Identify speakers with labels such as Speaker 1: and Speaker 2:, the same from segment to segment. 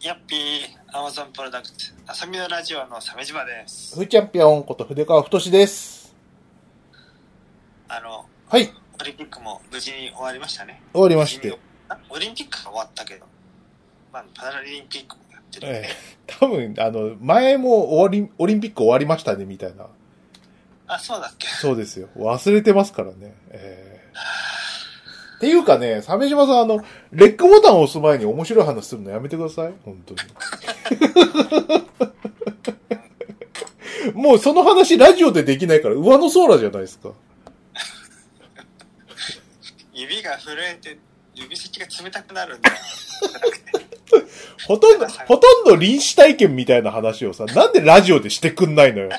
Speaker 1: やっぴー、アマゾンプロダクツ、あさみのラジオの鮫島です。
Speaker 2: ふーチャンピオンこと筆川太志です。
Speaker 1: あの、
Speaker 2: はい、終
Speaker 1: オリンピックも無事に終わりましたね。
Speaker 2: わりまして。
Speaker 1: あオリンピックが終わったけど、まあ、パラリンピックもやってるんで、
Speaker 2: ええ、 多分、あの、前も終わり、オリンピック終わりましたね、みたいな。
Speaker 1: あ、そうだっけ
Speaker 2: そうですよ。忘れてますからね。ええっていうかね、鮫島さん、あの、レックボタンを押す前に面白い話するのやめてください。本当に。 もうその話ラジオでできないから、上の空じゃないですか。
Speaker 1: 指が震えて、指先が冷たくなるんだよ。
Speaker 2: ほとんど、ほとんど臨死体験みたいな話をさ、なんでラジオでしてくんないのよ。
Speaker 1: い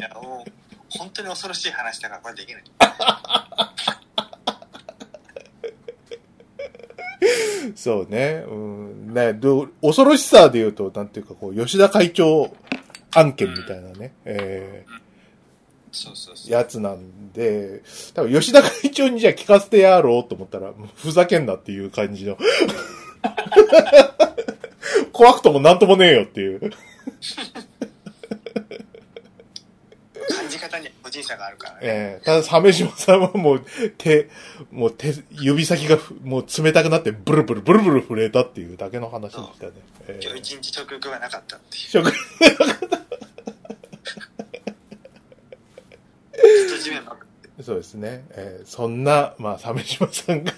Speaker 1: や、もう、本当に恐ろしい話だから、これできない。
Speaker 2: そうね。うん。ね、どう恐ろしさで言うと、なんていうか、こう、吉田会長案件みたいなね、え
Speaker 1: そうそうそ
Speaker 2: ー
Speaker 1: う。
Speaker 2: やつなんで、多分吉田会長にじゃあ聞かせてやろうと思ったら、もうふざけんなっていう感じの。 怖くともなんともねえよっていう。
Speaker 1: 感じ方に個人差があるからね。
Speaker 2: えーただ、鮫島さんはもう、手、もう手、指先がふもう冷たくなって、ブルブルブルブル震えたっていうだけの話でしたね。えー
Speaker 1: 今日一日食欲がなかったっていう。
Speaker 2: 食
Speaker 1: ずっと地面ばっか
Speaker 2: そうですね。えーそんな、まあ、鮫島さんが、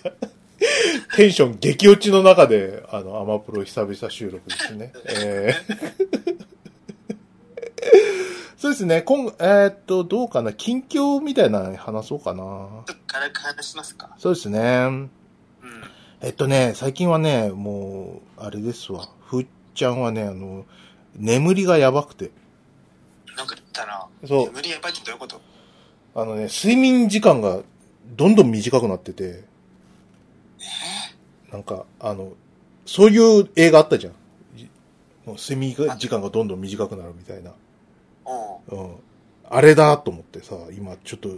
Speaker 2: テンション激落ちの中で、あの、アマプロ久々収録ですね。え ーそうですね。今、えーっと、どうかな。近況みたいなの話そうかな。
Speaker 1: ちょっと軽く話しますか。
Speaker 2: そうですね。
Speaker 1: うん。
Speaker 2: えっとね、最近はね、もう、あれですわ。ふっちゃんはね、あの、眠りがやばくて。
Speaker 1: なんか言ったな。
Speaker 2: そう
Speaker 1: 無理やばいってどういうこと
Speaker 2: あのね、睡眠時間がどんどん短くなってて、なんか、あの、そういう映画あったじゃん。じもう睡眠が時間がどんどん短くなるみたいな。
Speaker 1: おう
Speaker 2: うん。あれだと思ってさ、今ちょっと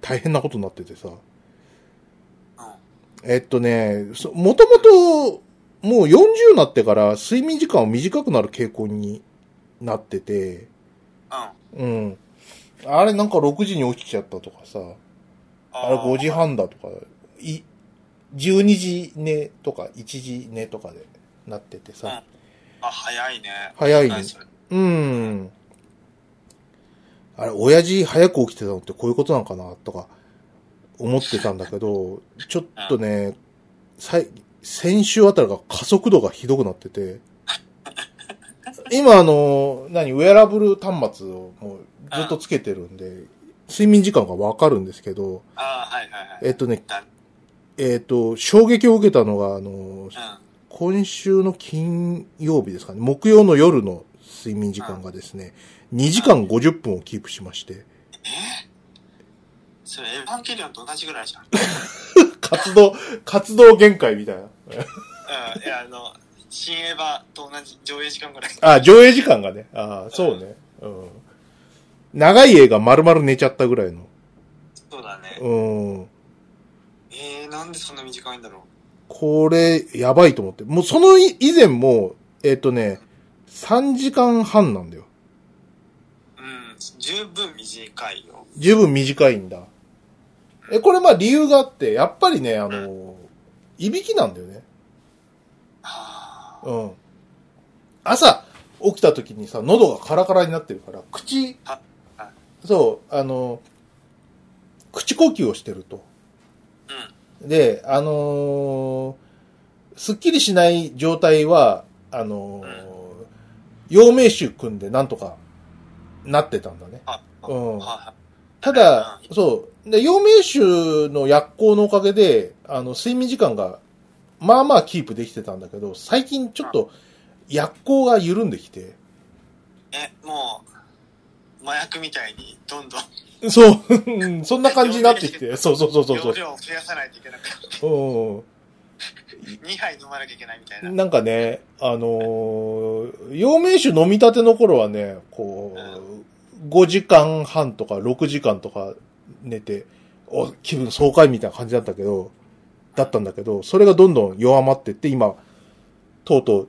Speaker 2: 大変なことになっててさ。
Speaker 1: うん。
Speaker 2: えっとね、そもともと、もう40になってから睡眠時間を短くなる傾向になってて、
Speaker 1: うん。
Speaker 2: うん。あれなんか6時に起きちゃったとかさ、
Speaker 1: あ
Speaker 2: あれ5時。半だとか、い、12時寝とか1時寝とかでなっててさ、
Speaker 1: あ、早いね。
Speaker 2: 早いね
Speaker 1: 何それ
Speaker 2: うん。あれ、親父早く起きてたのってこういうことなんかな、とか、思ってたんだけど、ちょっとね、さい、先週あたりが加速度がひどくなってて、今あの、何、ウェアラブル端末をもうずっとつけてるんで、睡眠時間がわかるんですけど、
Speaker 1: ああ、はいはいはい。
Speaker 2: えっとね
Speaker 1: だ、
Speaker 2: えっ、と、衝撃を受けたのが、あの、
Speaker 1: う
Speaker 2: 今週の金曜日ですかね、木曜の夜の睡眠時間がですね、2時間50分をキープしまして、
Speaker 1: ん。それ、エヴァンゲリオンと同じぐらい じゃん。
Speaker 2: 活動、活動限界みたいな。
Speaker 1: うん。いや、あの、新エヴァと同じ上映時間ぐらい。
Speaker 2: あ、上映時間がね。あそうね。うん。長い映画丸々寝ちゃったぐらいの。
Speaker 1: そうだね。
Speaker 2: うん。
Speaker 1: えー、なんでそんな短いんだろ
Speaker 2: これ、やばいと思って。もうその以前も、えっ、とね、3時間半なんだよ。
Speaker 1: う。うん。十分短いよ。
Speaker 2: 十分短いんだ。え、これまあ理由があって、やっぱりね、あの、いびきなんだよね。
Speaker 1: あ
Speaker 2: うん。朝起きた時にさ、喉がカラカラになってるから、口
Speaker 1: ああ、
Speaker 2: そう、あの、口呼吸をしてると。
Speaker 1: あ。
Speaker 2: で、あのーすっきりしない状態は、あのー陽明酒組んでなんとかなってたんだね。
Speaker 1: うん。
Speaker 2: うん
Speaker 1: は
Speaker 2: ただ、そう。で、陽明酒の薬効のおかげで、あの、睡眠時間が、まあまあキープできてたんだけど、最近ちょっと、薬効が緩んできて。
Speaker 1: い。え、もう、麻薬みたいに、どんどん、
Speaker 2: そう、うんそんな感じになって きて。そうそうそうそうそ
Speaker 1: 容
Speaker 2: う
Speaker 1: 量を増やさないといけなくなって、
Speaker 2: うん。
Speaker 1: 2杯飲まなきゃいけないみたいな。
Speaker 2: なんかね、あのー、陽明酒飲みたての頃はね、こう、5時間半とか6時間とか寝て、お、気分爽快みたいな感じだったけど、だったんだけど、それがどんどん弱まってって、今、とうとう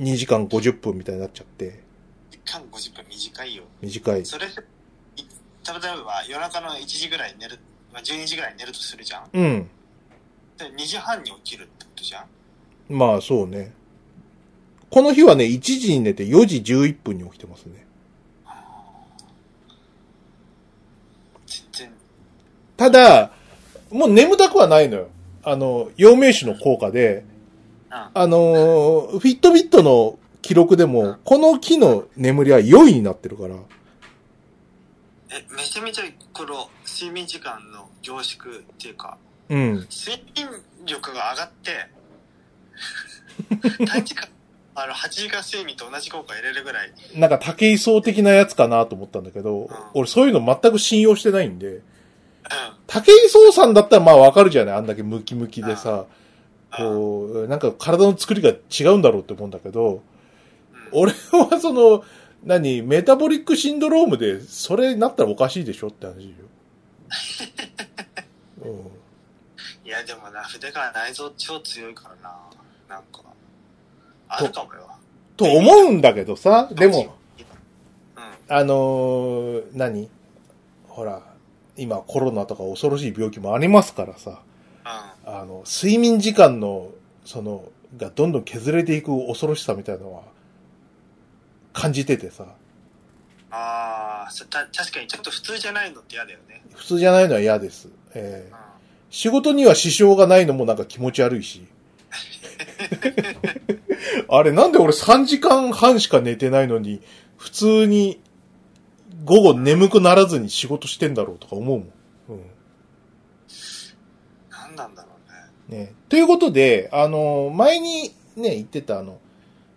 Speaker 2: 2時間50分みたいになっちゃって、
Speaker 1: 時間50分短いよ。
Speaker 2: 短い。
Speaker 1: それで、いた例えば夜中の1時ぐらい寝る、まあ、12時ぐらいに寝るとするじゃん。
Speaker 2: うん。
Speaker 1: で、2時半に起きるってことじゃん。
Speaker 2: まあそうね。この日はね、1時に寝て4時11分に起きてますね。
Speaker 1: 全然。
Speaker 2: ただ、もう眠たくはないのよ。あの、陽明酒の効果で、
Speaker 1: うん。
Speaker 2: あのーフィットビットの記録でも、この木の眠りは良いになってるから、
Speaker 1: え、めちゃめちゃ、この、睡眠時間の凝縮っていうか、
Speaker 2: うん。
Speaker 1: 睡眠力が上がって、短時間、あの、8時間睡眠と同じ効果得れるぐらい、
Speaker 2: なんか竹井壮的なやつかなと思ったんだけど、俺そういうの全く信用してないんで、
Speaker 1: う
Speaker 2: 竹井壮さんだったらまあわかるじゃないあんだけムキムキでさ、
Speaker 1: ん。
Speaker 2: こう、なんか体の作りが違うんだろうって思うんだけど、
Speaker 1: うん
Speaker 2: 俺はその、何、メタボリックシンドロームで、それになったらおかしいでしょって話よ。 うん
Speaker 1: いや、でもな、筆川内臓超強いからな。なんか、あるかもよ。
Speaker 2: と思うんだけどさ、でも、、
Speaker 1: うん。
Speaker 2: あのー何ほら、今コロナとか恐ろしい病気もありますからさ、
Speaker 1: う
Speaker 2: あの、睡眠時間の、その、がどんどん削れていく恐ろしさみたいなのは、感じててさ、
Speaker 1: ん。ああ、そた確かにちょっと普通じゃないのって嫌だよね。
Speaker 2: 普通じゃないのは嫌です。え
Speaker 1: うん
Speaker 2: ー。仕事には支障がないのもなんか気持ち悪いし。あれ、なんで俺3時間半しか寝てないのに、普通に午後眠くならずに仕事してんだろうとか思うもん。うん。
Speaker 1: 何なんだろうね。
Speaker 2: ね。ということで、あの、前にね、言ってたあの、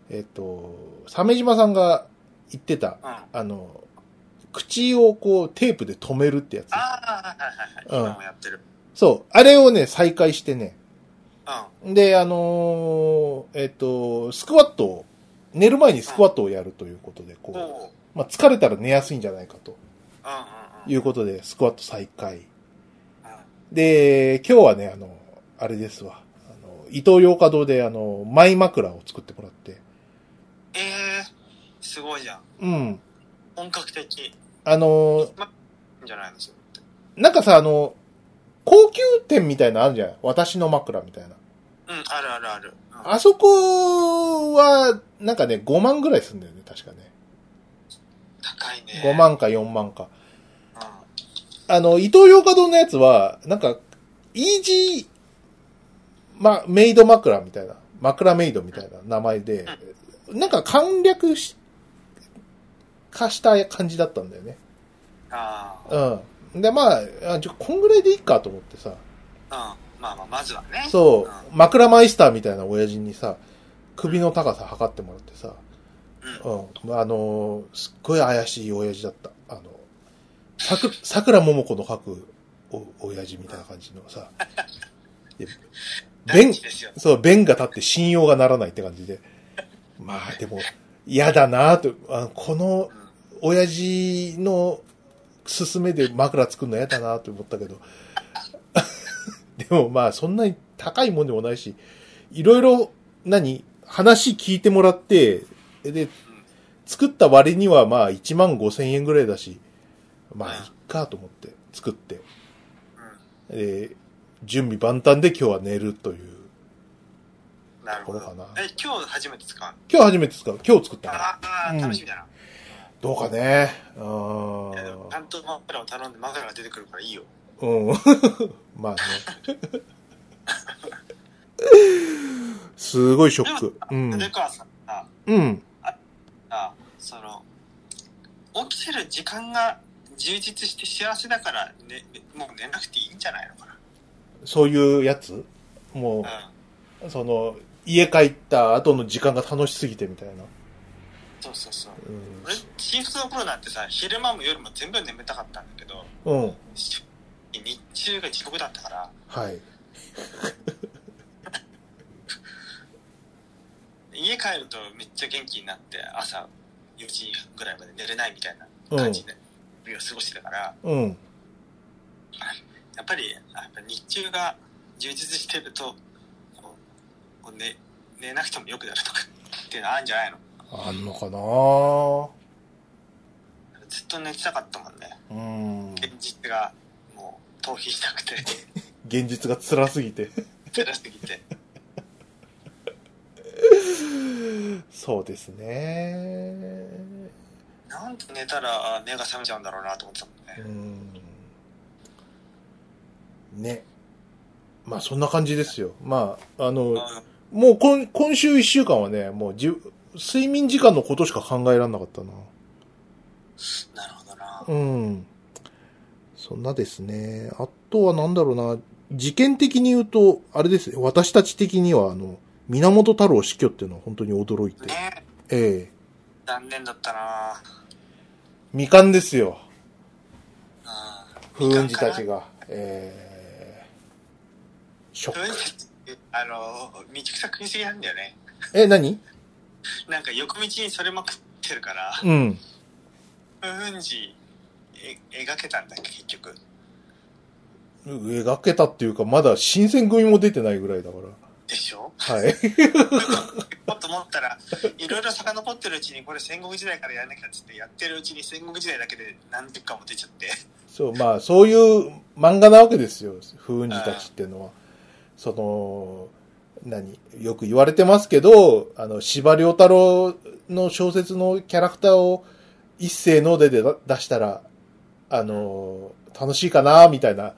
Speaker 2: えっと、鮫島さんが言ってた、
Speaker 1: うん。あ
Speaker 2: あの、口をこうテープで止めるってやつ。
Speaker 1: あー、はいはいはい。
Speaker 2: うん
Speaker 1: 今もやってる。
Speaker 2: そう。あれをね、再開してね。
Speaker 1: うん。
Speaker 2: で、あのーえっと、スクワットを、寝る前にスクワットをやるということで、
Speaker 1: お
Speaker 2: こ
Speaker 1: おう。
Speaker 2: う、まあ、疲れたら寝やすいんじゃないかと
Speaker 1: うんうんうん。
Speaker 2: いうことで、スクワット再開。
Speaker 1: うん
Speaker 2: で、今日はね、あの、あれですわ。あの、伊東洋華堂で、あの、マイ枕を作ってもらって。
Speaker 1: ええー、すごいじゃん。
Speaker 2: うん。
Speaker 1: 本格的。い
Speaker 2: あのー
Speaker 1: いんじゃないのそれって。
Speaker 2: なんかさ、あの、高級店みたいなのあるじゃない私の枕みたいな。
Speaker 1: うん、あるあるある。うん、
Speaker 2: あそこは、なんかね、5万ぐらいすんだよね、確かね。
Speaker 1: 高いね。
Speaker 2: 5。万か4万か。
Speaker 1: うん。あ
Speaker 2: あの、伊東洋華堂のやつは、なんか、イージー、ま、メイド枕みたいな、枕メイドみたいな名前で、なんか簡略し、化した感じだったんだよね。
Speaker 1: あ
Speaker 2: うん。で、まあ、あちょこんぐらいでいいかと思ってさ、
Speaker 1: ー。うん。まあまあ、まずはね。
Speaker 2: そうう、枕マイスターみたいな親父にさ、首の高さ測ってもらってさ、
Speaker 1: うん。うん。
Speaker 2: うん。あのーすっごい怪しい親父だった。あの、さく、桜桃子の書くお、親父みたいな感じのさ。で
Speaker 1: 大
Speaker 2: 弁
Speaker 1: 事、ですよ。
Speaker 2: そう、弁が立って信用がならないって感じで。まあ、でも、嫌だなと、あこの
Speaker 1: うん。
Speaker 2: 親父の勧めで枕作るの嫌だなと思ったけど。 でもまあ、そんなに高いもんでもないし、いろいろ、何話聞いてもらって、で、作った割にはまあ1万5千円ぐらいだし、まあいっかと思って作って、
Speaker 1: う
Speaker 2: で、準備万端で今日は寝るという。
Speaker 1: ん。なるほど
Speaker 2: これかな。
Speaker 1: え、今日初めて使うの
Speaker 2: 今日初めて使う。今日作ったから。
Speaker 1: ああ
Speaker 2: う
Speaker 1: ー、
Speaker 2: ん
Speaker 1: 楽しみだな。
Speaker 2: どうかね。う
Speaker 1: いやでも
Speaker 2: ー
Speaker 1: ちゃんと枕を頼んで枕が出てくるからいいよ。
Speaker 2: ん。うん。 まあね。すごいショック。うん。
Speaker 1: 筆川さんが、
Speaker 2: うん。
Speaker 1: あその、起きてる時間が充実して幸せだから、ね、もう寝なくていいんじゃないのか
Speaker 2: そういうやつも
Speaker 1: な。うん。
Speaker 2: う、その、家帰った後の時間が楽しすぎてみたいな。
Speaker 1: そうそうそう。俺
Speaker 2: う、
Speaker 1: 新卒の頃なんてさ、昼間も夜も全部眠たかったんだけど、
Speaker 2: ん。うん。
Speaker 1: し日中が地獄だったから、
Speaker 2: はい。
Speaker 1: 家帰るとめっちゃ元気になって、朝4時ぐらいまで寝れないみたいな
Speaker 2: うん
Speaker 1: 感。じで、日を過ごしてたから、
Speaker 2: うん。
Speaker 1: やっぱり、やっぱ日中が充実してると、こう、こうね、寝なくてもよくなるとかっていうのあるんじゃないの
Speaker 2: あんのかな
Speaker 1: ずっと寝てたかったもんね
Speaker 2: うん。
Speaker 1: 現実がもう逃避したく て
Speaker 2: 現実が辛すぎて。
Speaker 1: 辛すぎて
Speaker 2: そうですね。
Speaker 1: なんで寝たら目が覚めちゃうんだろうなと思ってたもん
Speaker 2: う
Speaker 1: ね
Speaker 2: ん。ね。まあそんな感じですよ。まあ、あの、もう今今週一週間はね、もうじゅ睡眠時間のことしか考えられなかったな。
Speaker 1: うんなるほどな
Speaker 2: うん。そんなですね。あとはなんだろうな。事件的に言うと、あれですね。私たち的には、あの、源太郎死去っていうのは本当に驚いて。
Speaker 1: ね
Speaker 2: ええ
Speaker 1: 残念だったな
Speaker 2: 未完ですよ。風
Speaker 1: うん
Speaker 2: 雲児たち
Speaker 1: が
Speaker 2: が。ええショ
Speaker 1: 風
Speaker 2: ッ
Speaker 1: 雲
Speaker 2: ク。
Speaker 1: 児ってあの道草食いすぎなんだよね
Speaker 2: え、何
Speaker 1: なんか横道にそれまくってるから
Speaker 2: うん。
Speaker 1: 風雲児え描けたんだっけ結局
Speaker 2: 描けたっていうか、まだ新選組も出てないぐらいだか
Speaker 1: でしょ
Speaker 2: ら。はい。
Speaker 1: もっと思ったらいろいろ遡ってるうちにこれ戦国時代からやんなきゃっつってやってるうちに戦国時代だけで何十巻も出ちゃって
Speaker 2: そう、まあ、そういう漫画なわけですよ。風雲児たちっていうのは。その、何よく言われてますけど、あの、芝良太郎の小説のキャラクターを一世の出で出出したら、あの、楽しいかな、みたいな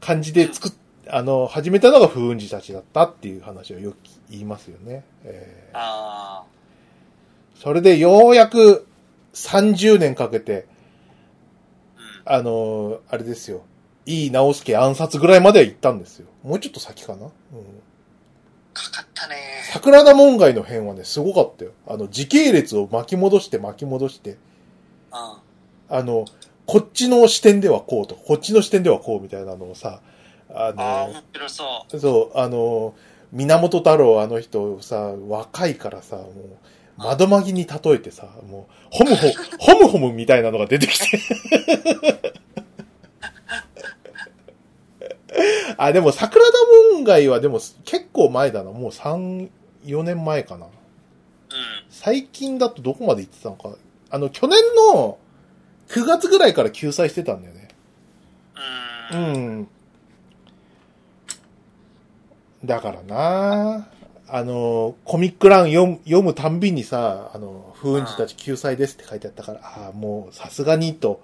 Speaker 2: 感じで作っ、あの、始めたのが風雲児たちだったっていう話をよく言いますよね。えー
Speaker 1: あ
Speaker 2: それでようやく30年かけて、
Speaker 1: あうん
Speaker 2: あのーあれですよ。いい直輔暗殺ぐらいまでは行ったんですよ。もうちょっと先かな、うん、
Speaker 1: かかったね
Speaker 2: 桜田門外の辺はね、すごかったよ。あの、時系列を巻き戻して巻き戻して、
Speaker 1: うん
Speaker 2: あの、こっちの視点ではこうとか、こっちの視点ではこうみたいなのをさ、あ
Speaker 1: ああ
Speaker 2: の
Speaker 1: 面白そ
Speaker 2: ーそう、あのー源太郎あの人さ、若いからさ、もう、窓まぎに例えてさ、もう、ホムホ、ホムホムみたいなのが出てきて。 あ、でも桜田門外はでも結構前だな。もう3、4年前かな。
Speaker 1: ううん
Speaker 2: 最近だとどこまで行ってたのか。あの、去年の9月ぐらいから救済してたんだよね。
Speaker 1: う
Speaker 2: うんん。だからなあの、コミック欄読む読むたんびにさ、あの、風雲児たち救済ですって書いてあったから、ああ、もうさすがにと、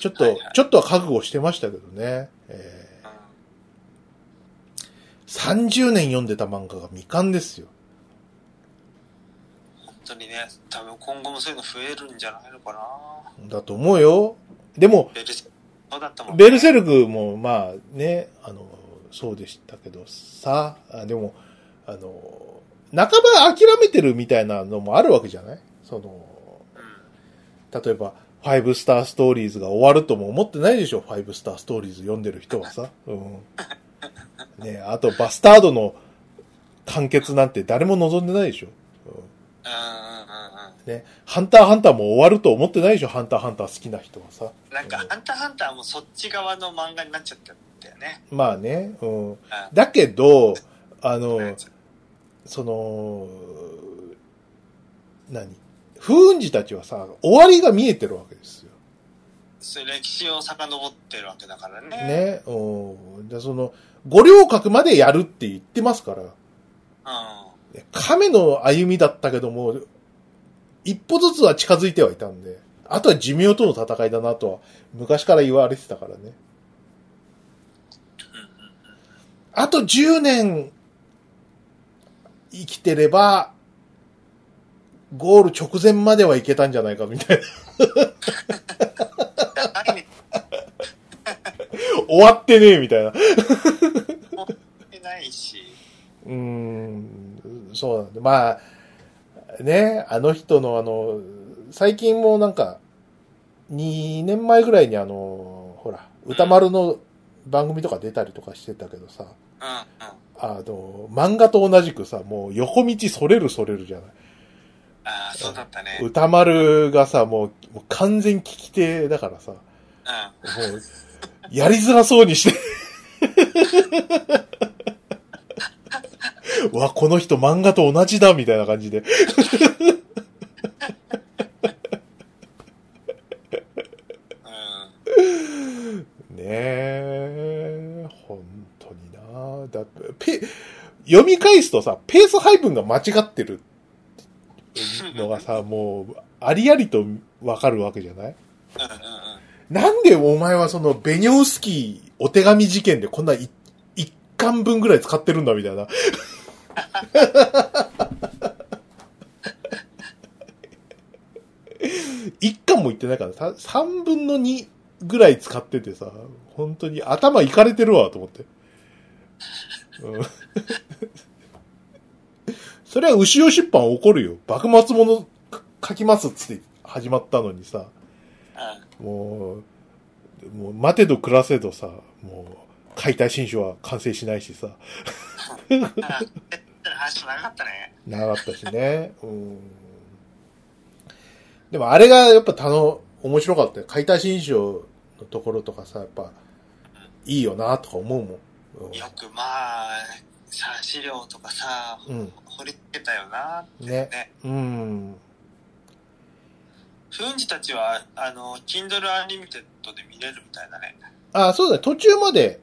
Speaker 2: ちょっと、
Speaker 1: はいはい
Speaker 2: ちょっとは覚悟してましたけどね。えー30年読んでた漫画が未完ですよ。
Speaker 1: 本当にね多分今後もそういうの増えるんじゃないのかな
Speaker 2: だと思うよ。でも、
Speaker 1: ベルセそうだったもんね
Speaker 2: ベルセルクも、まあね、あの、そうでしたけどさ、あでも、あの、半ば諦めてるみたいなのもあるわけじゃないその、
Speaker 1: うん
Speaker 2: 例えば、ファイブスターストーリーズが終わるとも思ってないでしょファイブスターストーリーズ読んでる人はさ。うん。ねあと、バスタードの完結なんて誰も望んでないでしょ、う
Speaker 1: うんうんうんうん
Speaker 2: ん、ねハンターハンターも終わると思ってないでしょハンターハンター好きな人はさ。
Speaker 1: なんか「ハンターハンター」もそっち側の漫画になっちゃったんだよね
Speaker 2: まあね、うん。
Speaker 1: あ
Speaker 2: だけど、あ
Speaker 1: う
Speaker 2: の、
Speaker 1: ん
Speaker 2: その、何風雲児たちはさ、終わりが見えてるわけですよ。
Speaker 1: そう歴史を遡ってるわけだからね
Speaker 2: ね。うん。で、その、五稜郭までやるって言ってますから、
Speaker 1: うん
Speaker 2: 亀の歩みだったけども、一歩ずつは近づいてはいたんで、あとは寿命との戦いだなとは、昔から言われてたからね。
Speaker 1: うんうん
Speaker 2: あと10年、生きてれば、ゴール直前まではいけたんじゃないかみたいな
Speaker 1: 長いね
Speaker 2: 終わってねえみたいな。う
Speaker 1: ないし
Speaker 2: ーん、そうなんで、まあ、ね、あの人のあの、最近もなんか、2年前ぐらいにあの、ほら、歌丸の番組とか出たりとかしてたけどさ、
Speaker 1: うんうん
Speaker 2: あの、漫画と同じくさ、もう横道それるそれるじゃない。
Speaker 1: ああそうだったね
Speaker 2: 歌丸がさ、もう、もう完全聞き手だからさ、も
Speaker 1: うん
Speaker 2: う、やりづらそうにして、 わ、この人漫画と同じだみたいな感じで。
Speaker 1: う
Speaker 2: ねえ、本当になだペ読み返すとさ、ペース配分が間違ってるのがさ、もう、ありありとわかるわけじゃな
Speaker 1: んう
Speaker 2: い
Speaker 1: んうんうん
Speaker 2: なんでお前はその、ベニョウスキーお手紙事件でこんな一一巻分ぐらい使ってるんだみたいな。 一巻も言ってないからさ、三分の二ぐらい使っててさ、本当に頭いかれてるわ、と思って。うん、それは牛尾出版怒るよ。幕末もの書きますっつって始まったのにさ。もう、もう待てど暮らせどさ、もう、解体新書は完成しないしさ、
Speaker 1: うん。だから、話もなかったね。
Speaker 2: 長かったしね。 うん。でもあれがやっぱたの、面白かったよ。解体新書のところとかさ、やっぱ、いいよなとか思うもん。
Speaker 1: よくまあ、さ資料とかさ、
Speaker 2: うん。
Speaker 1: 掘りつけたよな。
Speaker 2: うん。ね。
Speaker 1: ね。
Speaker 2: うん。
Speaker 1: フンジたちは、あの、Kindle Unlimited で見れるみたいだね。
Speaker 2: あ、そうだ、途中まで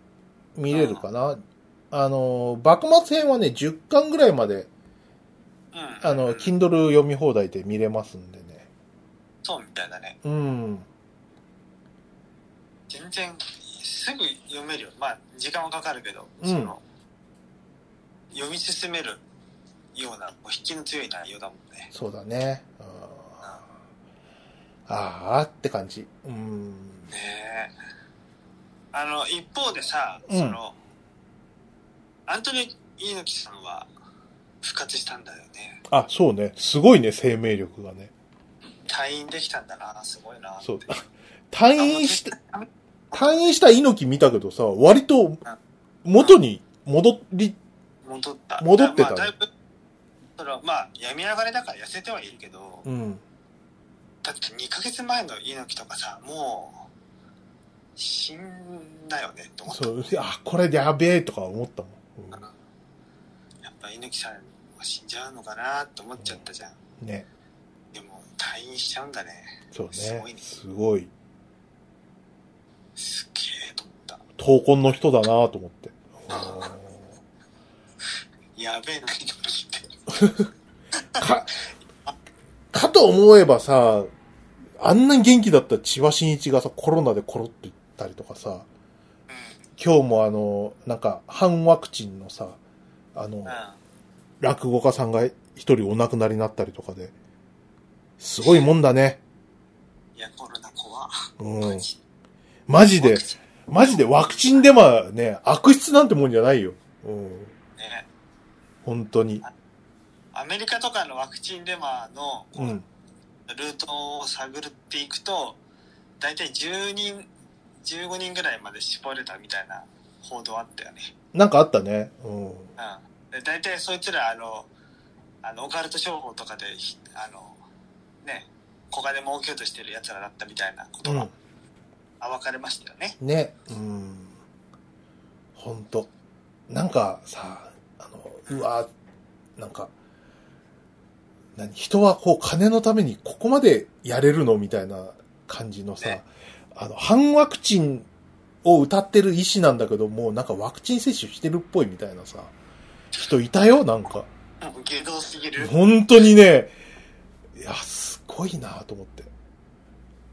Speaker 2: 見れるかな。あの、幕末編はね、10巻ぐらいまで、
Speaker 1: うん。
Speaker 2: あの、Kindle 読み放題で見れますんでね。
Speaker 1: そうみたいだね。
Speaker 2: うん。
Speaker 1: 全然、すぐ読めるよ。まあ、時間はかかるけど、
Speaker 2: うん
Speaker 1: その、読み進めるような、お引きの強い内容だもんね。
Speaker 2: そうだね。うんあーって感じ。うん。
Speaker 1: ねえ。あの、一方でさ、
Speaker 2: うん
Speaker 1: その、アントニオ猪木さんは復活したんだよね。
Speaker 2: あ、そうね。すごいね、生命力がね。
Speaker 1: 退院できたんだな、すごいな。
Speaker 2: そう。退院した、退院した猪木見たけどさ、割と元に戻り、
Speaker 1: 戻った。
Speaker 2: 戻ってた
Speaker 1: まあ、だいぶ、その、まあ、病み上がりだから痩せてはいるけど、
Speaker 2: うん。
Speaker 1: だって2ヶ月前の猪木とかさ、もう、死んだよね、と思った。
Speaker 2: そう、あ、これやべえとか思ったもんう
Speaker 1: やっぱ猪木さんは死んじゃうのかな、と思っちゃったじゃん。
Speaker 2: ん。ね。
Speaker 1: でも、退院しちゃうんだね。
Speaker 2: そうね。
Speaker 1: すごいね
Speaker 2: すごい。
Speaker 1: すっげえ、と思った。
Speaker 2: 闘魂の人だなと思って。
Speaker 1: やべえな、猪木って。
Speaker 2: か、かと思えばさ、あんなに元気だった千葉真一がさ、コロナでコロッといったりとかさ、
Speaker 1: う
Speaker 2: 今日もあの、なんか、反ワクチンのさ、あの
Speaker 1: ん。う、ん。
Speaker 2: 落語家さんが一人お亡くなりになったりとかで、すごいもんだね。
Speaker 1: いや、コロナ怖っ。
Speaker 2: う
Speaker 1: マ
Speaker 2: ん。
Speaker 1: ジ
Speaker 2: マジで
Speaker 1: ワク、チ
Speaker 2: マジでワクチンデマね、悪質なんてもんじゃないよ。う
Speaker 1: ン
Speaker 2: ん。
Speaker 1: ね。
Speaker 2: 本当に。
Speaker 1: アメリカとかのワクチンデマのこ
Speaker 2: う。
Speaker 1: うんルートを探っていくと、大体10人、15人ぐらいまで絞れたみたいな報道あったよね。
Speaker 2: なんかあったね。うん。
Speaker 1: うん。で大体そいつら、あの、あの、オカルト商法とかで、ひあの、ね、小金儲けようとしてる奴らだったみたいなこと
Speaker 2: うん
Speaker 1: が。暴かれましたよね。
Speaker 2: ね、うん。ほんと。なんかさ、あの、うわ、なんか、何人はこう金のためにここまでやれるのみたいな感じのさ、
Speaker 1: ね
Speaker 2: あの、反ワクチンを歌ってる医師なんだけど、もうなんかワクチン接種してるっぽいみたいなさ、人いたよ、なんか。
Speaker 1: もう下道すぎる。
Speaker 2: 本当にね、いや、すごいなと思って。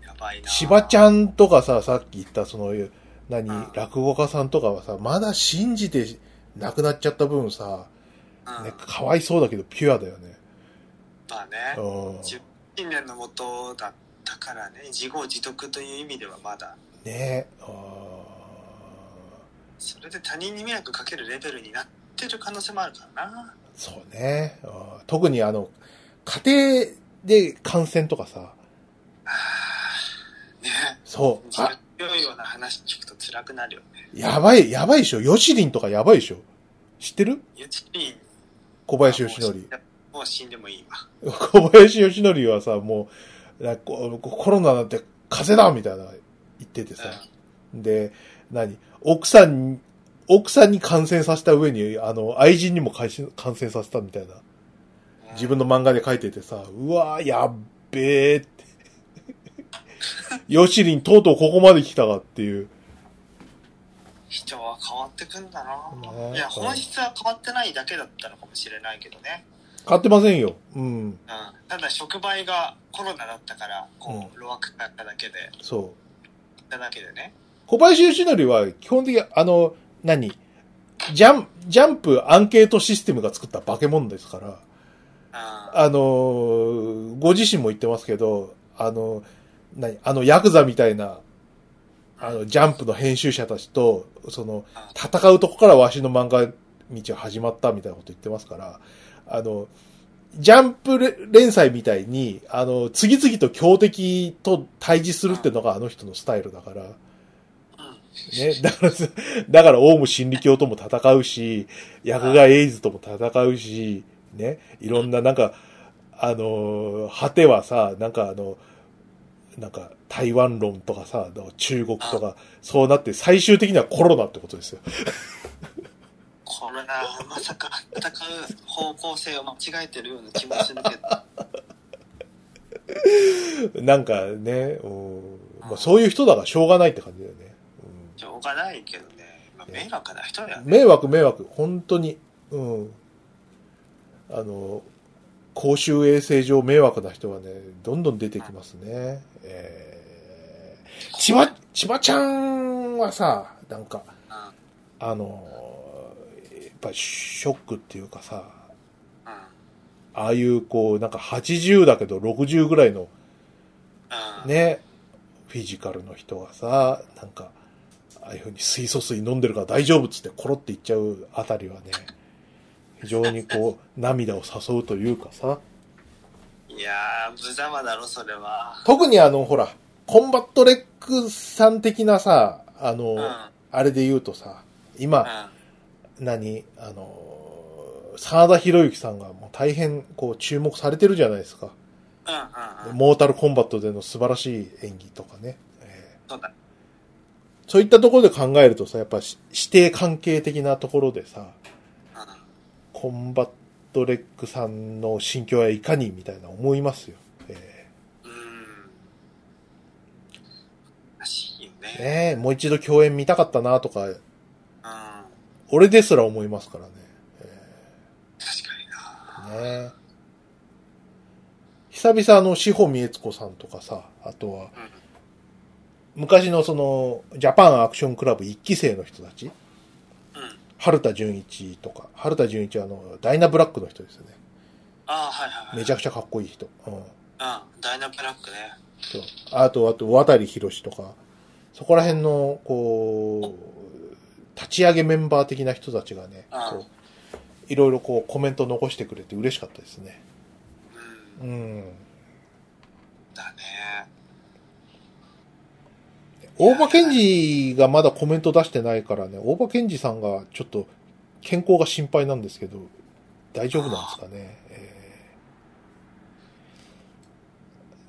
Speaker 1: やばいな。
Speaker 2: しばちゃんとかさ、さっき言った、その、何
Speaker 1: うん、
Speaker 2: 落語家さんとかはさ、まだ信じて亡くなっちゃった分さ、
Speaker 1: うん。
Speaker 2: ね、かわいそうだけど、ピュアだよね。
Speaker 1: まあね。
Speaker 2: う
Speaker 1: 信念のもとだったからね自業自得という意味ではまだ
Speaker 2: ん。ねあー
Speaker 1: それで他人に迷惑かけるレベルになってる可能性もあるからな
Speaker 2: そうね。あー特にあの、家庭で感染とかさ、
Speaker 1: あーね
Speaker 2: そう。
Speaker 1: 自
Speaker 2: あ、
Speaker 1: 分強いような話聞くと辛くなるよね
Speaker 2: やばい、やばいでしょ。ヨシリンとかやばいでしょ。知ってる
Speaker 1: ユーチピン
Speaker 2: 小林よしのり。
Speaker 1: もう死んでもいいわ
Speaker 2: 小林義則はさ、もう、なこコロナなんて風邪だみたいな言っててさ。で、何奥さん奥さんに感染させた上に、あの、愛人にも感染感染させたみたいな。自分
Speaker 1: の。
Speaker 2: の漫画で書いててさ、うわー、やっべーって。ヨシリン、とうとうここまで来たかっていう。
Speaker 1: 人は変わってくんだな。
Speaker 2: ね
Speaker 1: いや、本質は変わってないだけだったのかもしれないけどね。
Speaker 2: 買ってませんよ。うん。
Speaker 1: うん。ただ、触媒がコロナだったから、こう、路枠だっただけで、
Speaker 2: そう。
Speaker 1: だだけでね。
Speaker 2: 小林義則は基本的にあの、何ジャン、ジャンプアンケートシステムが作った化け物ですから、
Speaker 1: うん。
Speaker 2: あのーご自身も言ってますけど、あの、何あの、ヤクザみたいな、あの、ジャンプの編集者たちと、その、戦うとこからわしの漫画道は始まったみたいなこと言ってますから、あの、ジャンプれ連載みたいに、あの、次々と強敵と対峙するってのがあの人のスタイルだから、
Speaker 1: うん
Speaker 2: ね、だから、だから、オウム真理教とも戦うし、薬害エイズとも戦うし、ね、いろんな、なんか、あのー、果てはさ、なんかあの、なんか、台湾論とかさ、中国とか、そうなって、最終的にはコロナってことですよ。
Speaker 1: これな、まさか戦う方向性を間違えてるような気もするけど。
Speaker 2: なんかね、うんまあ、そういう人だからしょうがないって感じだよね。
Speaker 1: しょうがないけどね。まあ迷惑な人だよ
Speaker 2: うん
Speaker 1: ね。
Speaker 2: 迷惑迷惑、本当に。うん。あの、公衆衛生上迷惑な人がね、どんどん出てきますね。えー、千葉、千葉ちゃんはさ、なんか、
Speaker 1: うん。
Speaker 2: あの、やっぱりショックっていうかさ、
Speaker 1: うん。
Speaker 2: ああいうこう、なんか80だけど60ぐらいの
Speaker 1: うん。
Speaker 2: ね、フィジカルの人がさ、なんか、ああいうふうに水素水飲んでるから大丈夫っつってコロっていっちゃうあたりはね、非常にこう、 涙を誘うというかさ、
Speaker 1: いやー、無様だろ、それは。
Speaker 2: 特にあの、ほら、コンバットレックさん的なさ、あの、
Speaker 1: うん。うん。
Speaker 2: あれで言うとさ、今、何、あの、沢田博之さんがもう大変こう注目されてるじゃないですか。
Speaker 1: うん。うん。
Speaker 2: モータルコンバットでの素晴らしい演技とかね。えー
Speaker 1: そうだ。
Speaker 2: そういったところで考えるとさ、やっぱし指定関係的なところでさ、
Speaker 1: う
Speaker 2: コンバットレックさんの心境はいかにみたいな思いますよ。え
Speaker 1: ん。うん。らしいよ
Speaker 2: ー
Speaker 1: ね。
Speaker 2: ねえ、もう一度共演見たかったなとか、
Speaker 1: うん。確か
Speaker 2: 俺ですら思いますからね。
Speaker 1: にな。
Speaker 2: えーねえ久々あの、志保美悦子さんとかさ、あとは、
Speaker 1: うん。
Speaker 2: 昔のその、ジャパンアクションクラブ一期生の人たち、
Speaker 1: うん。
Speaker 2: 春田純一とか、春田純一はあの、ダイナブラックの人ですよね。
Speaker 1: ああ、はいはいはい。
Speaker 2: めちゃくちゃかっこいい人。うん。
Speaker 1: うん。ダイナブラックね。
Speaker 2: そう。あと、あと、渡博士とか、そこら辺の、こう、立ち上げメンバー的な人たちがね、
Speaker 1: ああ
Speaker 2: こう、いろいろこう、コメント残してくれて嬉しかったですね。
Speaker 1: うん。
Speaker 2: うん。
Speaker 1: だね。
Speaker 2: 大場健二がまだコメント出してないからね、大場健二さんがちょっと、健康が心配なんですけど、大丈夫なんですかね。えー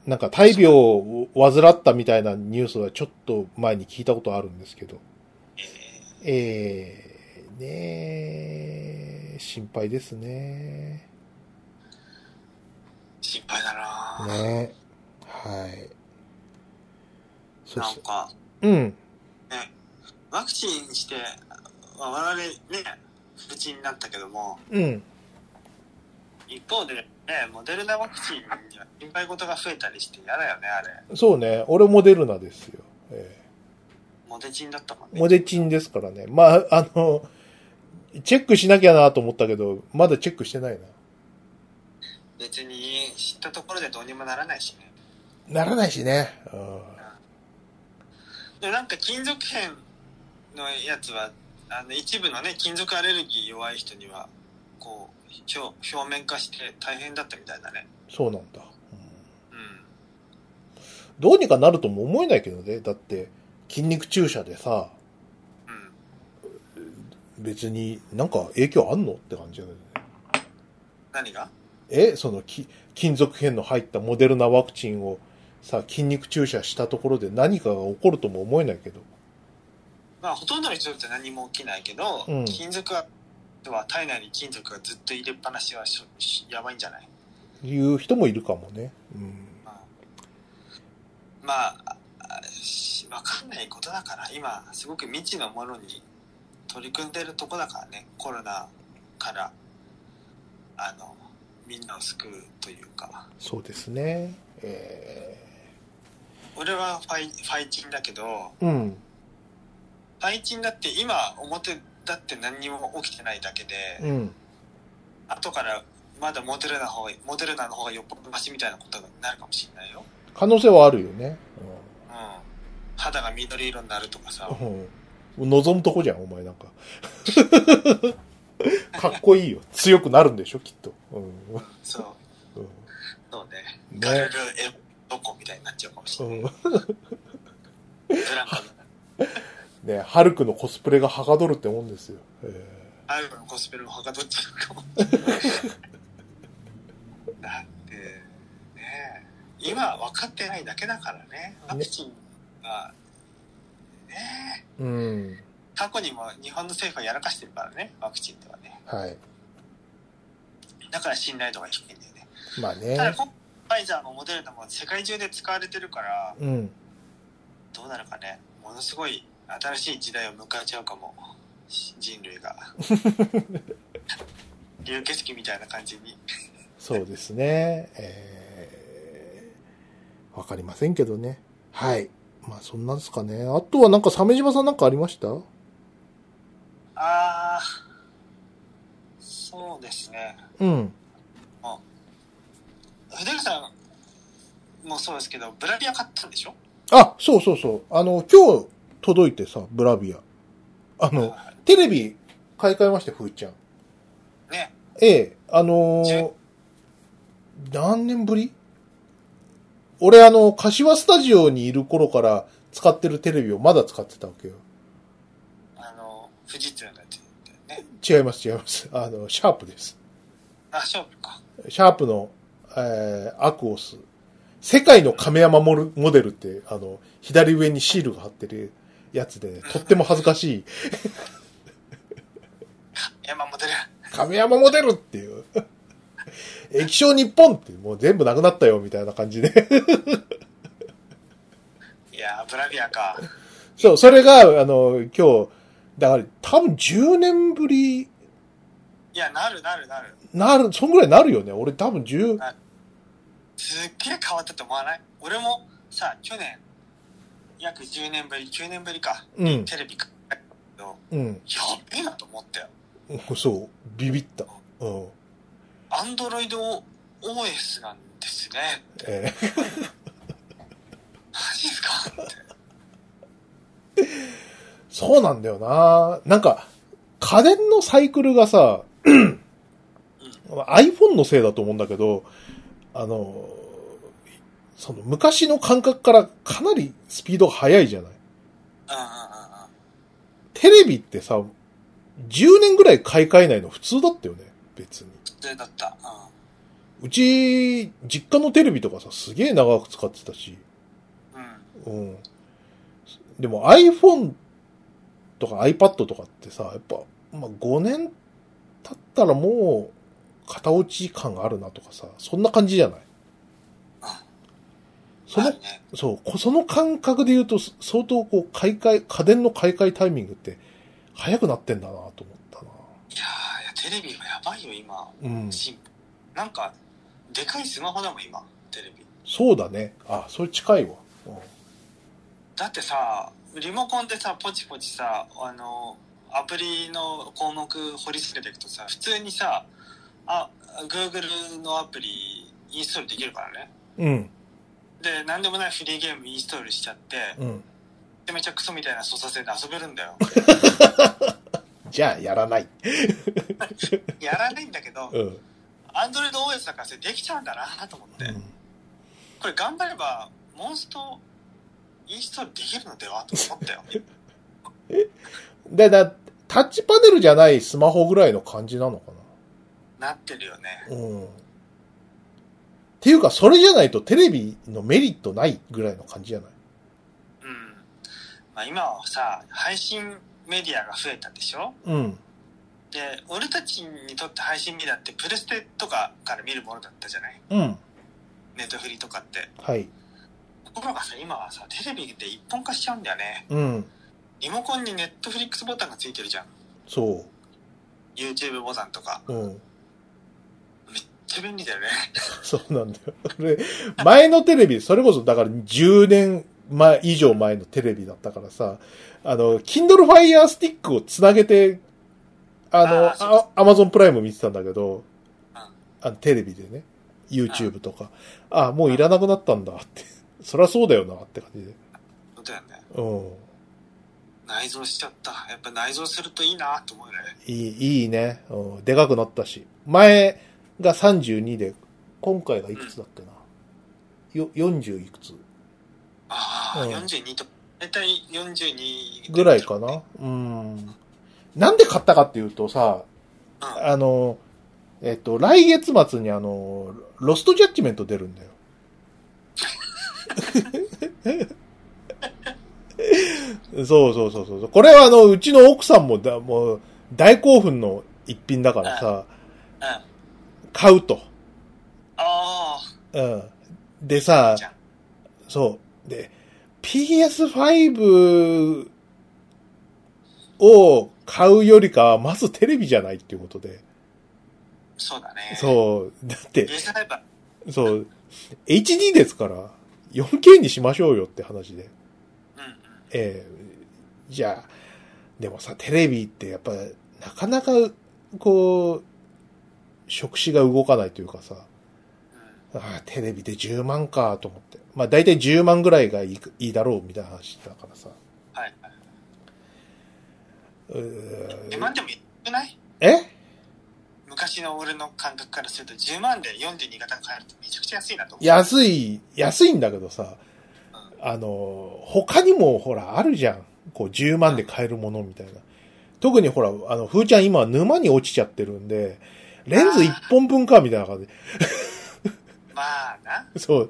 Speaker 2: なんか、大病を患ったみたいなニュースはちょっと前に聞いたことあるんですけど、
Speaker 1: えー
Speaker 2: えー、ねえ、心配ですね。
Speaker 1: 心配だな。
Speaker 2: ねはい。そ
Speaker 1: な
Speaker 2: し
Speaker 1: ん
Speaker 2: て、
Speaker 1: か、
Speaker 2: うん、
Speaker 1: ワクチンして、まあ我々ね、不治になったけども、
Speaker 2: うん、
Speaker 1: 一方でね、モデルナワクチンには心配事が増えたりして嫌だよね、あれ。
Speaker 2: そうね、俺モデルナですよ。え
Speaker 1: モデチンだったもん
Speaker 2: ー
Speaker 1: ね。
Speaker 2: モデチンですからね。まあ、あの、チェックしなきゃなと思ったけど、まだチェックしてない
Speaker 1: 別に知ったところでどうにもならないしね。
Speaker 2: な。ならないしね。うん
Speaker 1: でもなんか金属片のやつは、あの一部のね、金属アレルギー弱い人には、こう、表表面化して大変だったみたいだね。
Speaker 2: そうなんだ、うん
Speaker 1: うん。
Speaker 2: どうにかなるとも思えないけどね。だって、筋肉注射でさ、
Speaker 1: うん。
Speaker 2: 別になんか影響あんのって感じだよね。
Speaker 1: 何が
Speaker 2: えそのき金属片の入ったモデルナワクチンをさ筋肉注射したところで何かが起こるとも思えないけど
Speaker 1: ままあほとんどの人って何も起きないけど、
Speaker 2: うん
Speaker 1: 金属は体内に金属がずっと入れっぱなしはしょしやばいんじゃない、
Speaker 2: いう人もいるかもね。うん。
Speaker 1: まあまああしわかんないことだから今すごく未知のものに取り組んでるとこだからねコロナからあのみんなを救うというか
Speaker 2: そうですね。え
Speaker 1: 俺はファイファイチンだけど
Speaker 2: ー、うん。
Speaker 1: ファイチンだって今表だって何にも起きてないだけで、
Speaker 2: うん。
Speaker 1: 後からまだモデルナ方がモデルナの方がよっぽどマシみたいなことになるかもしれないよ。
Speaker 2: 可能性はあるよね。
Speaker 1: うん。肌が緑色になるとかさ。
Speaker 2: うん。望むとこじゃん、お前なんか。 かっこいいよ。強くなるんでしょ、きっと。う
Speaker 1: そう。
Speaker 2: ん。うん
Speaker 1: そうね。
Speaker 2: ね
Speaker 1: ガルルエロコみたいになっちゃうかもしれない。
Speaker 2: うん
Speaker 1: ブランコの、
Speaker 2: ね、ハルクのコスプレがはかどるってもんですよ。え
Speaker 1: アイブのコスプレもはかどっちゃうかも。だって、ね今分かってないだけだからね。ワクチンが、ね
Speaker 2: ーうん。
Speaker 1: 過去にも日本の政府はやらかしてるからね、ワクチンではね。
Speaker 2: はい。
Speaker 1: だから信頼度が低いんだよね。
Speaker 2: まあ
Speaker 1: ただ
Speaker 2: ね。
Speaker 1: 今回ファイザーもモデルナも世界中で使われてるから
Speaker 2: うん。
Speaker 1: どうなるかねものすごい新しい時代を迎えちゃうかもし人類が流血鬼みたいな感じに
Speaker 2: そうですね。えー、わかりませんけどね。はい。まあそんなんですかね。あとはなんか鮫島さんなんかありました
Speaker 1: ああそうですね
Speaker 2: うん。
Speaker 1: 筆口さんもそうですけどブラビア買ったんでしょ
Speaker 2: あ、そうそうそう。あの、今日届いてさ、ブラビア。あの、テレビ買い替えまして、ふーちゃん。
Speaker 1: ね
Speaker 2: ええ、あの
Speaker 1: じ
Speaker 2: ー、何年ぶり俺あの、柏スタジオにいる頃から使ってるテレビをまだ使ってたわけよ。
Speaker 1: あの富士通のやつだよね
Speaker 2: 違います、違います。あの、シャープです。
Speaker 1: あ勝負か
Speaker 2: シャープの、えー、アクオス。世界の亀山モルモデルって、あの、左上にシールが貼ってるやつで、とっても恥ずかしい。
Speaker 1: 山モデル
Speaker 2: 亀山モデルっていう。 液晶日本って、もう全部なくなったよ、みたいな感じで。
Speaker 1: いやーブラビアか
Speaker 2: そう、それが、あの、今日、だから、多分10年ぶり、
Speaker 1: いやなるなるなる
Speaker 2: なる、そんぐらいなるよね。俺多分10、
Speaker 1: すっげえ変わったと思わない俺もさ去年約10年ぶり9年ぶりか
Speaker 2: うん、
Speaker 1: テレビかや
Speaker 2: うん、
Speaker 1: べえなと思ったよ
Speaker 2: そう、ビビった。うん。
Speaker 1: アンドロイド OS なんですねマ
Speaker 2: えー
Speaker 1: ジですかって
Speaker 2: そうなんだよななんか、家電のサイクルがさ、iPhone のせいだと思うんだけど、あの、その昔の感覚からかなりスピードが速いじゃない。
Speaker 1: うんうんうんうん
Speaker 2: テレビってさ、10年ぐらい買い替えないの普通だったよね、別に。
Speaker 1: 普通だった
Speaker 2: うち、実家のテレビとかさ、すげえ長く使ってたし、
Speaker 1: うん、うん、
Speaker 2: うん。でも iPhone とか iPad とかってさ、やっぱ、まあ、5年経ったらもう、片落ち感があるなとかさ、そんな感じじゃない
Speaker 1: あ
Speaker 2: そ
Speaker 1: あ
Speaker 2: の
Speaker 1: る、ね
Speaker 2: そうこ、その感覚で言うと、そ相当こう、買い替え、家電の買い替えタイミングって、早くなってんだなと思ったない
Speaker 1: やーいやテレビはやばいよ今。
Speaker 2: うん。
Speaker 1: 進歩なんかでかいスマホだもん今テレビ
Speaker 2: そうだね。あ、それ近いわ。うん
Speaker 1: だってさリモコンでさポチポチさあのアプリの項目掘り下げていくとさ普通にさあ Google のアプリインストールできるからね
Speaker 2: うん。
Speaker 1: で何でもないフリーゲームインストールしちゃってめ
Speaker 2: うん。
Speaker 1: ちゃめちゃクソみたいな操作性で遊べるんだよ
Speaker 2: じゃあ、やらない。
Speaker 1: やらないんだけど
Speaker 2: うん。うん。
Speaker 1: AndroidOS だからそれできちゃうんだなと思ってこれ頑張ればモンストインストールできるのではと思ったよ
Speaker 2: で、だ、タッチパネルじゃないスマホぐらいの感じなのか
Speaker 1: なってるよね
Speaker 2: な。うん。っていうか、それじゃないとテレビのメリットないぐらいの感じじゃない
Speaker 1: うんまあ、今はさ配信メディアが増えたでしょ
Speaker 2: うん。
Speaker 1: で俺たちにとって配信メディアってプレステとかから見るものだったじゃない
Speaker 2: うん。
Speaker 1: ネットフリとかって
Speaker 2: はい。
Speaker 1: ところがさ今はさテレビで一本化しちゃうんだよね
Speaker 2: うん。
Speaker 1: リモコンにネットフリックスボタンがついてるじゃん
Speaker 2: そ
Speaker 1: YouTube ボタンとか
Speaker 2: う。うん。
Speaker 1: めっちゃ便利だよね
Speaker 2: そうなんだよ。俺、前のテレビ、それこそだから10年前、以上前のテレビだったからさ、あの、Kindle Fire Stick をつなげて、あの、
Speaker 1: あーそう
Speaker 2: あ Amazon プライム見てたんだけ
Speaker 1: う
Speaker 2: ど
Speaker 1: ん、
Speaker 2: あのテレビでね、YouTube とか、ああ、もういらなくなったんだって。そりゃそうだよなって感じで。
Speaker 1: そうだよね
Speaker 2: うん。
Speaker 1: 内蔵しちゃったやっぱ内蔵するといいなと思うよね
Speaker 2: いい、いいね。うん。でかくなったし。前が32で、今回がいくつだっけな。よ、40いくつ
Speaker 1: ああ、
Speaker 2: うん
Speaker 1: 42と大体42
Speaker 2: ぐらいかな。うん。なんで買ったかっていうとさ、
Speaker 1: うん
Speaker 2: あの、えっと、来月末にあの、ロストジャッジメント出るんだよ。そうそうそうそう。これはあの、うちの奥さんもだ、もう、大興奮の一品だからさ、
Speaker 1: うんあ
Speaker 2: 買うと。
Speaker 1: あ
Speaker 2: うん。でさ
Speaker 1: じゃん、
Speaker 2: そう。で、PS5 を買うよりかは、まずテレビじゃないっていうことで。
Speaker 1: そうだねう
Speaker 2: そう。だって、
Speaker 1: 家さえば
Speaker 2: そう。HD ですから、4K にしましょうよって話で。
Speaker 1: うんうん
Speaker 2: ええじゃあ、でもさ、テレビってやっぱ、なかなか、こう、触手が動かないというかさ、
Speaker 1: うん
Speaker 2: ああ、テレビで10万かと思って。まあ大体10万ぐらいがいいくいいだろうみたいな話だからさ。
Speaker 1: はいは
Speaker 2: うー
Speaker 1: い10万でもいくない
Speaker 2: え
Speaker 1: 昔の俺の感覚からすると10万で42型が買えるってめちゃくちゃ安いなと思う
Speaker 2: 安い、安いんだけどさ、
Speaker 1: う
Speaker 2: あの、他にもほらあるじゃん。こう10万で買えるものみたいな。特にほら、あの、ふーちゃん今沼に落ちちゃってるんで、レンズ1本分かみたいな感じ。
Speaker 1: まあな
Speaker 2: そう、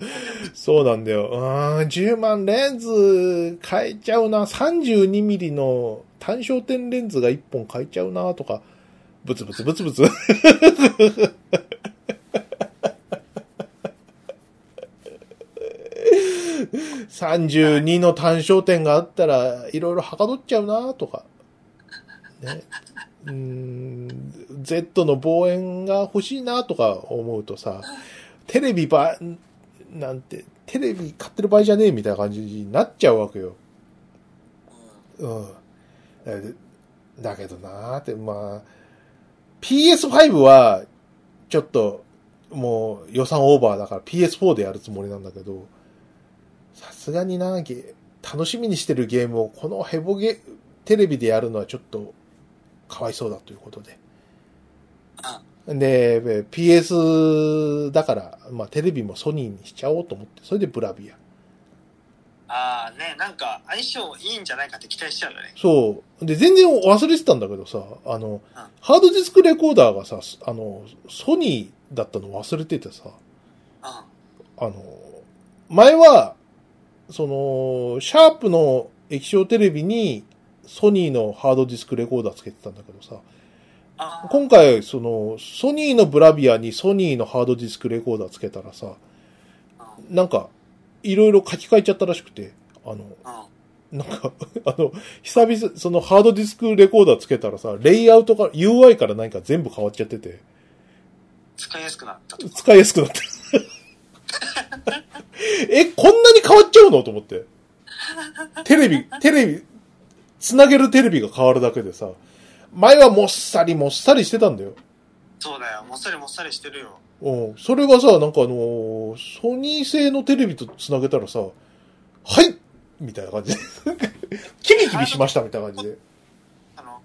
Speaker 2: そうなんだよ。うーん、10万レンズ買えちゃうな。32ミリの単焦点レンズが1本買えちゃうなとか、ブツブツブツブ ツ。32の単焦点があったら、いろいろはかどっちゃうなとか。ね。うーん、Z の望遠が欲しいなとか思うとさ、テレビば、なんて、テレビ買ってる場合じゃねえみたいな感じになっちゃうわけよ。うん。えだけどなーって、まあ、PS5 は、ちょっと、もう予算オーバーだから PS4 でやるつもりなんだけど、さすがにな、ゲ楽しみにしてるゲームをこのヘボゲ、テレビでやるのはちょっと、かわいそうだということで。で、え PS だから、まあテレビもソニーにしちゃおうと思って、それでブラビア。
Speaker 1: ああねなんか相性いいんじゃないかって期待しちゃうよね
Speaker 2: そう。で、全然忘れてたんだけどさ、あの、ハードディスクレコーダーがさ、あの、ソニーだったの忘れててさ、
Speaker 1: うん
Speaker 2: あの、前は、その、シャープの液晶テレビにソニーのハードディスクレコーダーつけてたんだけどさ、
Speaker 1: あー
Speaker 2: 今回、その、ソニーのブラビアにソニーのハードディスクレコーダーつけたらさ、なんか、いろいろ書き換えちゃったらしくて、あの、
Speaker 1: うんうん
Speaker 2: なんか、 あの、久々、そのハードディスクレコーダーつけたらさ、レイアウトから、UI から何か全部変わっちゃってて、
Speaker 1: 使いやすくなったと
Speaker 2: 使いやすくなった。 え、こんなに変わっちゃうのと思って。テレビ、テレビ、つなげるテレビが変わるだけでさ、前はもっさりもっさりしてたんだよ。
Speaker 1: そうだよもっさりもっさりしてるよ
Speaker 2: うん。それがさ、なんかあのーソニー製のテレビとつなげたらさ、はいみたいな感じで。 キビキビしましたみたいな感じで。
Speaker 1: あの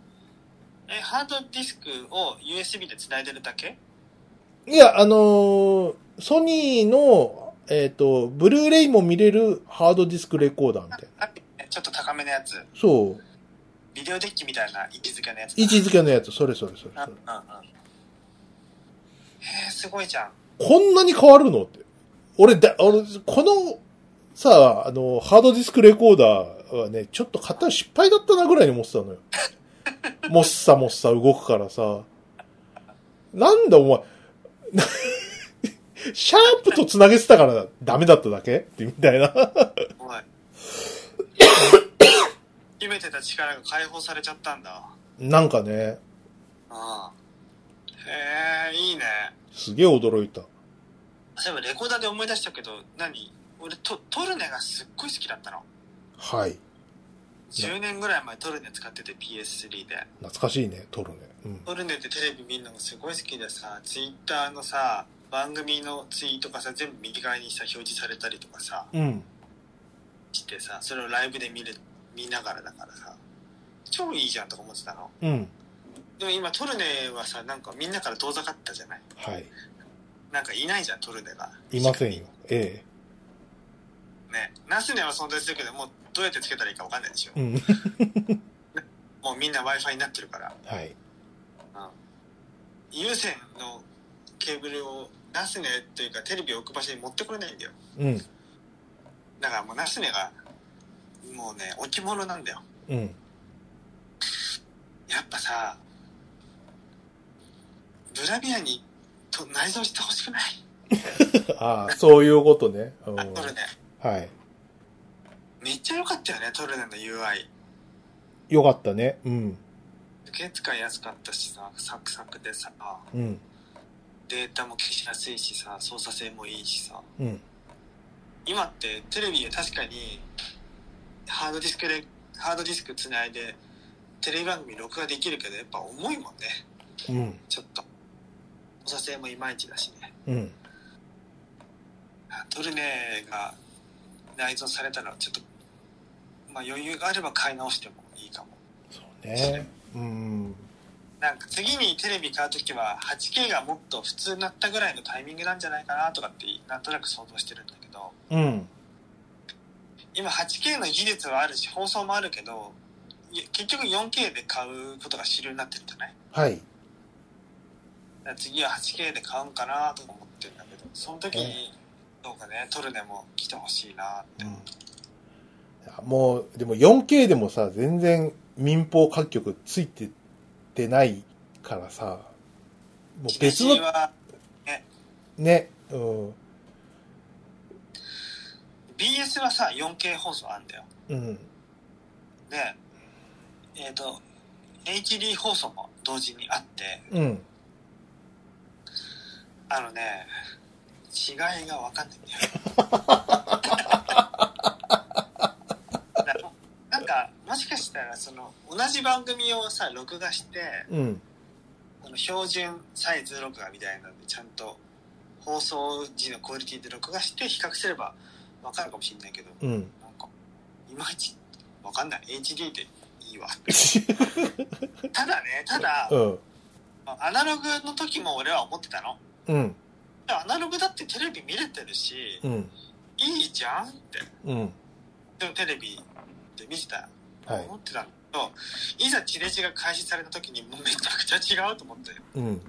Speaker 1: えハードディスクを USB で繋いでるだけ
Speaker 2: いや、あのーソニーの、えっ、と、ブルーレイも見れるハードディスクレコーダーみたいな。
Speaker 1: あちょっと高めのやつ
Speaker 2: そう。
Speaker 1: ビデオデッキみたいな位置づけのやつ
Speaker 2: 位置づけのやつ、それそれそれ
Speaker 1: うんう
Speaker 2: そ
Speaker 1: んうん
Speaker 2: れ。
Speaker 1: へえすごいじゃん
Speaker 2: こんなに変わるのって。俺だ、俺、この、さあ、の、ハードディスクレコーダー、はね、ちょっと買ったら失敗だったなぐらいに思ってたのよ。もっさもっさ動くからさ。なんだお前、 シャープと繋げてたからダメだっただけってみたいな。
Speaker 1: おい。秘めてた力が解放されちゃったんだ。
Speaker 2: なんか
Speaker 1: う
Speaker 2: ね、
Speaker 1: ん。へえ、いいね。
Speaker 2: すげえ驚いた。
Speaker 1: そういえばレコーダーで思い出したけど、何俺ト、トルネがすっごい好きだったの。
Speaker 2: はい。
Speaker 1: 10年ぐらい前トルネ使ってて PS3 で。
Speaker 2: 懐かしいね、撮るね。うん。
Speaker 1: トルネってテレビ見るのがすごい好きでさ、ツイッターのさ、番組のツイートがさ、全部右側にさ、表示されたりとかさ、
Speaker 2: うん。
Speaker 1: してさ、それをライブで見る、見ながらだからさ、超いいじゃんとか思ってたの。
Speaker 2: うん。
Speaker 1: でも今トルネはさ、なんかみんなから遠ざかったじゃない
Speaker 2: はい。
Speaker 1: なんかいないじゃん、トルネが。
Speaker 2: いませんよ。え
Speaker 1: ね。ナスネは存在するけど、もうどうやってつけたらいいかわかんないでしょ
Speaker 2: え。。うん。
Speaker 1: もうみんな Wi-Fi になってるから。
Speaker 2: はい。
Speaker 1: 有線のケーブルをナスネというかテレビを置く場所に持ってこれないんだよ。
Speaker 2: うん。
Speaker 1: だからもうナスネが、もうね、置物なんだよ。
Speaker 2: うん。
Speaker 1: やっぱさ、ブラビアにと内蔵してほしくない。
Speaker 2: ああ、そういうことね。うん
Speaker 1: あ、トルネ。
Speaker 2: はい。
Speaker 1: めっちゃ良かったよね、トルネの UI。
Speaker 2: よかったね。うん。
Speaker 1: すげえ使いやすかったしさ、サクサクでさ、
Speaker 2: うん。
Speaker 1: データも消しやすいしさ、操作性もいいしさ。
Speaker 2: うん。
Speaker 1: 今ってテレビで確かにハードディスクでハードディスクつないでテレビ番組録画できるけどやっぱ重いもんね
Speaker 2: うん。
Speaker 1: ちょっとおさせもいまいちだしね
Speaker 2: うん。
Speaker 1: あトルネが内蔵されたらちょっと、まあ、余裕があれば買い直してもいいかも
Speaker 2: そうね。うん。
Speaker 1: なんか次にテレビ買う時は 8K がもっと普通になったぐらいのタイミングなんじゃないかなとかってなんとなく想像してるんだけど
Speaker 2: うん。
Speaker 1: 今 8K の技術はあるし放送もあるけどい結局 4K で買うことが主流になってるじゃない
Speaker 2: はい。
Speaker 1: だから次は 8K で買うんかなとか思ってるんだけどその時にどうかねトルネも来てほしいなって、
Speaker 2: うん、もう、でも 4K でもさ、全然民放各局ついてってないからさ、もう別
Speaker 1: 私
Speaker 2: の、
Speaker 1: は
Speaker 2: ね、うん、
Speaker 1: BS はさ 4K 放送あんだよ
Speaker 2: うん、
Speaker 1: でえっ、と HD 放送も同時にあって
Speaker 2: うん。
Speaker 1: あのね違いが分かんないんだよだからなんかもしかしたらその同じ番組をさ録画して
Speaker 2: うん、
Speaker 1: その標準サイズ録画みたいなのでちゃんと放送時のクオリティで録画して比較すれば分かるかもしれないけど
Speaker 2: うん。
Speaker 1: なんかいまいち分かんない HD でいいわただねただ
Speaker 2: うん、
Speaker 1: まあアナログの時も俺は思ってたの
Speaker 2: うん、
Speaker 1: アナログだってテレビ見れてるし
Speaker 2: うん、
Speaker 1: いいじゃんって
Speaker 2: うん。
Speaker 1: でもテレビで見てた
Speaker 2: はい。
Speaker 1: 思ってたんだけど、い、ざ地デジが開始された時にもうめちゃくちゃ違うと思って
Speaker 2: うん、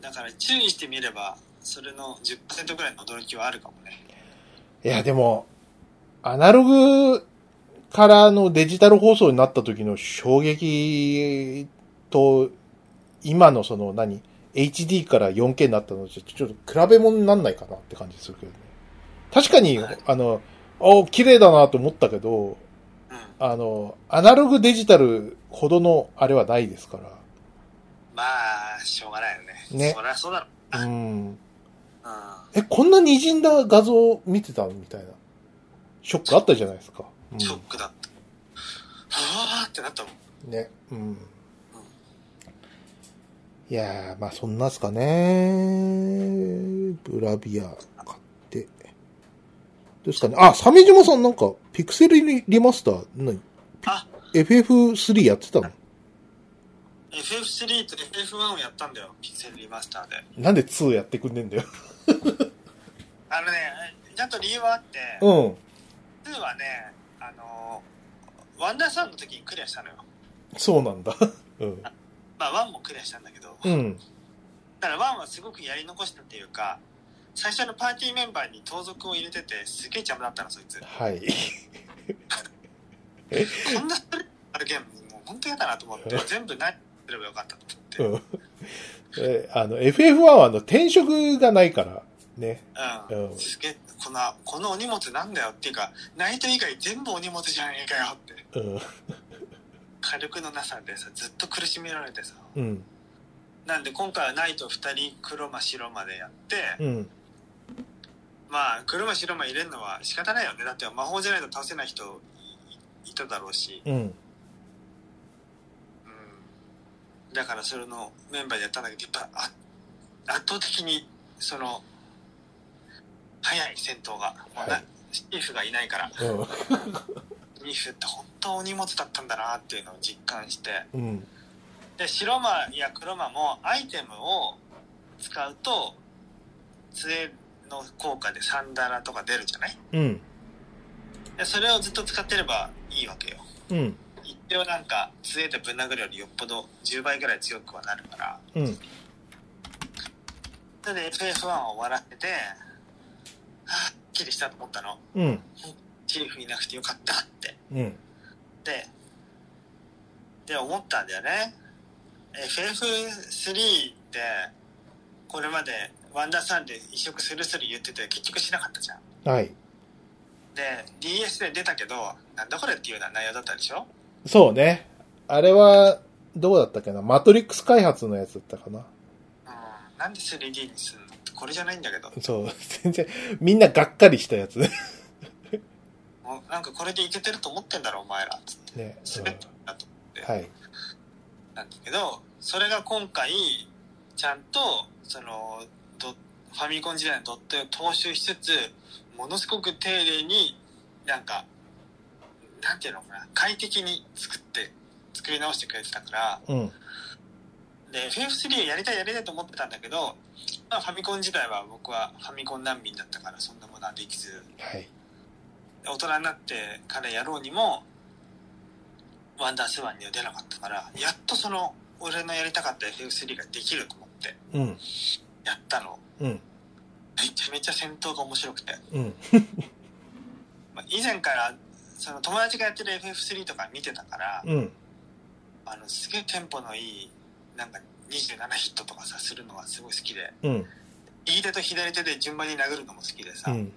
Speaker 1: だから注意してみればそれの10%ぐらいの驚きはあるかもね
Speaker 2: いや、でも、アナログからのデジタル放送になった時の衝撃と、今のその何 ?HD から 4K になったのじゃ、ちょっと比べ物になんないかなって感じするけどね。確かに
Speaker 1: はい、
Speaker 2: あの、お綺麗だなと思ったけど、
Speaker 1: うん
Speaker 2: あの、アナログデジタルほどのあれはないですか
Speaker 1: まあしょうがないよね
Speaker 2: ね
Speaker 1: そりゃそうだろ
Speaker 2: ら。うん。
Speaker 1: うん
Speaker 2: え、こんな滲んだ画像見てたみたいな。ショックあったじゃないですか。うん
Speaker 1: ショックだったはあってなったもん
Speaker 2: ね。うん。いやー、まあそんなっすかね。ブラビア買って。どうですかね。あ、鮫島さんなんか、ピクセルリマスター、何
Speaker 1: あ
Speaker 2: ?FF3 やってたの
Speaker 1: FF3 と FF1 をやったんだよピクセルリマスターで
Speaker 2: なんで2やってくんねんだよ。
Speaker 1: あのねちゃんと理由はあって
Speaker 2: うん。
Speaker 1: 2はねあのワンダーサンの時にクリアしたのよ
Speaker 2: そうなんだ。うん。
Speaker 1: まあ1もクリアしたんだけど
Speaker 2: うん。
Speaker 1: だから1はすごくやり残したっていうか最初のパーティーメンバーに盗賊を入れててすげえ邪魔だったのそいつ
Speaker 2: はい。
Speaker 1: こんなあるゲームもう本当嫌だなと思って全部ないすればよかったと
Speaker 2: う
Speaker 1: 思って
Speaker 2: ん。え、あの、FF1 はあの、転職がないから、ね。
Speaker 1: うん
Speaker 2: うん。
Speaker 1: すげえこのこのお荷物なんだよっていうかナイト以外全部お荷物じゃねえかよって
Speaker 2: うん。
Speaker 1: 火力のなさでさずっと苦しめられてさ
Speaker 2: うん。
Speaker 1: なんで今回はナイト2人黒間白までやって、
Speaker 2: うん。
Speaker 1: まあ黒間白間入れるのは仕方ないよねだって魔法じゃないと倒せない人いいいただろうし、
Speaker 2: うん。
Speaker 1: うん、だからそれのメンバーでやったんだけどやっぱあ圧倒的にその早い戦闘が、もうな
Speaker 2: はい
Speaker 1: シーフがいないから
Speaker 2: うん。
Speaker 1: ニーフって本当お荷物だったんだなっていうのを実感して
Speaker 2: うん。
Speaker 1: で白魔や黒魔もアイテムを使うと杖の効果でサンダラとか出るじゃない
Speaker 2: うん。
Speaker 1: でそれをずっと使ってればいいわけよ
Speaker 2: うん。
Speaker 1: 一定なんか杖でぶん殴るよりよっぽど10倍ぐらい強くはなるから
Speaker 2: うん。
Speaker 1: それで FF1 を終わらせてはっきりしたと思ったの
Speaker 2: うん。
Speaker 1: チーフいなくてよかったって
Speaker 2: うん。
Speaker 1: でで思ったんだよね FF3 ってこれまでワンダーサンで移植するする言ってて結局しなかったじゃん
Speaker 2: はい。
Speaker 1: で DS で出たけどなんだこれっていうような内容だったでしょ
Speaker 2: そうね。あれは、どうだったっけなマトリックス開発のやつだったかな
Speaker 1: うんなんで 3D にするのってこれじゃないんだけど
Speaker 2: そう。全然、みんながっかりしたやつね。
Speaker 1: もうなんかこれでいけてると思ってんだろお前らつって
Speaker 2: ね。
Speaker 1: 滑ったなと
Speaker 2: うんはい。
Speaker 1: なんだけどそれが今回ちゃんとそのドファミコン時代のドット絵を踏襲しつつものすごく丁寧になんかなんていうのかな快適に作って作り直してくれてたから
Speaker 2: うん。
Speaker 1: で FF3 やりたいやりたいと思ってたんだけど、まあ、ファミコン時代は僕はファミコン難民だったからそんなものはできず
Speaker 2: はい。
Speaker 1: 大人になってからやろうにもワンダースワンには出なかったからやっとその俺のやりたかった FF3 ができると思って
Speaker 2: うん。
Speaker 1: やったの
Speaker 2: うん。
Speaker 1: めちゃめちゃ戦闘が面白くて、
Speaker 2: うん。
Speaker 1: まあ、以前からその友達がやってる FF3 とか見てたから、
Speaker 2: うん。
Speaker 1: あのすげえテンポのいいなんか27ヒットとかさするのがすごい好きで
Speaker 2: うん。
Speaker 1: 右手と左手で順番に殴るのも好きでさ、
Speaker 2: うん。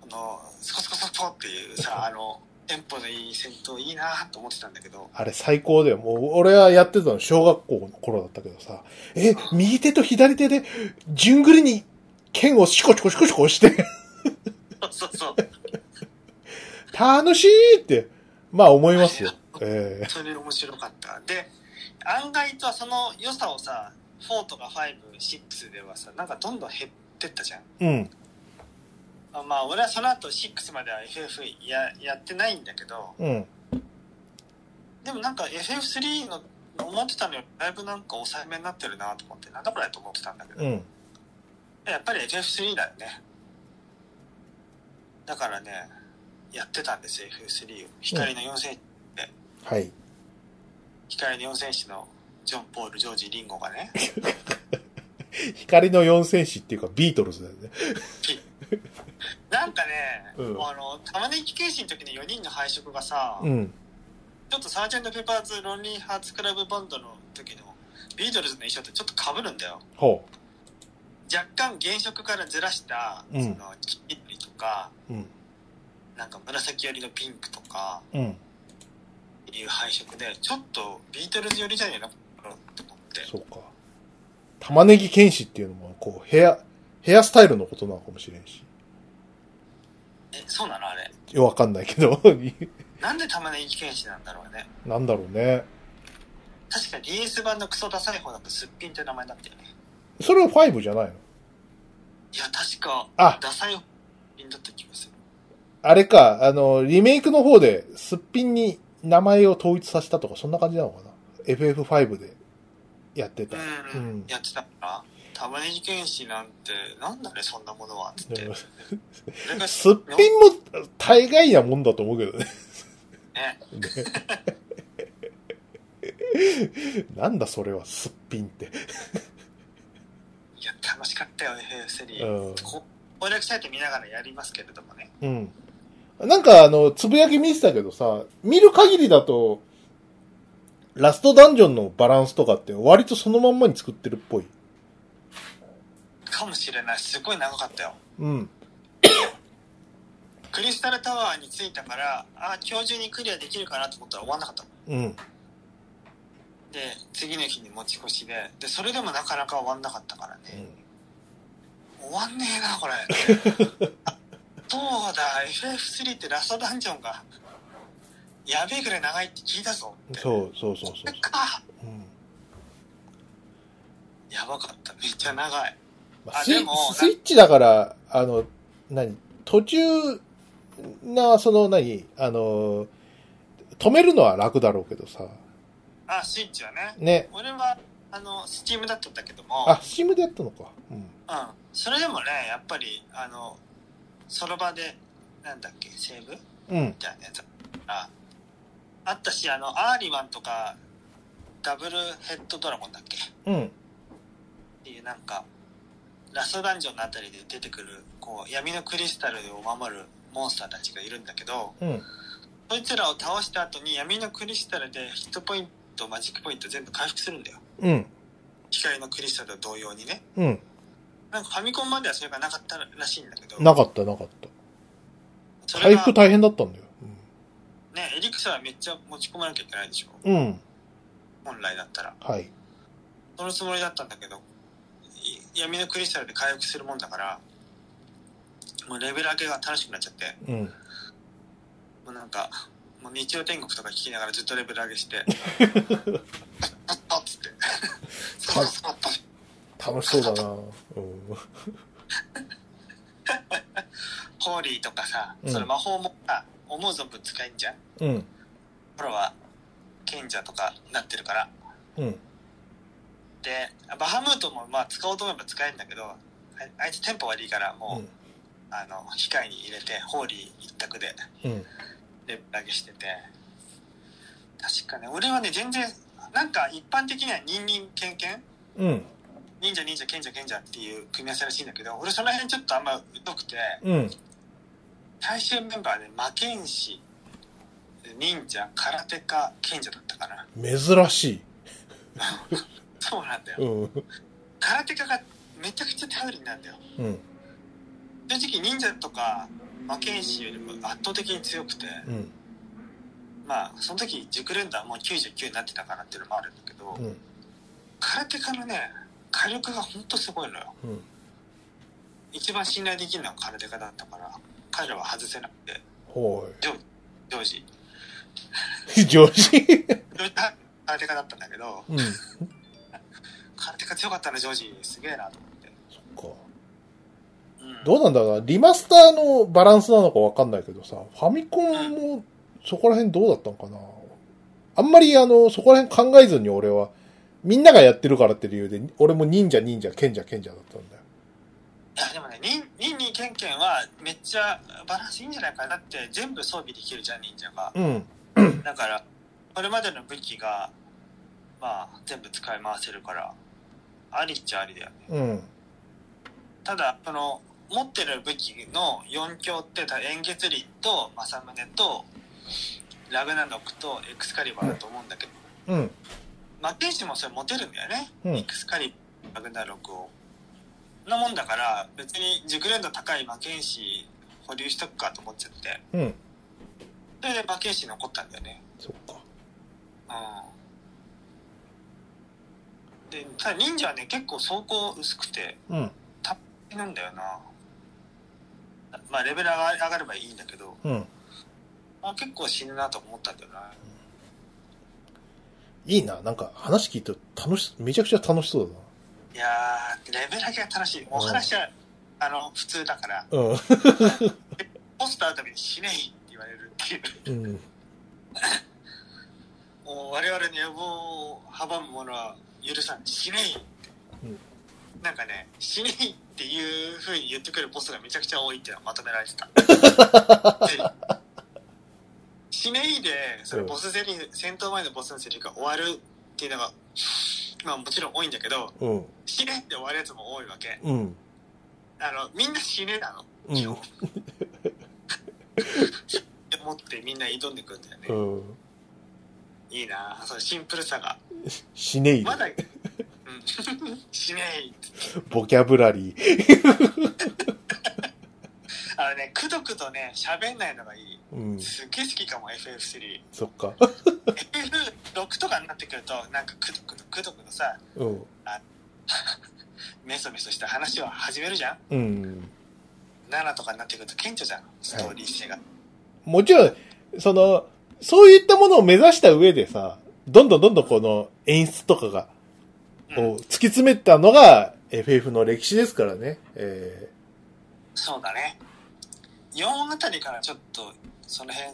Speaker 1: このスコスコスコスコっていうさあのテンポのいい戦闘いいなと思ってたんだけど
Speaker 2: あれ最高だよ。もう、俺はやってたの小学校の頃だったけどさ。え、右手と左手で、順繰りに剣をシコシコシコシコ押して、
Speaker 1: そうそうそう
Speaker 2: 楽しいって、まあ思いますよ。え
Speaker 1: それ面白かったで案外とその良さをさ4とか56ではさなんかどんどん減ってったじゃん
Speaker 2: えうん。
Speaker 1: あまあ俺はその後6までは FF ややってないんだけど
Speaker 2: うん。
Speaker 1: でもなんか FF3 の思ってたのよりだいぶなんか抑えめになってるなと思ってなんだこれと思ってたんだけど、
Speaker 2: うん。
Speaker 1: やっぱり FF3 だよねだからねやってたんですよ FF3 を光の4戦士、
Speaker 2: はい。
Speaker 1: 光の4戦士のジョン・ポール・ジョージ・リンゴがね
Speaker 2: 光の四戦士っていうかビートルズだよね。
Speaker 1: なんかね、
Speaker 2: うん
Speaker 1: あの玉ねぎ形式の時の4人の配色がさ、
Speaker 2: うん。
Speaker 1: ちょっとサージェント・ペパーズ・ロンリー・ハーツ・クラブ・バンドの時のビートルズの衣装とちょっと被るんだよ
Speaker 2: ほ
Speaker 1: 若干原色からずらした、
Speaker 2: うん
Speaker 1: その黄緑とか
Speaker 2: う。うん。
Speaker 1: なんか紫寄りのピンクとか
Speaker 2: うん。
Speaker 1: いう配色でちょっとビートルズ寄りじゃねえのかなと思って
Speaker 2: そうか。玉ねぎ剣士っていうのも、こう、ヘア、ヘアスタイルのことなのかもしれんし。
Speaker 1: えそうなのあれ
Speaker 2: よくわかんないけど。
Speaker 1: なんで玉ねぎ剣士なんだろうね
Speaker 2: なんだろうね。
Speaker 1: 確か DS 版のクソダサい方だとすっぴんって名前だったよね
Speaker 2: それは5じゃないの
Speaker 1: いや確か
Speaker 2: あ
Speaker 1: ダサい方ピンだった気がする
Speaker 2: あれか、あの、リメイクの方で、すっぴんに名前を統一させたとか、そんな感じなのかな ?FF5 でやってた。
Speaker 1: う
Speaker 2: うんん、
Speaker 1: やってたから玉ねぎ剣士なんてなんだねそんなものはつって
Speaker 2: でも
Speaker 1: 俺が
Speaker 2: すっぴんも大概なもんだと思うけどね。
Speaker 1: ね
Speaker 2: なんだそれは、すっぴんって。
Speaker 1: いや楽しかっったよね、ヘセリー。
Speaker 2: う
Speaker 1: こ攻略サイト見ながらやりますけれどもね。
Speaker 2: ん。うん。なんか、あの、つぶやき見てたけどさ、見る限りだと、ラストダンジョンのバランスとかって割とそのまんまに作ってるっぽい。
Speaker 1: かもしれない。すごい長かったよ。
Speaker 2: うん。
Speaker 1: クリスタルタワーに着いたから、あ、今日中にクリアできるかなと思ったら終わんなかった。
Speaker 2: うん。
Speaker 1: で、次の日に持ち越しで、で、それでもなかなか終わんなかったからね。終わんねえな、 これ。あそうだ、FF3 ってラストダンジョンが、やべえくらい長いって聞いたぞ。
Speaker 2: そうそうそうそう
Speaker 1: それか。
Speaker 2: う。うん
Speaker 1: やばかった。めっちゃ長い。
Speaker 2: まあ、
Speaker 1: あ
Speaker 2: スイ
Speaker 1: でも
Speaker 2: スイッチだから、あの、何途中な、その何あの、止めるのは楽だろうけどさ。
Speaker 1: あ、スイッチはね。
Speaker 2: ね。
Speaker 1: 俺は、あの、スチームだったんだけども、
Speaker 2: あ、スチームでやったのか。うん。
Speaker 1: うん。それでもね、やっぱり、あの、その場で、なんだっけ、セーブみ
Speaker 2: うん。
Speaker 1: たいなやつああったし、あの、アーリマンとか、ダブルヘッドドラゴンだっけ
Speaker 2: うん。
Speaker 1: っていう、なんか、ラストダンジョンのあたりで出てくる、こう、闇のクリスタルを守るモンスターたちがいるんだけど、
Speaker 2: うん。
Speaker 1: そいつらを倒した後に闇のクリスタルでヒットポイント、マジックポイント全部回復するんだよ。
Speaker 2: うん。
Speaker 1: 光のクリスタルと同様にね。
Speaker 2: うん。
Speaker 1: なんかファミコンまではそれがなかったらしいんだけど。
Speaker 2: なかった、なかった。
Speaker 1: それ
Speaker 2: 回
Speaker 1: が
Speaker 2: 復大変だったんだよ。
Speaker 1: ね、エリクサはめっちゃ持ち込まなきゃいけないでしょ。
Speaker 2: うん。うん。
Speaker 1: 本来だったら。
Speaker 2: はい。
Speaker 1: そのつもりだったんだけど、い闇のクリスタルで回復するもんだから、もうレベル上げが楽しくなっちゃって、
Speaker 2: うん。
Speaker 1: もうなんか、もう日曜天国とか聞きながらずっとレベル上げ して、 あっあっつって。そうそうそう
Speaker 2: 楽しそうだな。うん。
Speaker 1: ホーリーとかさ、
Speaker 2: うん
Speaker 1: その魔法もさ、思う存分使えんじゃん
Speaker 2: うん。
Speaker 1: ほらは、賢者とかなってるから。
Speaker 2: うん。
Speaker 1: で、バハムートもまあ使おうと思えば使えるんだけど、ああいつテンポ悪いからもう、
Speaker 2: うん
Speaker 1: あの、機械に入れて、ホーリー一択で、
Speaker 2: うん。
Speaker 1: レベル上げしてて。確かね、俺はね、全然、なんか一般的には人間剣剣
Speaker 2: うん。
Speaker 1: 忍者忍者賢者賢者っていう組み合わせらしいんだけど、俺その辺ちょっとあんま疎くて、
Speaker 2: うん。
Speaker 1: 最終メンバーで魔剣士、忍者、空手家、賢者だったかな。
Speaker 2: 珍しい。
Speaker 1: そうなんだよ。
Speaker 2: うん。
Speaker 1: 空手家がめちゃくちゃ頼りになるんだよ。
Speaker 2: うん。
Speaker 1: 正直忍者とか魔剣士よりも圧倒的に強くて、
Speaker 2: うん。
Speaker 1: まあ、その時、熟練度はもう99になってたからっていうのもあるんだけど、
Speaker 2: うん。
Speaker 1: 空手家のね、火力がほんとすごいのよ。
Speaker 2: うん。
Speaker 1: 一番信頼できるのは空手家だったから、彼らは外せなくて、
Speaker 2: ほ
Speaker 1: 常時。
Speaker 2: い。 上司。
Speaker 1: 常時空手家だったんだけど、
Speaker 2: うん。
Speaker 1: 空手家強かったな、ジョージ。すげえなと思って。
Speaker 2: そっか。
Speaker 1: うん、
Speaker 2: どうなんだろうな。リマスターのバランスなのかわかんないけどさ、ファミコンもそこら辺どうだったのかな。あんまりあの、そこら辺考えずに俺は、みんながやってるからって理由で、俺も忍者忍者賢者賢者だったんだよ。
Speaker 1: いや、でもね、忍忍にケンケンはめっちゃバランスいいんじゃないかなだって、全部装備できるじゃん、忍者が。
Speaker 2: うん。
Speaker 1: だから、これまでの武器が、まあ、全部使い回せるから、ありっちゃありだよね。
Speaker 2: うん。
Speaker 1: ただ、その、持ってる武器の4強って、た円月輪と、正宗と、ラグナノクとエクスカリバーだと思うんだけど、
Speaker 2: うん。
Speaker 1: 魔剣士もそれ持てるんだよね。
Speaker 2: うん
Speaker 1: エクスカリバー、ラグナノクを。なもんだから、別に熟練度高い魔剣士保留しとくかと思っちゃって、
Speaker 2: うん。
Speaker 1: それで魔剣士残ったんだよね。
Speaker 2: そっか。
Speaker 1: うんでただ忍者はね結構走行薄くて
Speaker 2: うん。
Speaker 1: なんだよなまあレベル上が上がればいいんだけど、
Speaker 2: うん。
Speaker 1: まあ、結構死ぬなと思ったんだよない
Speaker 2: いな。なんか話聞いて楽し、めちゃくちゃ楽しそう
Speaker 1: いやーレベル上げが楽しいお話は、あの普通だから
Speaker 2: だな。
Speaker 1: ポスターのたびに死ねいって言われるっていう
Speaker 2: うん。うん。
Speaker 1: もう我々の予防を阻む者は許さん死ねいって、
Speaker 2: うん
Speaker 1: なんかね死ねいっていうふうに言ってくるボスがめちゃくちゃ多いっていうのがまとめられて たで死ねいでそのボスゼリフ、戦闘前のボスのセリフが終わるっていうのがまあもちろん多いんだけど
Speaker 2: うん。
Speaker 1: 死ねって終わるやつも多いわけ
Speaker 2: うん。
Speaker 1: あの、みんな死ねなの。
Speaker 2: うん
Speaker 1: 基本 って思ってみんな挑んでくんだよね。
Speaker 2: うん。
Speaker 1: いいなあそのシンプルさが。
Speaker 2: 死ねい
Speaker 1: まだ、うん、 死ねいって。
Speaker 2: ボキャブラリー。
Speaker 1: あのね、くどくどね、喋んないのがいい。
Speaker 2: うん。
Speaker 1: すっげえ好きかも、FF3。
Speaker 2: そっか。
Speaker 1: FF6 とかになってくると、なんかくどくどくどくどさ、
Speaker 2: うん。
Speaker 1: メソメソした話を始めるじゃん
Speaker 2: うん。
Speaker 1: ?7 とかになってくると顕著じゃん、ストーリー性が。
Speaker 2: もちろん、その、そういったものを目指した上でさ、どんどんどんどんこの演出とかが、
Speaker 1: うん
Speaker 2: こう、突き詰めたのが FF の歴史ですからね。え
Speaker 1: そうだね。4あたりからちょっと、その辺、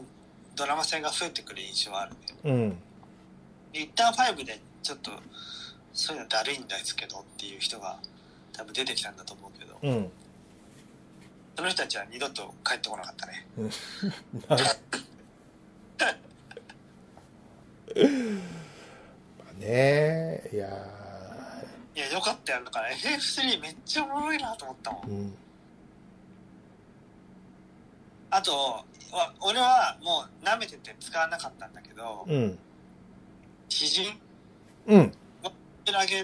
Speaker 1: ドラマ性が増えてくる印象はあるね。
Speaker 2: ーうん。
Speaker 1: リッター5で、ちょっと、そういうのだるいんですけどっていう人が、多分出てきたんだと思うけど、
Speaker 2: うん。
Speaker 1: その人たちは二度と帰ってこなかったね。
Speaker 2: なまあねいや
Speaker 1: いや、よかったよ。だから FF3 めっちゃおもろいなと思ったも。
Speaker 2: ーうんん。
Speaker 1: あと、わ俺はもう舐めてて使わなかったんだけど、
Speaker 2: うん。
Speaker 1: 詩人
Speaker 2: うん。
Speaker 1: 手投げ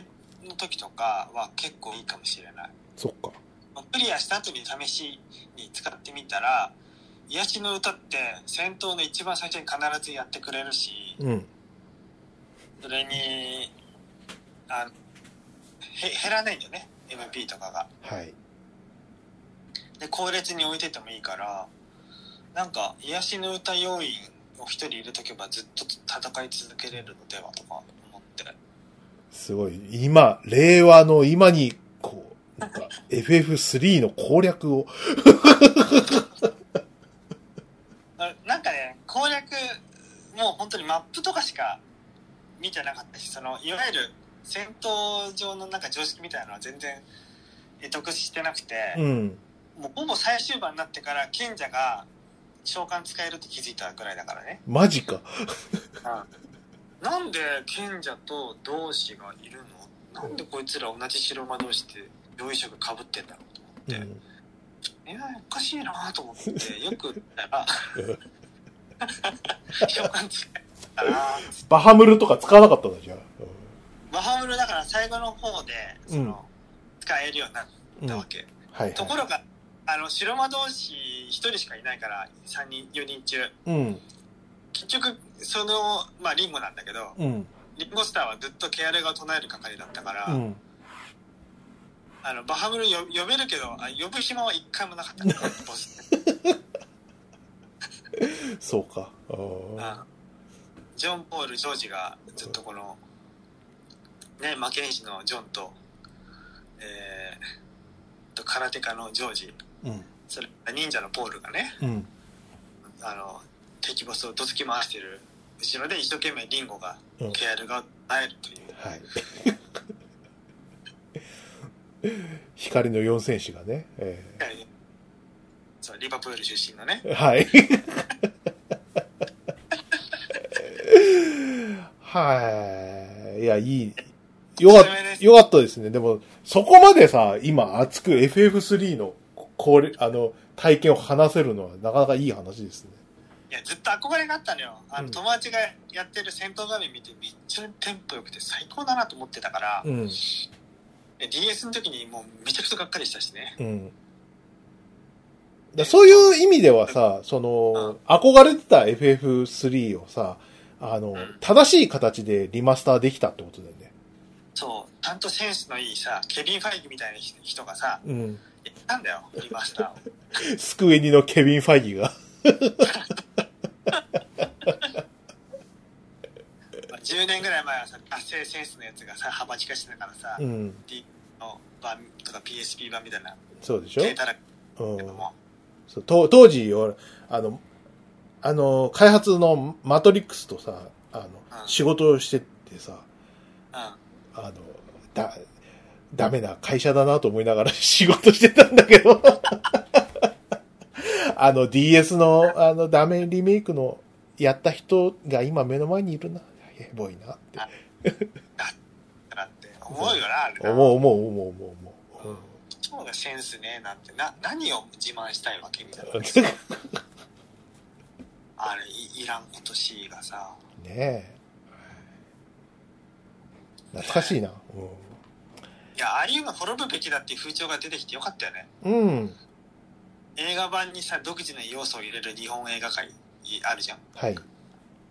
Speaker 1: の時とかは結構いいかもしれない。
Speaker 2: そっか。
Speaker 1: クリアした後に試しに使ってみたら癒しの歌って戦闘の一番最初に必ずやってくれるし
Speaker 2: うん。
Speaker 1: それにあへ減らないんだよね MP とかが
Speaker 2: はい。
Speaker 1: で後列に置いててもいいからなんか癒しの歌要員を一人入れとけばずっと戦い続けれるのではとか思って
Speaker 2: すごい。今、令和の今に、こう、なんか、FF3 の攻略を。
Speaker 1: ななんかね攻略もう本当にマップとかしか見てなかったしそのいわゆる戦闘上のなんか常識みたいなのは全然得得してなくて、
Speaker 2: うん。
Speaker 1: もうほぼ最終盤になってから賢者が召喚使えるって気づいたぐらいだからね、
Speaker 2: マジか。
Speaker 1: なんで賢者と同士がいるのなんでこいつら同じ白馬同士って同意色かぶってんだろうと思
Speaker 2: う
Speaker 1: って、
Speaker 2: ん。
Speaker 1: いや、おかしいなと 思って、よく見たら、召喚使えたな
Speaker 2: バハムルとか使わなかったんだ、じゃあ。
Speaker 1: マハムルだから最後の方で、その、
Speaker 2: うん
Speaker 1: 使えるようになっ
Speaker 2: うん。
Speaker 1: た
Speaker 2: は
Speaker 1: わ
Speaker 2: い、
Speaker 1: け。
Speaker 2: はい。
Speaker 1: ところが、あの、白魔同士1人しかいないから、3人、4人中。
Speaker 2: うん。
Speaker 1: 結局、その、まあ、リンゴなんだけど、
Speaker 2: うん。
Speaker 1: リンゴスターはずっとケアレが唱える係だったから、
Speaker 2: うん。
Speaker 1: あの、バハムルよ呼べるけど、あ呼ぶ暇は一回もな かったね、ボス。
Speaker 2: そうか。あー
Speaker 1: ジョン・ポール・ジョージがずっとこの、ね、負けん師のジョンと、えー、と空手家のジョージ、
Speaker 2: うん。
Speaker 1: それ忍者のポールがね、
Speaker 2: うん。
Speaker 1: あの、敵ボスをどつき回してる後ろで一生懸命リンゴが
Speaker 2: うん、
Speaker 1: ケアルが会えるという。
Speaker 2: はい。 光の四戦士がね。え
Speaker 1: そうリバプール出身のね。
Speaker 2: ーはい。 はい。いや、いい。よ
Speaker 1: お
Speaker 2: かっ
Speaker 1: すすめです
Speaker 2: よかったですね。でも、そこまでさ、今熱く FF3 の、これ、あの、体験を話せるのは、なかなかいい話ですね。
Speaker 1: いや、ずっと憧れがあったのよ。あの、
Speaker 2: うん
Speaker 1: 友達がやってる戦闘画面見て、めっちゃテンポ良くて最高だなと思ってたから、
Speaker 2: うん。
Speaker 1: DS の時にもうめちゃくちゃがっかりしたしね。
Speaker 2: うん。だそういう意味ではさ、その、憧れてた FF3 をさ、あの
Speaker 1: ん、
Speaker 2: 正しい形でリマスターできたってことだよね。
Speaker 1: そう、ちゃんとセンスのいいさ、ケビン・ファイギみたいな人がさ、
Speaker 2: うん。
Speaker 1: やったんだよ、リマスターを。
Speaker 2: スクエニのケビン・ファイギーが。
Speaker 1: まあ10年ぐらい前はさ、達成センスのやつがさ、幅利かしてたからさ、
Speaker 2: うん。
Speaker 1: D の版とか PSP 版みたいな、
Speaker 2: そうでしょ
Speaker 1: データだ
Speaker 2: うん
Speaker 1: けども、
Speaker 2: そうと当時、俺あの、あの、開発のマトリックスとさ、あ
Speaker 1: う
Speaker 2: の、
Speaker 1: ん
Speaker 2: 仕事をしてってさ、
Speaker 1: うん。
Speaker 2: あの、だ、ダメな会社だなと思いながら 仕事してたんだけど。 あの DS の、あの、ダメリメイクのやった人が今目の前にいるな。ヘボいなって。
Speaker 1: だからって、思うよな、あれな。
Speaker 2: 思う思う思う思う思う。
Speaker 1: 方がセンスねえなってな何を自慢したいわけみたいなあれいいらんことしいがさ
Speaker 2: ねえ。懐かしいな。
Speaker 1: いやああいうの滅ぶべきだっていう風潮が出てきてよかったよね
Speaker 2: うん。うん。
Speaker 1: 映画版にさ独自の要素を入れる日本映画界あるじゃん
Speaker 2: はい。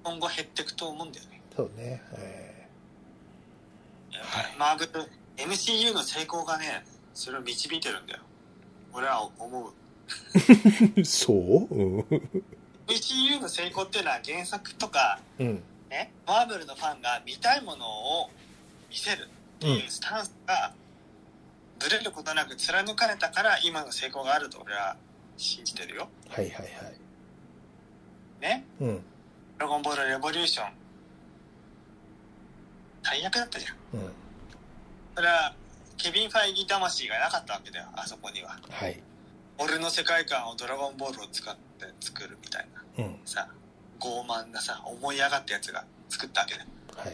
Speaker 1: 今後減ってくと思うんだよね
Speaker 2: そうね。え
Speaker 1: やっぱ
Speaker 2: はい
Speaker 1: りマーベル MCU の成功がねそれを導いてるんだよ俺は思う
Speaker 2: えそううん。
Speaker 1: MCU の成功っていうのは原作とか
Speaker 2: うん。
Speaker 1: ねマーベルのファンが見たいものを見せるっていうスタンスがずれることなく貫かれたから今の成功があると俺は信じてるよ
Speaker 2: はいはいはい。
Speaker 1: ね
Speaker 2: うん。
Speaker 1: ドラゴンボールレボリューション最悪だったじゃん
Speaker 2: うん。
Speaker 1: それはケビン・ファイギー魂がなかったわけだよあそこには
Speaker 2: はい。
Speaker 1: 俺の世界観をドラゴンボールを使って作るみたいな
Speaker 2: うん。
Speaker 1: さ傲慢なさ思い上がったやつが作ったわけだよ
Speaker 2: はい。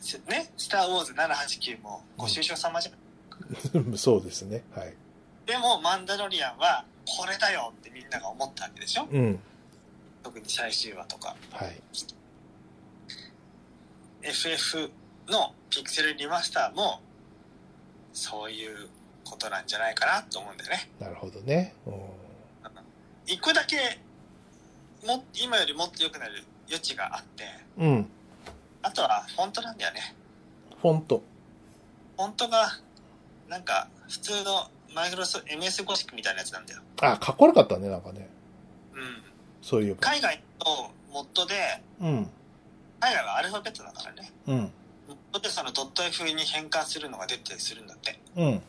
Speaker 1: せねスター・ウォーズ789もご愁傷様じゃん、
Speaker 2: そうですね。はい。
Speaker 1: でもマンダロリアンはこれだよってみんなが思ったわけでしょ
Speaker 2: うん。
Speaker 1: 特に最終話とか
Speaker 2: はい。
Speaker 1: FF のピクセルリマスターもそういうことなんじゃないかなと思うんだよね
Speaker 2: なるほどね。うん
Speaker 1: 一個だけも今よりもっと良くなる余地があって
Speaker 2: うん。
Speaker 1: あとはフォントなんだよね
Speaker 2: フォント。
Speaker 1: フォントがなんか普通のマイクロソ MS ゴシックみたいなやつなんだよ
Speaker 2: あ、かっこ悪かったね、なんかね。
Speaker 1: うん
Speaker 2: そういえば。
Speaker 1: 海外のモッドで
Speaker 2: うん。
Speaker 1: 海外はアルファベットだからね
Speaker 2: うん。
Speaker 1: モッドでそのドット絵風に変換するのが出てたりするんだって
Speaker 2: うん。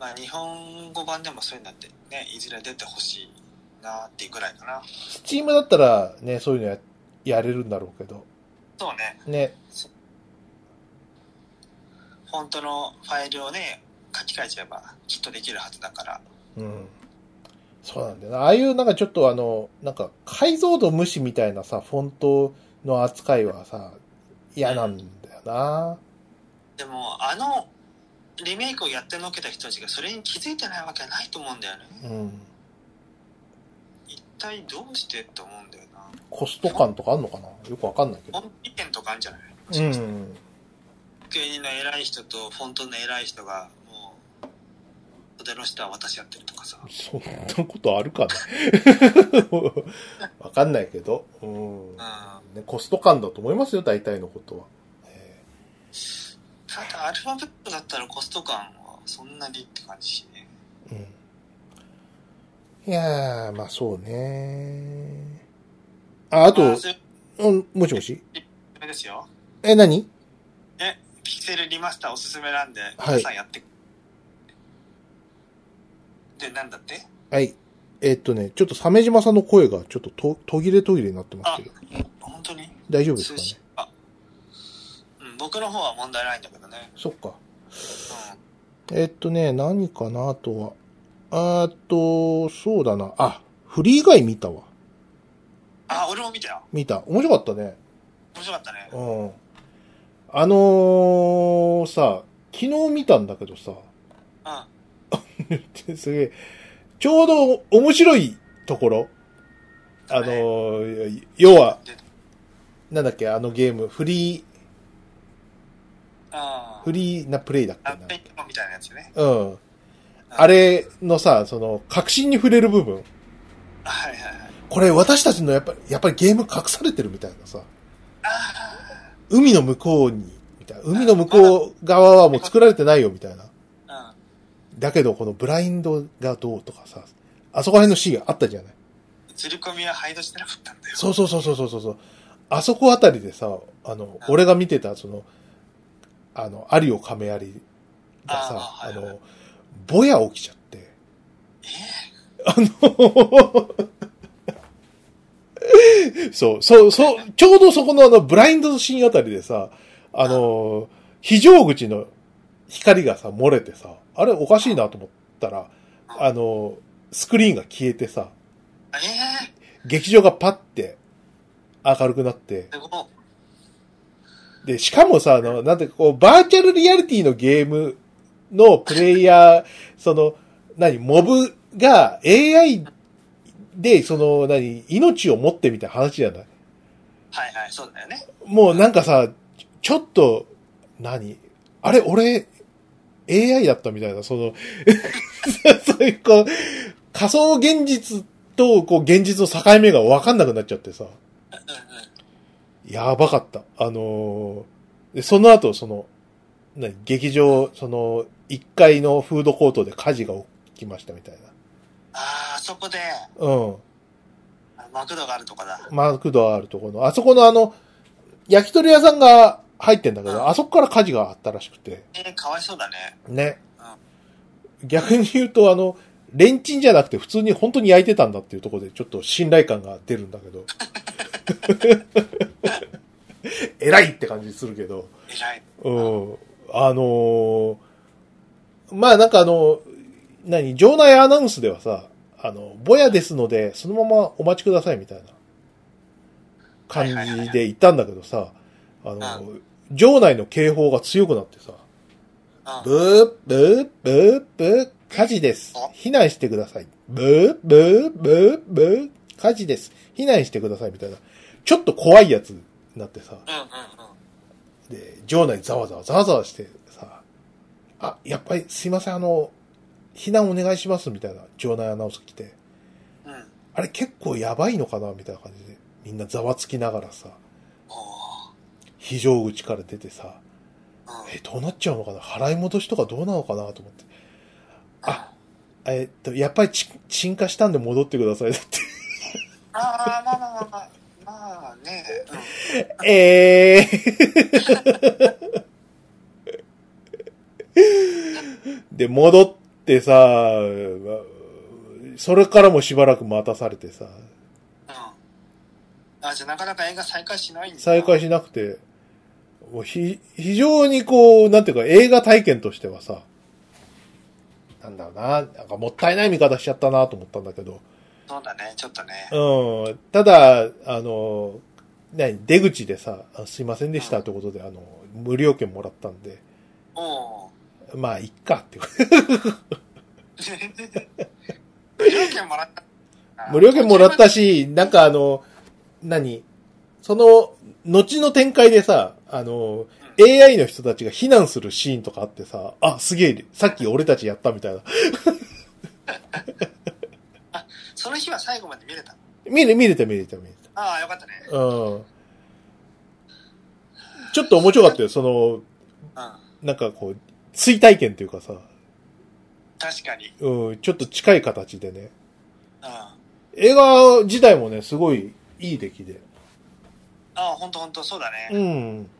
Speaker 1: まあ、日本語版でもそういうのってねいずれ出てほしいなっていうぐらいかな
Speaker 2: スチームだったらね、そういうのややれるんだろうけど。
Speaker 1: そうね
Speaker 2: ね。
Speaker 1: 本当のファイルをね書き換えちゃえばきっとできるはずだから
Speaker 2: うん。そうなんだよな。ああいうなんかちょっとあの、なんか解像度無視みたいなさ、フォントの扱いはさ、嫌なんだよな。
Speaker 1: でもあのリメイクをやってのけた人たちがそれに気づいてないわけはないと思うんだよね
Speaker 2: うん。
Speaker 1: 一体どうしてって思うんだよな
Speaker 2: コスト感とかあんのかなよくわかんないけど。
Speaker 1: 本意見とかあるんじゃない
Speaker 2: うん。
Speaker 1: 芸人の偉い人とフォントの偉い人がもう袖の下は私やってるとかさ
Speaker 2: そんなことあるか なわかんないけど。うん。ね、コスト感だと思いますよ、大体のことは。え
Speaker 1: ただアルファベットだったらコスト感はそんなにって感じしね
Speaker 2: ーうん。いやー、まあそうねあ、あ
Speaker 1: ま
Speaker 2: と、
Speaker 1: そういう
Speaker 2: うん、もしもし
Speaker 1: あれですよ
Speaker 2: え、何
Speaker 1: ピクセルリマスターおすすめなんで、
Speaker 2: はい
Speaker 1: 皆さんやって。で、なんだって
Speaker 2: はい。えっとね、ちょっと鮫島さんの声がちょっとと途切れ途切れになってますけど、
Speaker 1: 本当に
Speaker 2: 大丈夫ですかね
Speaker 1: 通信あ、うん、僕の方は問題ないんだけどね。
Speaker 2: そっか。
Speaker 1: う
Speaker 2: えっとね、何かな、あとは。あーっと、そうだな。あ、フリー以外見たわ。
Speaker 1: ん。あ、俺も見たよ。
Speaker 2: 見た。面白かったね。
Speaker 1: 面白かったね。
Speaker 2: うん。あのー、さ、昨日見たんだけどさ、
Speaker 1: う
Speaker 2: すげえ、ちょうど面白いところ。あのー、要は、
Speaker 1: ん。で、
Speaker 2: なんだっけ、あのゲーム、フリー、
Speaker 1: あ
Speaker 2: フリーなプレイだっ
Speaker 1: あ、ア
Speaker 2: けな
Speaker 1: ッペ。イトみたいなやつね。
Speaker 2: うん。あれのさ、その、確信に触れる部分。
Speaker 1: はいはいはい。
Speaker 2: これ私たちのやっぱり、やっぱりゲーム隠されてるみたいなさ。
Speaker 1: あ
Speaker 2: 海の向こうに、みたいな。海の向こう側はもう作られてないよ、みたいな。
Speaker 1: あ、
Speaker 2: だけど、このブラインドがどうとかさ、あそこら辺のシーンあったじゃない。
Speaker 1: うん。釣り込みは配慮してなかったんだよ。
Speaker 2: そうそうそうそうそうそう。あそこあたりでさ、あの、俺が見てた、その、あの、アリオカメアリがさ、あ,、
Speaker 1: あーはいはい
Speaker 2: の、ぼや起きちゃって、
Speaker 1: え
Speaker 2: あの、 そう、そう、そう、ちょうどそこのあの、ブラインドのシーンあたりでさ、あの、非常口の光がさ、漏れてさ、あれおかしいなと思ったら、あの、スクリーンが消えてさ、
Speaker 1: ー、え
Speaker 2: 劇場がパッて明るくなって
Speaker 1: ー、、すごい。
Speaker 2: で、しかもさ、あの、なんていうかこう、バーチャルリアリティのゲームのプレイヤー、 その、何、モブが AI で、その、何、命を持ってみたいな話じゃない
Speaker 1: はいはい、そうだよね。
Speaker 2: もうなんかさ、ちょちょっと、何あれ、俺、AI だったみたいな、その、 そういう、こう、仮想現実と、こう、現実の境目が分かんなくなっちゃってさ、
Speaker 1: うんう
Speaker 2: やばかった。あのーでその後、その、何劇場、その、1階のフードコートで火事が起きましたみたい
Speaker 1: ん。ああ、そこで、
Speaker 2: な。うん。
Speaker 1: あのマクドがあるとこだ。
Speaker 2: マクドあるところの、あそこのあの、焼き鳥屋さんが入ってんだけ
Speaker 1: う
Speaker 2: ど、
Speaker 1: ん
Speaker 2: あそこから火事があったらしくて。
Speaker 1: えー、かわいそうだね。
Speaker 2: ね。逆に言うと、あの、レンチンじゃなくて普通に本当に焼いてたんだっていうところでちょっと信頼感が出るんだけ ど。 偉いって感じするけど。
Speaker 1: 偉い。
Speaker 2: うん。あのーまあなんかあの、何、場内アナウンスではさ、あの、ぼやですので、そのままお待ちくださいみたいな感
Speaker 1: はいはいはい
Speaker 2: じ
Speaker 1: は
Speaker 2: で言ったんだけどさ、あの、場内の警報が強くなってさ、
Speaker 1: うん。
Speaker 2: ブー、ブー、ブー、ブー、火事です。避難してください。ブー、ブー、ブー、ブー、火事です。避難してくださいみたいな。ちょっと怖いやつになってさ、
Speaker 1: うんうん
Speaker 2: で、場内ざわざわざわざわしてさ、あ、やっぱりすいません、あの、避難お願いしますみたいな場内アナウンス来て、
Speaker 1: うん。うん。
Speaker 2: あれ結構やばいのかなみたいな感じで、みんなざわつきながらさ、
Speaker 1: お
Speaker 2: 非常口から出てさ、
Speaker 1: ーうん。
Speaker 2: え、どうなっちゃうのかな払い戻しとかどうなのかなと思って。あ
Speaker 1: あ
Speaker 2: えっと、やっぱりち沈下したんで戻ってくださいだって。
Speaker 1: あー、まあまあまあまあ。まあね。うん。
Speaker 2: えー、で、戻ってさ、まそれからもしばらく待たされてさ、
Speaker 1: うんあ、じゃあなかなか映画再開しないんだ。
Speaker 2: 再開しなくて、もうひ、非常にこう、なんていうか映画体験としてはさ、なんだろうな、なんかもったいない見方しちゃったなと思ったんだけど、
Speaker 1: そうだね、ちょっとね。
Speaker 2: うん、ただ、あの、何、出口でさ、あすいませんでしたってことで、あの、無料券もらったんで、
Speaker 1: おお
Speaker 2: まあ、いっかってこと。
Speaker 1: ー。無料券もらった。
Speaker 2: 無料券もらったし、なんかあの、何その、後の展開でさ、あの、
Speaker 1: うん、
Speaker 2: AI の人たちが避難するシーンとかあってさ、あ、すげえ、さっき俺たちやったみたいな。
Speaker 1: その日は最後まで見れた。
Speaker 2: 見れ、見れた見れた見れ
Speaker 1: ああ、よかったね。
Speaker 2: た。うん。ちょっと面白かったよ、その、
Speaker 1: うん。
Speaker 2: なんかこう、追体験というかさ、
Speaker 1: 確かに。うん。
Speaker 2: うん、ちょっと近い形でね。
Speaker 1: あ
Speaker 2: 映画自体もね、すごいいい出来で。
Speaker 1: あ、ほんとほんと、そうだ
Speaker 2: う
Speaker 1: ね。
Speaker 2: ん。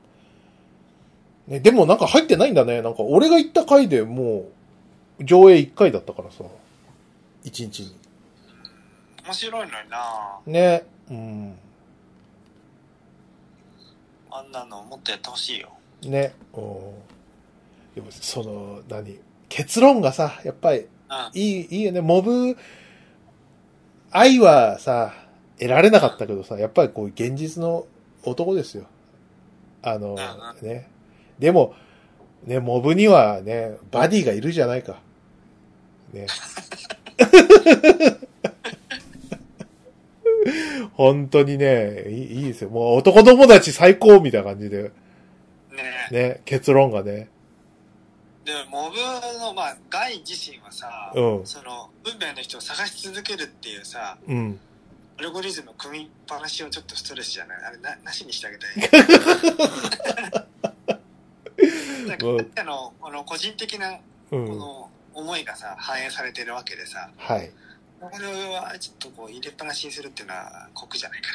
Speaker 2: ね、でもなんか入ってないんだね。なんか俺が行った回でもう、上映1回だったからさ。1日に。
Speaker 1: 面白いのにな
Speaker 2: ね。うん。
Speaker 1: あんなのもっとやってほしいよ。
Speaker 2: ね。うん。でも、その、何結論がさ、やっぱり、
Speaker 1: うん。
Speaker 2: いい、いいよね。モブ、愛はさ、得られなかったけどさ、やっぱりこう、現実の男ですよ。あの、
Speaker 1: う
Speaker 2: ね。でも、ね、モブにはね、バディがいるじゃないか。ね。本当にね、いいいいですよ。もう男友達最高みたいな感じで、
Speaker 1: ねえ。
Speaker 2: ね、結論がね。
Speaker 1: でも、モブの、まあ、ガイ自身はさ、
Speaker 2: うん
Speaker 1: その、運命の人を探し続けるっていうさ、
Speaker 2: うん。
Speaker 1: アルゴリズムを組みっぱなしをちょっとストレスじゃないあれな、なしにしてあげたい。 なんか
Speaker 2: うん
Speaker 1: 彼のこの個人的な
Speaker 2: う
Speaker 1: こ
Speaker 2: ん。
Speaker 1: の思いがさ反映されてるわけでさ
Speaker 2: はい。
Speaker 1: これはちょっとこう入れっぱなしにするっていうのは酷じゃないか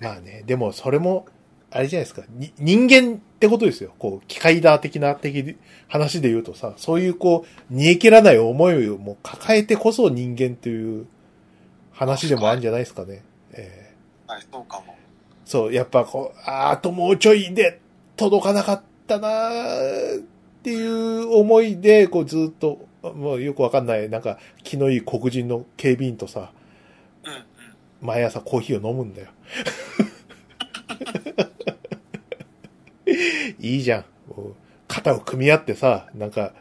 Speaker 2: まあね、でもそれも、あれじゃないですか、に人間ってことですよ。こう、機械だ的な的で話で言うとさ、そういうこう、煮え切らない思いをもう抱えてこそ人間という話でもあるんじゃないですかね。え
Speaker 1: な、はい、そうかも
Speaker 2: ーそう、やっぱこう、あーあともうちょいで届かなかったなーっていう思いで、こうずっと、もうよくわかんない、なんか気のいい黒人の警備員とさ、
Speaker 1: うんうん
Speaker 2: 毎朝コーヒーを飲むんだよ。 いいじゃん。こう肩を組み合ってさ、なんか、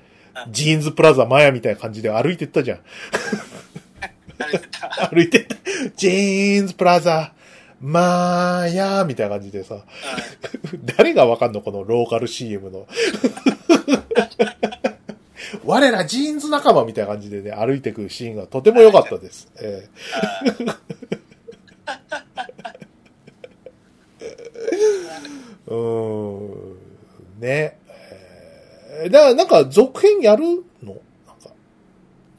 Speaker 2: ジーンズプラザマヤみたいな感じで歩いてったじゃん。
Speaker 1: 慣れてた。
Speaker 2: 歩いてった。ジーンズプラザ、マーヤーみたいな感じでさ、
Speaker 1: う
Speaker 2: 誰がわかんのこのローカル CM の。 我らジーンズ仲間みたいな感じでね、歩いてくシーンがとても良かったです。ええ
Speaker 1: ん
Speaker 2: うーん。ね。えーだから、なんか、続編やるのなんか、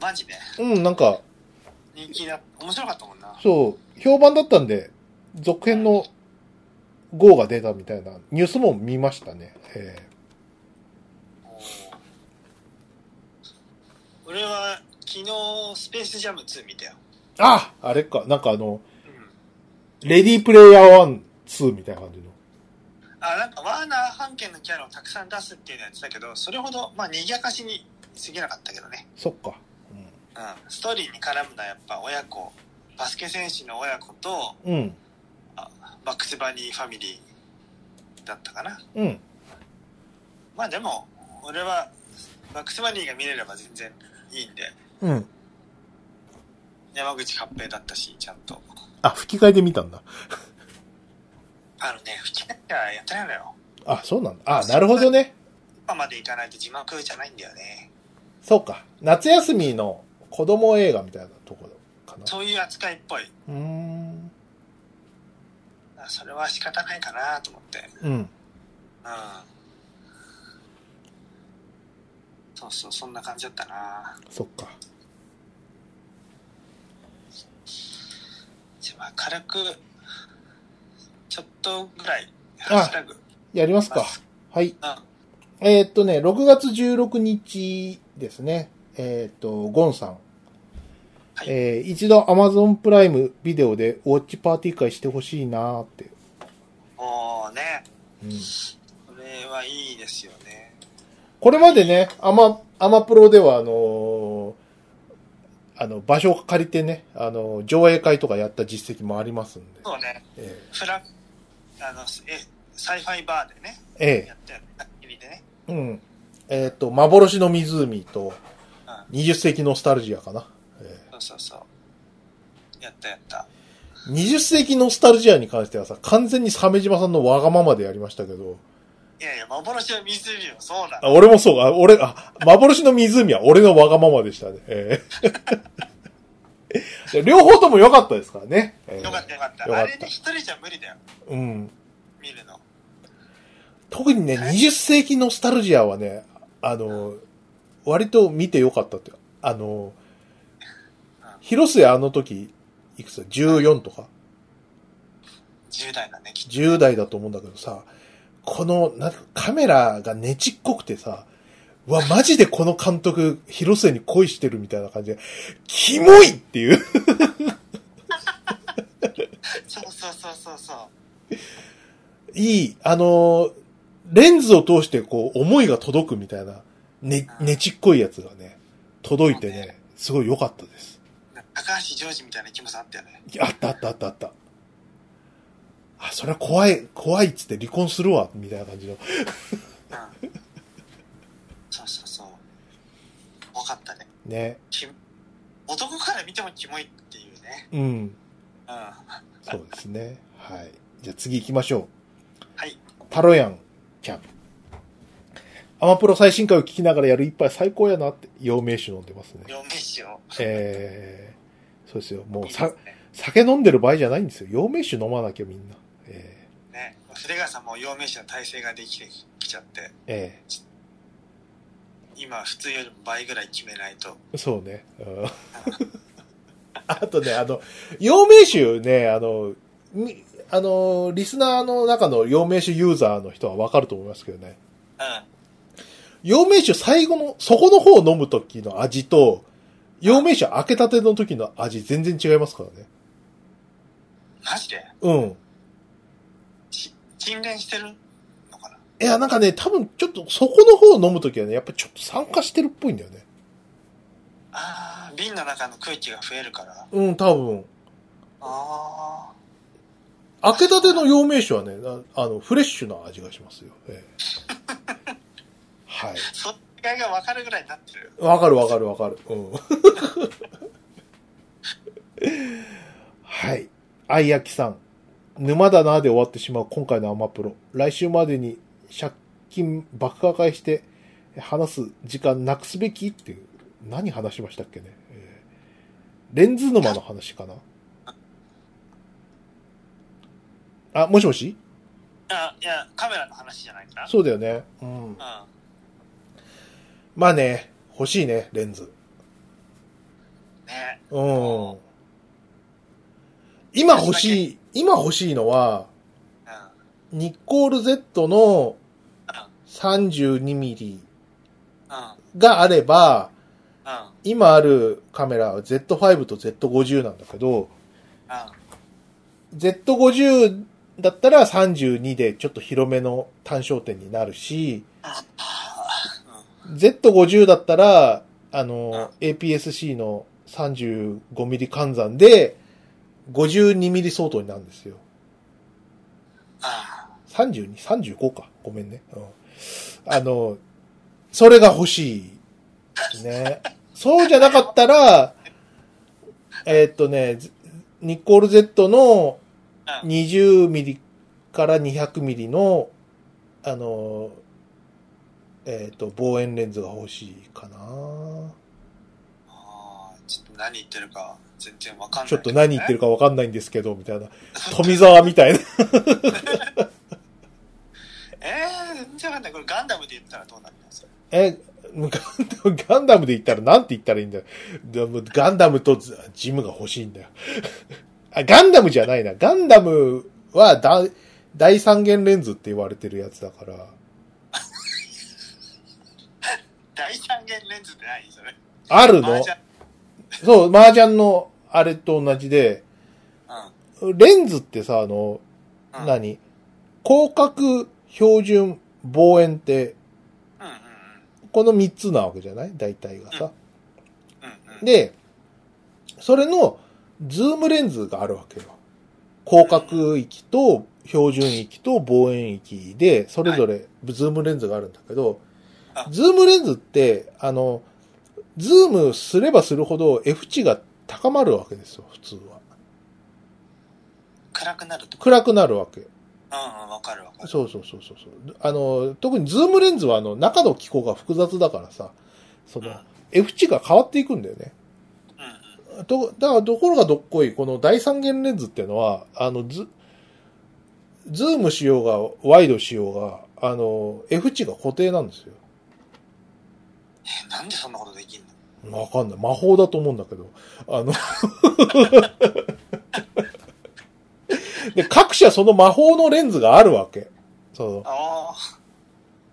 Speaker 1: マジで
Speaker 2: うん、なんか、
Speaker 1: 人気だ。面白かったもんな。
Speaker 2: そう、評判だったんで、続編の号が出たみたいなニュースも見ましたね。え
Speaker 1: おー俺は昨日スペースジャム2見たよ。
Speaker 2: ーああれか、なんかあの、
Speaker 1: うん。
Speaker 2: レディープレイヤー1、2みたいな感じの。
Speaker 1: あ、なんかワーナー半券のキャラをたくさん出すっていうのやってたけど、それほど、まあ、賑やかしに過ぎなかったけどね。
Speaker 2: そっか。うん
Speaker 1: うん。ストーリーに絡むのはやっぱ親子、バスケ選手の親子と、
Speaker 2: うん。
Speaker 1: バックスバニーファミリーだったかな。
Speaker 2: うん。
Speaker 1: まあでも、俺は、バックスバニーが見れれば全然いいんで、
Speaker 2: うん。
Speaker 1: 山口八平だったし、ちゃんと。
Speaker 2: あ、吹き替えで見たんだ。
Speaker 1: あのね、吹き替えはやってないのよ。
Speaker 2: あ、そうなんだ。あ、なるほどね。
Speaker 1: パパまで行かないと字幕じゃないんだよね。
Speaker 2: そうか。夏休みの子供映画みたいなところかな。
Speaker 1: そういう扱いっぽい。
Speaker 2: うーん。
Speaker 1: あそれは仕方ないかなと思って。
Speaker 2: うん。
Speaker 1: うん。そうそう、そんな感じだったな
Speaker 2: そっか。
Speaker 1: じゃあまあ軽く、ちょっとぐらい、
Speaker 2: あ
Speaker 1: ハッシュタグ。
Speaker 2: やりますか。はい。
Speaker 1: うん。
Speaker 2: えーっとね、6月16日ですね。えーっと、ゴンさん。
Speaker 1: はい
Speaker 2: えー一度 Amazon プライムビデオでウォッチパーティー会してほしいなーって。
Speaker 1: もうね、
Speaker 2: うん
Speaker 1: これはいいですよね。
Speaker 2: これまでね、アマ、アマプロではあのーあの、場所を借りてね、あのー上映会とかやった実績もありますんで。
Speaker 1: そうね、
Speaker 2: え
Speaker 1: フラあの、え、サイファイバーでね、
Speaker 2: ーえ
Speaker 1: やったよね、たっきりでね。
Speaker 2: えうん。えーっと、幻の湖と、20世紀ノスタルジアかな。えー
Speaker 1: そうそうそう。やったやった。
Speaker 2: 20世紀ノスタルジアに関してはさ、完全に鮫島さんのわがままでやりましたけど、
Speaker 1: いやいや、幻の湖よ、そうな
Speaker 2: あ
Speaker 1: の。
Speaker 2: 俺もそうか、あ俺、あ、幻の湖は俺のわがままでしたね。えー で両方とも良かったですからね。えー
Speaker 1: よかったよかった。
Speaker 2: よかった
Speaker 1: あれで一人じゃ無理だよ、
Speaker 2: うん。
Speaker 1: 見るの。
Speaker 2: 特にね、20世紀ノスタルジアはね、あの、割と見て良かったって。あの、広末あの時、いくつだ ?14 とか
Speaker 1: 10代だね、きっと。
Speaker 2: 10代だと思うんだけどさ、この、なんかカメラがねちっこくてさ、うわ、マジでこの監督、広末に恋してるみたいな感じで、キモいっていう。
Speaker 1: そうそうそうそうそ
Speaker 2: いい、あのー、レンズを通してこう、思いが届くみたいな、ね、ねちっこいやつがね、届いてね、すごい良かったです。
Speaker 1: う。なんか高橋ジョージみたいな気もさあったよね。
Speaker 2: あったあったあったあった。あ、それは怖い、怖いっつって離婚するわ、みたいな感じの。
Speaker 1: うん。そうそうそう。怖かったね。
Speaker 2: ね。
Speaker 1: キモ男から見てもキモいっていうね。
Speaker 2: うん。
Speaker 1: うん。
Speaker 2: そうですね。はい。じゃあ次行きましょう。
Speaker 1: はい。
Speaker 2: タロヤンちゃん。アマプロ最新回を聞きながらやる一杯最高やなって、陽明酒飲んでますね。
Speaker 1: 両名詞を。
Speaker 2: えー、そうですよ。も
Speaker 1: いうい
Speaker 2: さ
Speaker 1: で、すね
Speaker 2: 酒飲んでる場合じゃないんですよ。陽明酒飲まなきゃみんな。え
Speaker 1: ね。筆川さんも陽明詞の体制ができてきちゃって
Speaker 2: ー、、え
Speaker 1: 今普通よりも倍ぐらい決めないと。
Speaker 2: ー、そうね。うん あとね、あの、陽明酒ね、あの、みあの、リスナーの中の陽明酒ユーザーの人はわかると思いますけどね。
Speaker 1: うん。
Speaker 2: 陽明酒最後の、底の方を飲む時の味と、陽明酒開けたての時の味全然違いますからね。
Speaker 1: マジで
Speaker 2: うん。
Speaker 1: し沈殿してるのかない
Speaker 2: や、なんかね、多分ちょっと底の方を飲む時はね、やっぱちょっと酸化してるっぽいんだよね。
Speaker 1: ああ、瓶の中の空気が増えるから。
Speaker 2: うん、多分。
Speaker 1: ああ。
Speaker 2: 開けたての陽明酒はね、ああの、フレッシュな味がしますよ。ええ はい。
Speaker 1: そっち側が分かるぐらいになってる。
Speaker 2: わかるわかるわかる。うん。 はい。あいやきさん。沼だなで終わってしまう今回のアマプロ。来週までに借金爆破壊して話す時間なくすべきっていう。何話しましたっけね。えーレンズ沼の話かな。あ、もしもし
Speaker 1: あ、いや、カメラの話じゃないかな。
Speaker 2: そうだよね。うん。
Speaker 1: う
Speaker 2: まあね、欲しいね、レンズ。
Speaker 1: ん。ね。
Speaker 2: うん。今欲しい、今欲しいのは、
Speaker 1: うん。
Speaker 2: ニッコール Z の 32mm
Speaker 1: うん。
Speaker 2: があれば、
Speaker 1: うん。うん。
Speaker 2: 今あるカメラは Z5 と Z50 なんだけど、Z50 だったら32でちょっと広めの単焦点になるし、Z50 だったら、あの、APS-C の 35mm 換算で 52mm 相当になるんですよ。
Speaker 1: あ
Speaker 2: 32、35か。ごめんね。うん。あの、それが欲しいですね。そうじゃなかったら、えーっとね、ずニッコール Z の
Speaker 1: あ。うん。
Speaker 2: 20ミリから200ミリの、あの、えーっと、望遠レンズが欲しいかな。
Speaker 1: あーちょっと何言ってるか全然わかんない、
Speaker 2: ちょっと何言ってる
Speaker 1: か。
Speaker 2: かわかんないんですけど、みたいな。富沢みたいな。
Speaker 1: えー、全然わかんない。これガンダムで言ったらどうなります
Speaker 2: え、ガンダム、ガンダムで言ったらなんて言ったらいいんだよ。でもガンダムとジジムが欲しいんだよ。 あ、ガンダムじゃないな。ガンダムはだ第三元レンズって言われてるやつだから。
Speaker 1: 第三元レンズって何それ。
Speaker 2: ある
Speaker 1: あ
Speaker 2: の
Speaker 1: じゃ
Speaker 2: そう、麻雀のあれと同じで、
Speaker 1: あ
Speaker 2: レンズってさ、あの、
Speaker 1: うん。うん。
Speaker 2: 何広角、標準、望遠って、
Speaker 1: うんうん
Speaker 2: この三つなわけじゃない大体がさ。
Speaker 1: うん。うんうん。
Speaker 2: で、それのズームレンズがあるわけよ。広角域と標準域と望遠域で、それぞれズームレンズがあるんだけど
Speaker 1: あ、
Speaker 2: ズームレンズって、あの、ズームすればするほど F 値が高まるわけですよ、普通は。
Speaker 1: 暗くなるとか。
Speaker 2: 暗くなるわけ。
Speaker 1: うんうん、わかるわかる。
Speaker 2: そうそうそうそうそう。あの、特にズームレンズはあの、中の機構が複雑だからさ、そ
Speaker 1: うん。う
Speaker 2: の
Speaker 1: ん、
Speaker 2: F 値が変わっていくんだよね。
Speaker 1: うん。
Speaker 2: と、だから、どころがどっこい、この第三元レンズっていうのは、あの、ズ、ズームしようが、ワイドしようが、あの、F 値が固定なんですよ。
Speaker 1: え、なんでそんなことできんの
Speaker 2: わかんない。魔法だと思うんだけど。あので、各社その魔法のレンズがあるわけ。その、
Speaker 1: あ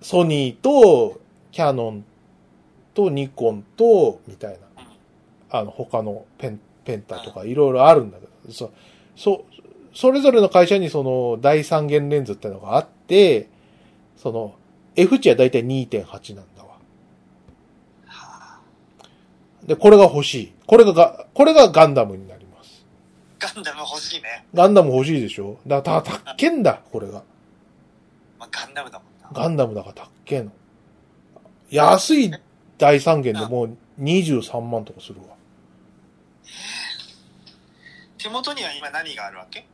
Speaker 2: ソニーと、キャノンと、ニコンと、みたいな。
Speaker 1: あ。うん。
Speaker 2: あの、他のペン、ペンタとかいろいろあるんだけど、そ、そ、それぞれの会社にその第三元レンズってのがあって、その F 値はだいたい2.8なんだわ。
Speaker 1: はあ
Speaker 2: で、これが欲しい。これがが、これがガンダムになります。
Speaker 1: ガンダム欲しいね。
Speaker 2: ガンダム欲しいでしょだから、た、たっけんだ、これが。
Speaker 1: まあ、ガンダムだもんな。
Speaker 2: ガンダムだからたっけえの。安い第三元でもう23万とかするわ。
Speaker 1: 手元には今何があるわけ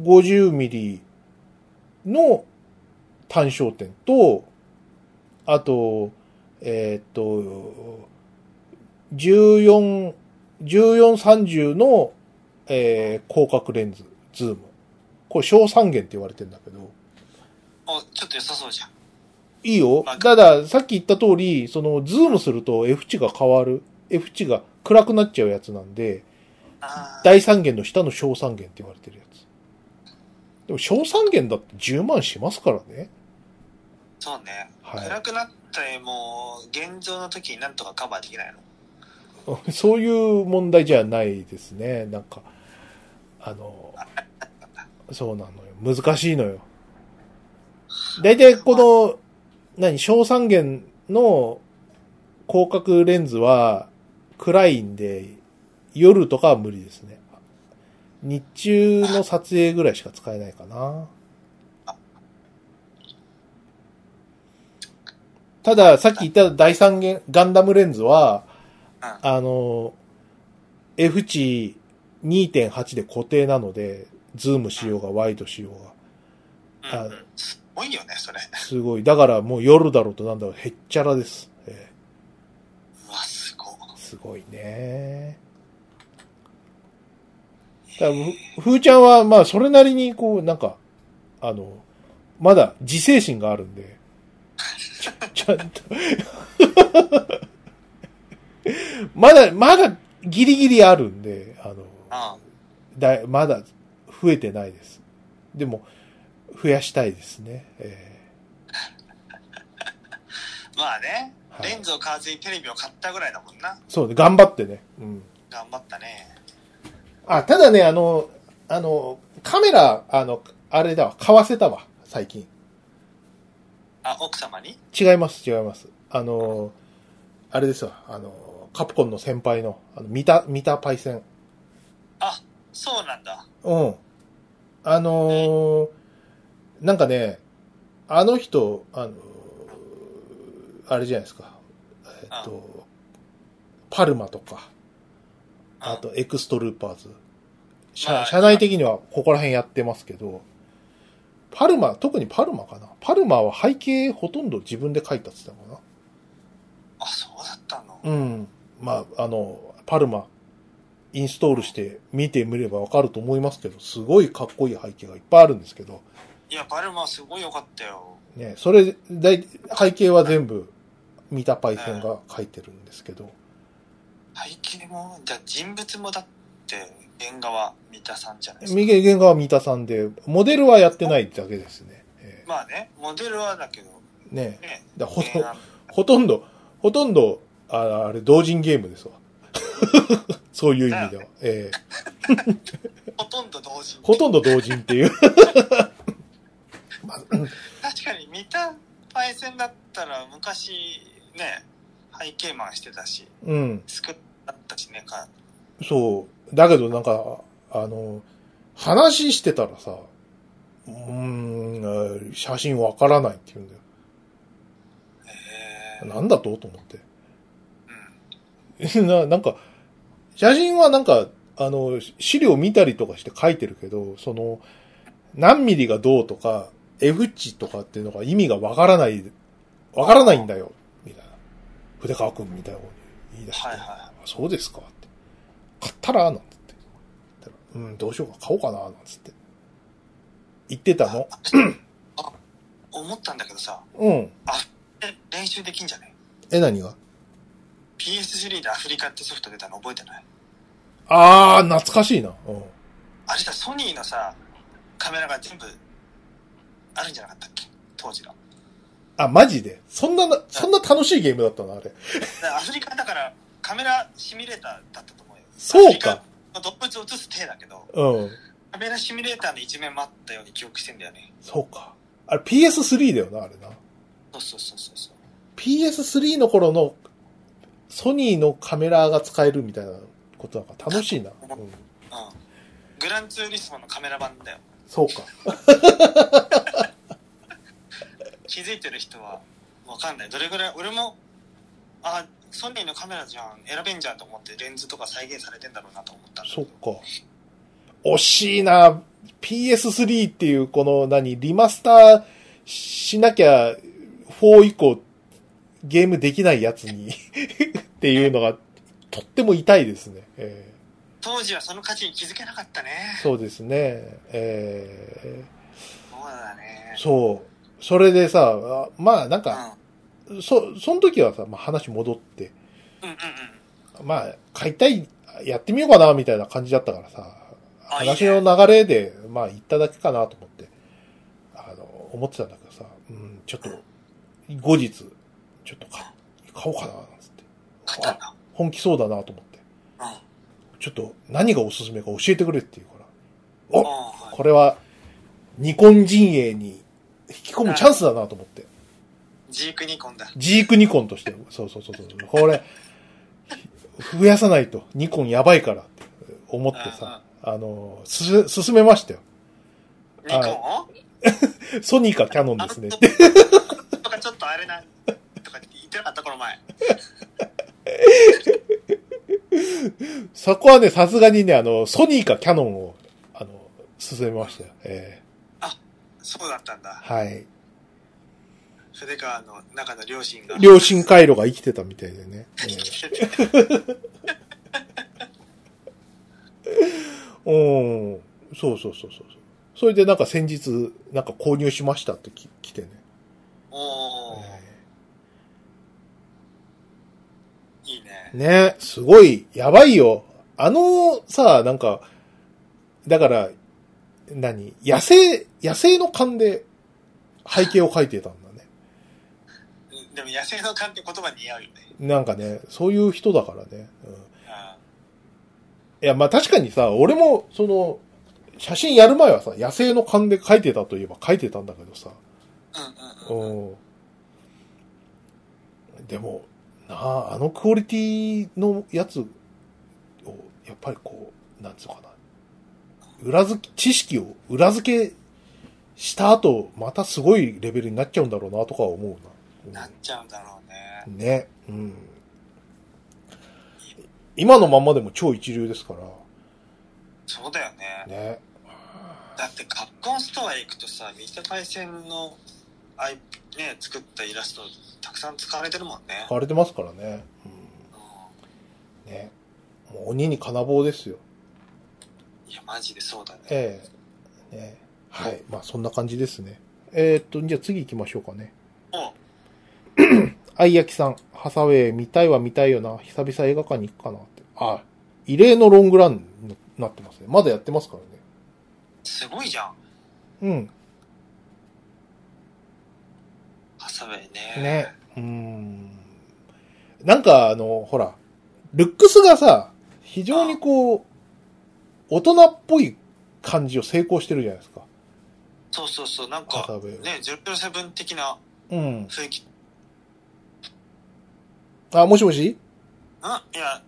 Speaker 2: 50ミリの単焦点と、あと、えーっと、14、1430の、えー広角レンズ、ズーム。これ小三元って言われてんだけど、
Speaker 1: お、ちょっと良さそうじゃん。
Speaker 2: いいよ
Speaker 1: まあ。
Speaker 2: ただ、さっき言った通り、その、ズームすると F 値が変わる。F 値が暗くなっちゃうやつなんで、
Speaker 1: ああ。
Speaker 2: 第三元の下の小三元って言われてるやつ。でも小三元だって10万しますからね。
Speaker 1: そうね。
Speaker 2: は
Speaker 1: 暗くなって、もう、現像の時になんとかカバーできないの
Speaker 2: い。 そういう問題じゃないですね。なんか、あの、そうなのよ。難しいのよ。だいたいこの、何、小三元の広角レンズは暗いんで、夜とかは無理ですね。日中の撮影ぐらいしか使えないかな。ただ、さっき言った第三元ガンダムレンズは、
Speaker 1: う
Speaker 2: あの、F 値2.8で固定なので、ズームしようがワイドしようが。
Speaker 1: ん。
Speaker 2: あ
Speaker 1: うん。すごいよね、それ。
Speaker 2: すごい。だからもう夜だろうとなんだろう、へっちゃらです。え
Speaker 1: うわ、すごい。
Speaker 2: ーすごいね。だからふふーちゃんは、まあ、それなりに、こう、なんか、あの、まだ自制心があるんで、ちゃちゃんと。まだ、まだギリギリあるんで、あの、
Speaker 1: あ
Speaker 2: だいまだ増えてないです。でも、増やしたいですね。え
Speaker 1: まあね、
Speaker 2: ーはい
Speaker 1: レンズを買わずにテレビを買ったぐらいだもんな。
Speaker 2: そうね、頑張ってね。うん。
Speaker 1: 頑張ったね。
Speaker 2: あ、ただね、あの、あの、カメラ、あの、あれだわ、買わせたわ、最近。
Speaker 1: あ、奥様に
Speaker 2: 違います、違います。あの、あれですわ、あの、カプコンの先輩の、あの、三田、三田パイセン。
Speaker 1: あ、そうなんだ。
Speaker 2: うん。あのーなんかね、あの人、あのーあれじゃないですか。えっと、パルマとか、
Speaker 1: うん
Speaker 2: あと、エクストルーパーズ。
Speaker 1: ま
Speaker 2: 社
Speaker 1: あ
Speaker 2: 社内的にはここら辺やってますけど、パルマ、特にパルマかな。パルマは背景ほとんど自分で描いたって言ってたのか
Speaker 1: あ、そうだったの。
Speaker 2: な。うん。まあ、あの、パルマ、インストールして見てみればわかると思いますけど、すごいかっこいい背景がいっぱいあるんですけど、
Speaker 1: いや、バルマすごい良かったよ。
Speaker 2: ね、それ、だい、背景は全部、三田パイセンが描いてるんですけど、
Speaker 1: 背景も、じゃあ人物もだって、原画は三田さんじゃないですか。
Speaker 2: 右原画は三田さんで、モデルはやってないだけですね。え
Speaker 1: まあね、モデルはだけど、
Speaker 2: ーね
Speaker 1: ね、
Speaker 2: だほ
Speaker 1: 原
Speaker 2: と
Speaker 1: 案
Speaker 2: ほとんど、ほとんど、ああれ、同人ゲームですわ。 そういう意味では。えー
Speaker 1: ほとんど同時
Speaker 2: ほとんど同人っていう。
Speaker 1: 確かに三田パイセンだったら昔ね、背景マンしてたし、
Speaker 2: うん。
Speaker 1: 作ったしね、か
Speaker 2: そう。だけどなんか、あの、話してたらさ、うーん、写真わからないって言うんだよ。
Speaker 1: へー
Speaker 2: なんだとと思って。
Speaker 1: うん。
Speaker 2: な、なんか、写真はなんか、あの、し資料見たりとかして書いてるけど、その、何ミリがどうとか、F 値とかっていうのが意味がわからない、わからないんだよ、みたいな。筆川くんみたいなこと言い出して、
Speaker 1: はいは
Speaker 2: あそうですかって。買ったらなんつって。言ったらうん、どうしようか、買おうかな、なんつって。言ってたの。
Speaker 1: い。思ったんだけどさ、
Speaker 2: うん。
Speaker 1: え練習できんじゃね
Speaker 2: え、何が
Speaker 1: ?PS3 でアフリカってソフト出たの覚えてない
Speaker 2: あー、懐かしいな。うん。
Speaker 1: あれさ、ソニーのさ、カメラが全部あるんじゃなかったっけ当時の。
Speaker 2: あ、マジでそんなな、そんな楽しいゲームだったのあれ。
Speaker 1: だからアフリカだからカメラシミュレーターだったと思うよ。
Speaker 2: そうか。
Speaker 1: アフリカの動物を映す手だけど、
Speaker 2: うん。
Speaker 1: カメラシミュレーターの一面もあったように記憶してんだよね。
Speaker 2: そうか。あれ PS3 だよな、あれな。
Speaker 1: そうそうそうそうそう。
Speaker 2: PS3 の頃のソニーのカメラが使えるみたいなことなんか楽しいな。うん、
Speaker 1: うん。グランツーリスモのカメラ版だよ。
Speaker 2: そうか。
Speaker 1: 気づいてる人はわかんない。どれぐらい、俺も、あ、ソニーのカメラじゃん、選べんじゃんと思ってレンズとか再現されてんだろうなと思ったんだけ
Speaker 2: そ
Speaker 1: ど
Speaker 2: うか。惜しいな。PS3 っていうこの何、リマスターしなきゃ4以降ゲームできないやつに っていうのがとっても痛いですね。えー
Speaker 1: 当時はその価値に気づけなかったね。
Speaker 2: そうですね。え
Speaker 1: そうだね
Speaker 2: ー。そう。それでさ、あまあなん
Speaker 1: う
Speaker 2: か、そ、その時はさ、まあ、話戻って、
Speaker 1: ん。うんうんうん。
Speaker 2: まあ、買いたい、やってみようかな、みたいな感じだったからさ、
Speaker 1: あ
Speaker 2: 話の流れで、まあ、行っただけかなと思って、あの、思ってたんだけどさ、うん、ちょっと、後日、ちょっと買、買おうかな、なんつって。
Speaker 1: 買ったんだ。
Speaker 2: 本気そうだなと思って。
Speaker 1: うん。うん
Speaker 2: ちょっと、何がおすすめか教えてくれって言うから、お
Speaker 1: はい
Speaker 2: これは、ニコン陣営に引き込むチャンスだなと思って。
Speaker 1: ジークニコンだ。
Speaker 2: ジークニコンとして、そうそうそうそう。これ、増やさないと、ニコンやばいからって思ってさ、あの、すす、進めましたよ。
Speaker 1: ニコン
Speaker 2: ソニーかキャノン
Speaker 1: あ
Speaker 2: で
Speaker 1: の
Speaker 2: すね。
Speaker 1: とかちょっとあれ な、とか言ってなかった、この前。
Speaker 2: そこはね、さすがにね、あの、ソニーかキャノンを、あの、進めましたよ。え
Speaker 1: そうだったんだ
Speaker 2: え。はい。
Speaker 1: それか、あの、中の両親が。
Speaker 2: 良心回路が生きてたみたいでね。ええ うん。そうそうそうそうそう。それでなんか先日、なんか購入しましたってき来てね。
Speaker 1: おー、いいね。
Speaker 2: ね、すごい、やばいよ。あの、さ、なんか、だから、何野生、野生の勘で背景を書いてたんだね。
Speaker 1: でも野生の勘って言葉に似合うよね。
Speaker 2: なんかね、そういう人だからね。うん
Speaker 1: あ
Speaker 2: いや、まあ確かにさ、俺も、その、写真やる前はさ、野生の勘で書いてたといえば書いてたんだけどさ。
Speaker 1: ーうんうんうん。
Speaker 2: うん。でも、なあ、あのクオリティのやつを、やっぱりこう、なんつうのかな。裏付け、知識を裏付けした後、またすごいレベルになっちゃうんだろうな、とかは思う
Speaker 1: な
Speaker 2: な
Speaker 1: っ。ちゃうだろうね。
Speaker 2: うんね。うん。今のまんまでも超一流ですから。
Speaker 1: そうだよね。
Speaker 2: ね。
Speaker 1: だって、カッコンストアへ行くとさ、三田海戦の、あい、ね、作ったイラスト、たくさん使われてるもんね。
Speaker 2: 買われてますからね。
Speaker 1: う
Speaker 2: うん。ね。もう鬼に金棒ですよ。
Speaker 1: んいや、マジでそうだね。
Speaker 2: ええねはい。まあ、そんな感じですね。えーっと、じゃあ次行きましょうかね。
Speaker 1: も
Speaker 2: 愛焼さん、ハサウェイ見たいは見たいよな。久々映画館に行くかなって。あ、異例のロングランになってますね。まだやってますから
Speaker 1: う、すごいじゃん。
Speaker 2: ね。
Speaker 1: ハサウェイ
Speaker 2: うん。
Speaker 1: ね。
Speaker 2: ね。うーん。なんか、あの、ほら、ルックスがさ、非常にこう、大人っぽい感じを成功してるじゃないですか。
Speaker 1: そうそうそう、なん
Speaker 2: ハサ
Speaker 1: か、
Speaker 2: ウェイは。
Speaker 1: ね、007的な
Speaker 2: うん。
Speaker 1: 雰囲気。
Speaker 2: あ、もしもし
Speaker 1: うんいや、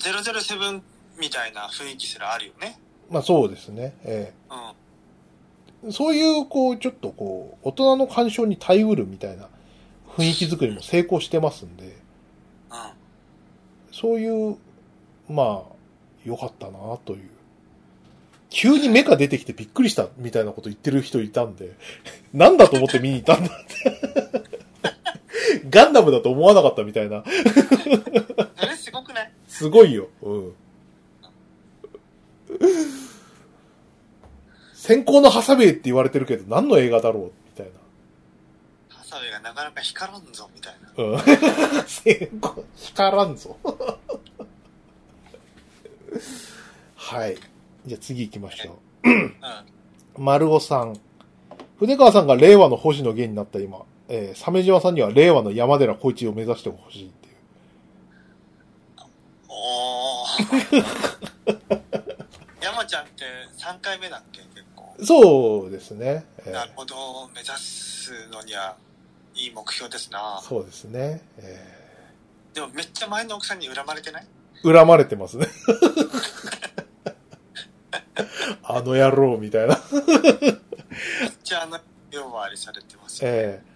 Speaker 1: 007みたいな雰囲気すらあるよね。
Speaker 2: まあ、そうですね。ええ
Speaker 1: うん。
Speaker 2: そういう、こう、ちょっとこう、大人の干渉に耐えうるみたいな雰囲気作りも成功してますん
Speaker 1: う
Speaker 2: で、
Speaker 1: ん。
Speaker 2: そういう、まあ、良かったなという。急に目が出てきてびっくりしたみたいなこと言ってる人いたんで、 なんだと思って見に行ったんだって。 ガンダムだと思わなかったみたいな。
Speaker 1: それすごくない
Speaker 2: すごいよ。うん。 先行のハサウェイって言われてるけど、何の映画だろうみたいな。
Speaker 1: ハサウェイがなかなか光らんぞ、みたいな。
Speaker 2: うん。 成功、光らんぞ。はい。じゃあ次行きましょ
Speaker 1: う
Speaker 2: う。丸尾さん。筆川さんが令和の星野源になった今、えー、鮫島さんには令和の山寺宏一を目指してほしいっていう。
Speaker 1: ん。おー。山ちゃんって3回目だっけ結構。
Speaker 2: そうですね。えー
Speaker 1: なるほど。目指すのには、いい目標ですな。
Speaker 2: そうですね。え
Speaker 1: でもめっちゃ前の奥さんに恨まれてない
Speaker 2: ー恨まれてますね。 あの野郎みたいな。
Speaker 1: めっちゃあの、要はあれされてますよね。
Speaker 2: ええ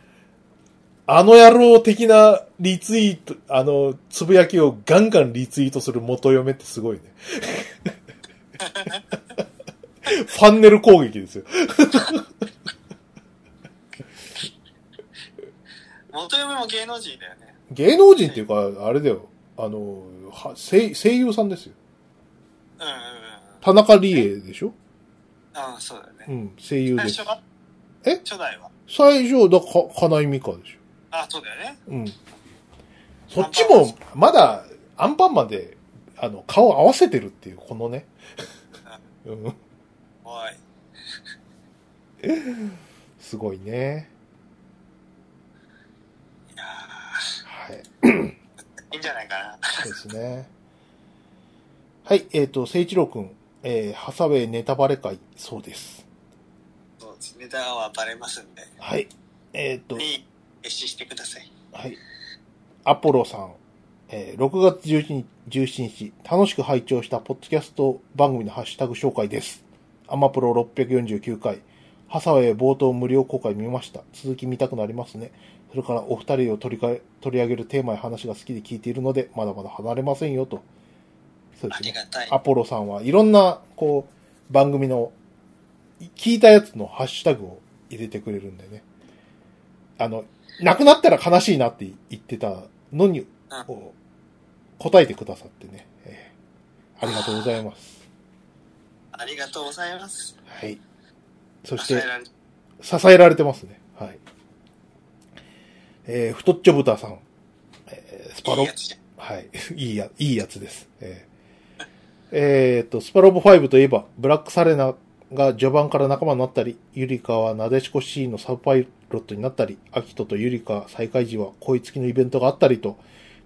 Speaker 2: あの野郎的なリツイート、あの、つぶやきをガンガンリツイートする元嫁ってすごいね。ファンネル攻撃ですよ。
Speaker 1: 元嫁も芸能人だよね。
Speaker 2: 芸能人っていうか、あれだよ。あの、は声声優さんですよ。
Speaker 1: うんうん
Speaker 2: 田中理恵でしょ
Speaker 1: うん。うん、そうだよね
Speaker 2: う。ん、声優で
Speaker 1: 最
Speaker 2: す
Speaker 1: 初。は
Speaker 2: え
Speaker 1: 初代は
Speaker 2: 最初、だか、金井美香でし
Speaker 1: あ、そうだよね。
Speaker 2: ょ。うん。そっちも、まだ、アンパンマンで、あの、顔合わせてるっていう、このね。うん
Speaker 1: おい。
Speaker 2: すごいね。
Speaker 1: いや
Speaker 2: はい。
Speaker 1: ーいいんじゃないかな。
Speaker 2: そうですね。はい、えっ、と、聖一郎くん、えー、ハサウェイネタバレ会、そうです。
Speaker 1: そうです。ネタはバレますんで。
Speaker 2: はい。えっ、と、
Speaker 1: に、決死してください。
Speaker 2: はい。アポロさん、えー6月17日 ,17 日、楽しく拝聴したポッドキャスト番組のハッシュタグ紹介です。アマプロ649回、ハサウェイ冒頭無料公開見ました。続き見たくなりますね。それからお二人を取りかえ取り上げるテーマや話が好きで聞いているので、まだまだ離れませんよと。そう
Speaker 1: あ
Speaker 2: です
Speaker 1: り
Speaker 2: ね。
Speaker 1: がたい。
Speaker 2: アポロさんはいろんな、こう、番組の、い聞いたやつのハッシュタグを入れてくれるんでね。あの、亡くなったら悲しいなって言ってたのに、こう答えてくださってね、えーありがとうございます。
Speaker 1: ありがとうございます。
Speaker 2: はい。そし
Speaker 1: 支え
Speaker 2: て、
Speaker 1: られ
Speaker 2: 支えられてますね。はい。えー、太っちょ豚さん。えースパ
Speaker 1: い
Speaker 2: ロ
Speaker 1: いやつじゃん。
Speaker 2: はい。 いいや、いいやつです。えーえーっと、スパロボ5といえば、ブラックサレナが序盤から仲間になったり、ユリカはなでしこ C のサブパイロットになったり、アキトとユリカ再会時は恋付きのイベントがあったりと、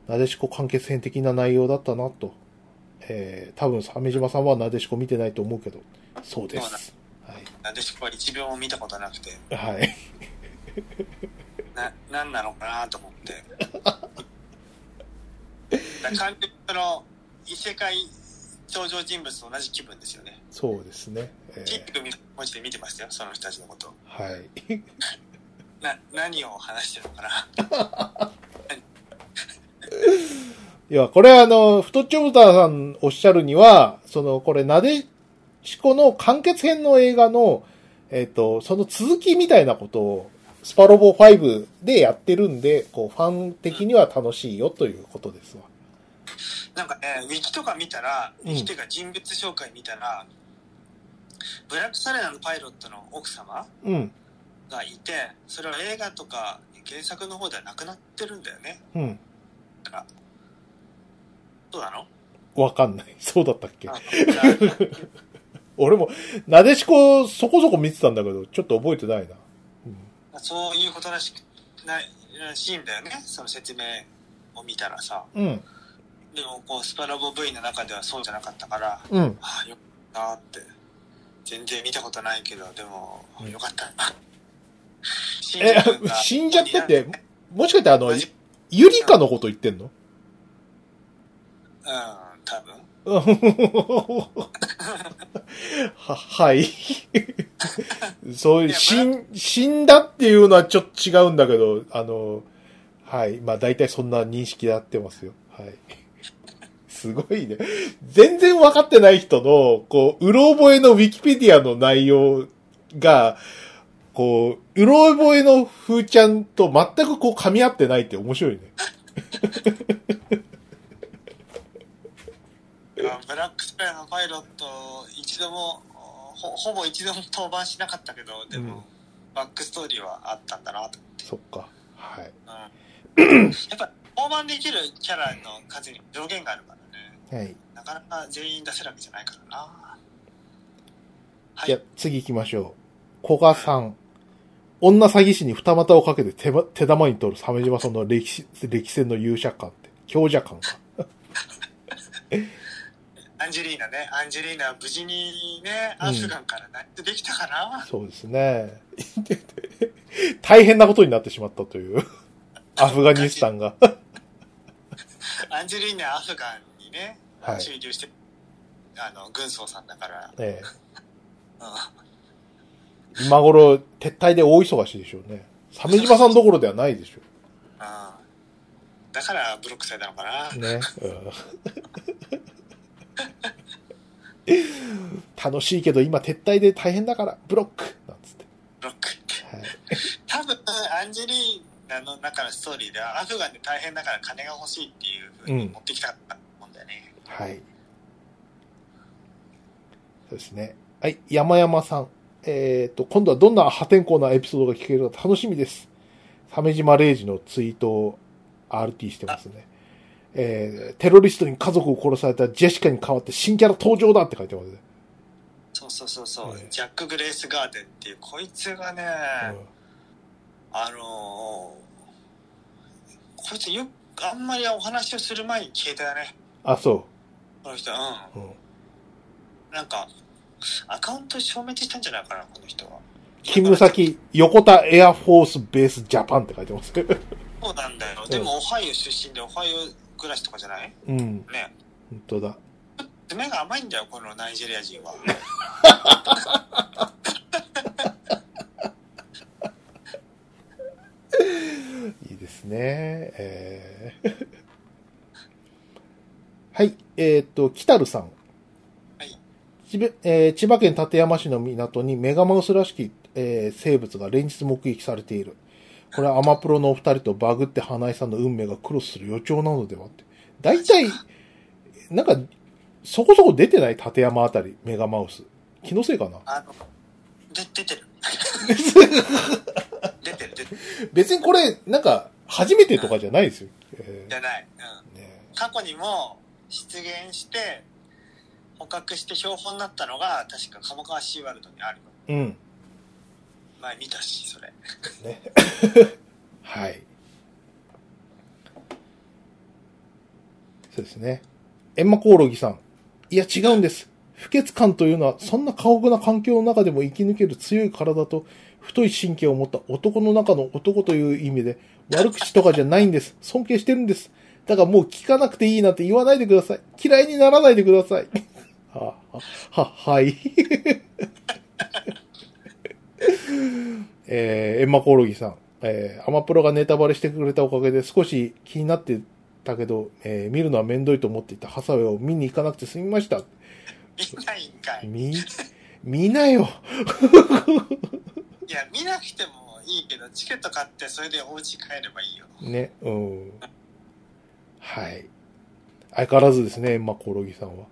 Speaker 2: なでしこ完結編的な内容だったなと。えー、多分、鮫島さんはなでしこ見てないと思うけど、そうで
Speaker 1: そうだ
Speaker 2: す。は
Speaker 1: なでしこは1秒も見たことなくて、
Speaker 2: い。はい。
Speaker 1: な、なんなのかなと思って。 だから完璧の異世界登場人物と同じ気分ですよね。
Speaker 2: そうですね。え
Speaker 1: チッ
Speaker 2: ー
Speaker 1: プ見文字で見てましたよ、その人たちのこと。
Speaker 2: はい。
Speaker 1: な、何を話してるのかな。
Speaker 2: いや、これあの、太っちょぶたさんおっしゃるには、その、これ、なでしこの完結編の映画の、えっ、と、その続きみたいなことを、スパロボ5でやってるんで、こう、ファン的には楽しいよということですわ。
Speaker 1: なんかね、ウィキとか見たら、
Speaker 2: う
Speaker 1: ウ
Speaker 2: ん
Speaker 1: ィキというか人物紹介見たら、ブラックサレナのパイロットの奥様
Speaker 2: うん、
Speaker 1: がいて、それは映画とか原作の方ではなくなってるんだよね。
Speaker 2: うん。
Speaker 1: だから、そうなの
Speaker 2: わかんない。 そうだったっけ
Speaker 1: あじゃあ
Speaker 2: 俺も、なでしこそこそこ見てたんだけど、ちょっと覚えてないな。うん
Speaker 1: そういうことら しくないらしいんだよね、その説明を見たらさ。
Speaker 2: うん、
Speaker 1: でも、こう、スパラボ V の中ではそうじゃなかったから、
Speaker 2: うん。
Speaker 1: ああ、よかったなって。全然見たことないけど、でも
Speaker 2: うん、
Speaker 1: よかったな。死
Speaker 2: え
Speaker 1: くんが、
Speaker 2: 死んじゃってて、もしかしてあの、
Speaker 1: 同
Speaker 2: ゆ
Speaker 1: じ
Speaker 2: ゆりかのこと言ってんの
Speaker 1: うん、多分。
Speaker 2: うん は、はい。そういう、
Speaker 1: いや
Speaker 2: 死ん、死んだっていうのはちょっと違うんだけど、あの、はい。まあ大体そんな認識であってますよ。はい。すごいね。全然分かってない人の、こう、うろ覚えのウィキペディアの内容が、こう、うろ覚えの風ちゃんと全くこう噛み合ってないって面白いね。
Speaker 1: あブラックスペラのパイロット、一度も、ほほぼ一度も登板しなかったけど、でも、
Speaker 2: うん
Speaker 1: バックストーリーはあったんだなと。
Speaker 2: そっか。はい。
Speaker 1: うん、やっぱ、登板できるキャラの数に上限があるからね。
Speaker 2: はい。
Speaker 1: なかなか全員出せるわけじゃないからな。はい
Speaker 2: じゃあ次行きましょう。古賀さん。女詐欺師に二股をかけて手ば手玉に取る鮫島さんの歴史歴戦の勇者感って、強者感か。
Speaker 1: アンジェリーナね、アンジェリーナは無事にね、アフガンから脱出できたかな、
Speaker 2: そうですね。大変なことになってしまった という。アフガニスタンが。
Speaker 1: アンジェリーナはアフガンにね、
Speaker 2: はい。
Speaker 1: 駐留して、あの、軍曹さんだから、
Speaker 2: ええ
Speaker 1: う
Speaker 2: 今頃、撤退で大忙しでしょうね。鮫島さんどころではないでし
Speaker 1: ん、
Speaker 2: ょ
Speaker 1: うん。だからブロックされたのかな
Speaker 2: う。ね。うん楽しいけど今撤退で大変だから、ブロックなんつって。
Speaker 1: ブロックって。
Speaker 2: はい。
Speaker 1: 多分、アンジェリーナの中のストーリーでは、アフガンで大変だから金が欲しいっていう風に持ってきたんだと思うんだよね。
Speaker 2: はい。そうですね。はい、山山さん。えっ、と、今度はどんな破天荒なエピソードが聞けるか楽しみです。鮫島礼二のツイートを RT してますね。えー、テロリストに家族を殺されたジェシカに代わって新キャラ登場だって書いてますね。
Speaker 1: そうそうそうそう、
Speaker 2: ええ
Speaker 1: ジャック・グレイス・ガーデンっていう、こいつがね、あのーこいつよく、あんまりお話をする前に消えたよね。
Speaker 2: あ、そ
Speaker 1: この人、うん。
Speaker 2: う、うん。
Speaker 1: なんか、アカウント消滅したんじゃないかな、この人は。
Speaker 2: 勤務先、横田エアフォースベースジャパンって書いてます。
Speaker 1: そうなんだよ。でも、オハイオ出身で、オハイオ暮らしとかじゃない
Speaker 2: うん。
Speaker 1: ね
Speaker 2: 本当だ。
Speaker 1: 爪が甘いんだよ、このナイジェリア人は。
Speaker 2: いいですね。えー はい。えーっと、キタルさん。
Speaker 1: はい
Speaker 2: 千葉えー千葉県館山市の港にメガマウスらしき、えー生物が連日目撃されている。これはアマプロのお二人とバグって花井さんの運命がクロスする予兆なのではって。大体、なんか、そこそこ出てない館山あたり、メガマウス。気のせいかな
Speaker 1: あの、で、出てる。出てる、出てる。
Speaker 2: 別にこれ、なんか、初めてとかじゃないですよ。え
Speaker 1: じゃない。うん。
Speaker 2: ーね
Speaker 1: 過去にも出現して、捕獲して標本になったのが、確か鴨川シーワールドにあるの。
Speaker 2: うん。
Speaker 1: 前見たし、それ。
Speaker 2: はい。そうですね。エンマコオロギさん。いや、違うんです。不潔感というのは、そんな過酷な環境の中でも生き抜ける強い体と、太い神経を持った男の中の男という意味で、悪口とかじゃないんです。尊敬してるんです。だからもう聞かなくていいなんて言わないでください。嫌いにならないでください。は、は、は、はい。えーエンマコオロギさん。えーアマプロがネタバレしてくれたおかげで少し気になってたけど、えー見るのはめんどいと思っていたハサウェイを見に行かなくて済みました。
Speaker 1: 見ないんかい。
Speaker 2: 見、見なよ。
Speaker 1: いや、見なくてもいいけど、チケット買って、それでお家帰ればいいよ。
Speaker 2: ね、うん。はい。相変わらずですね、エンマコオロギさんは。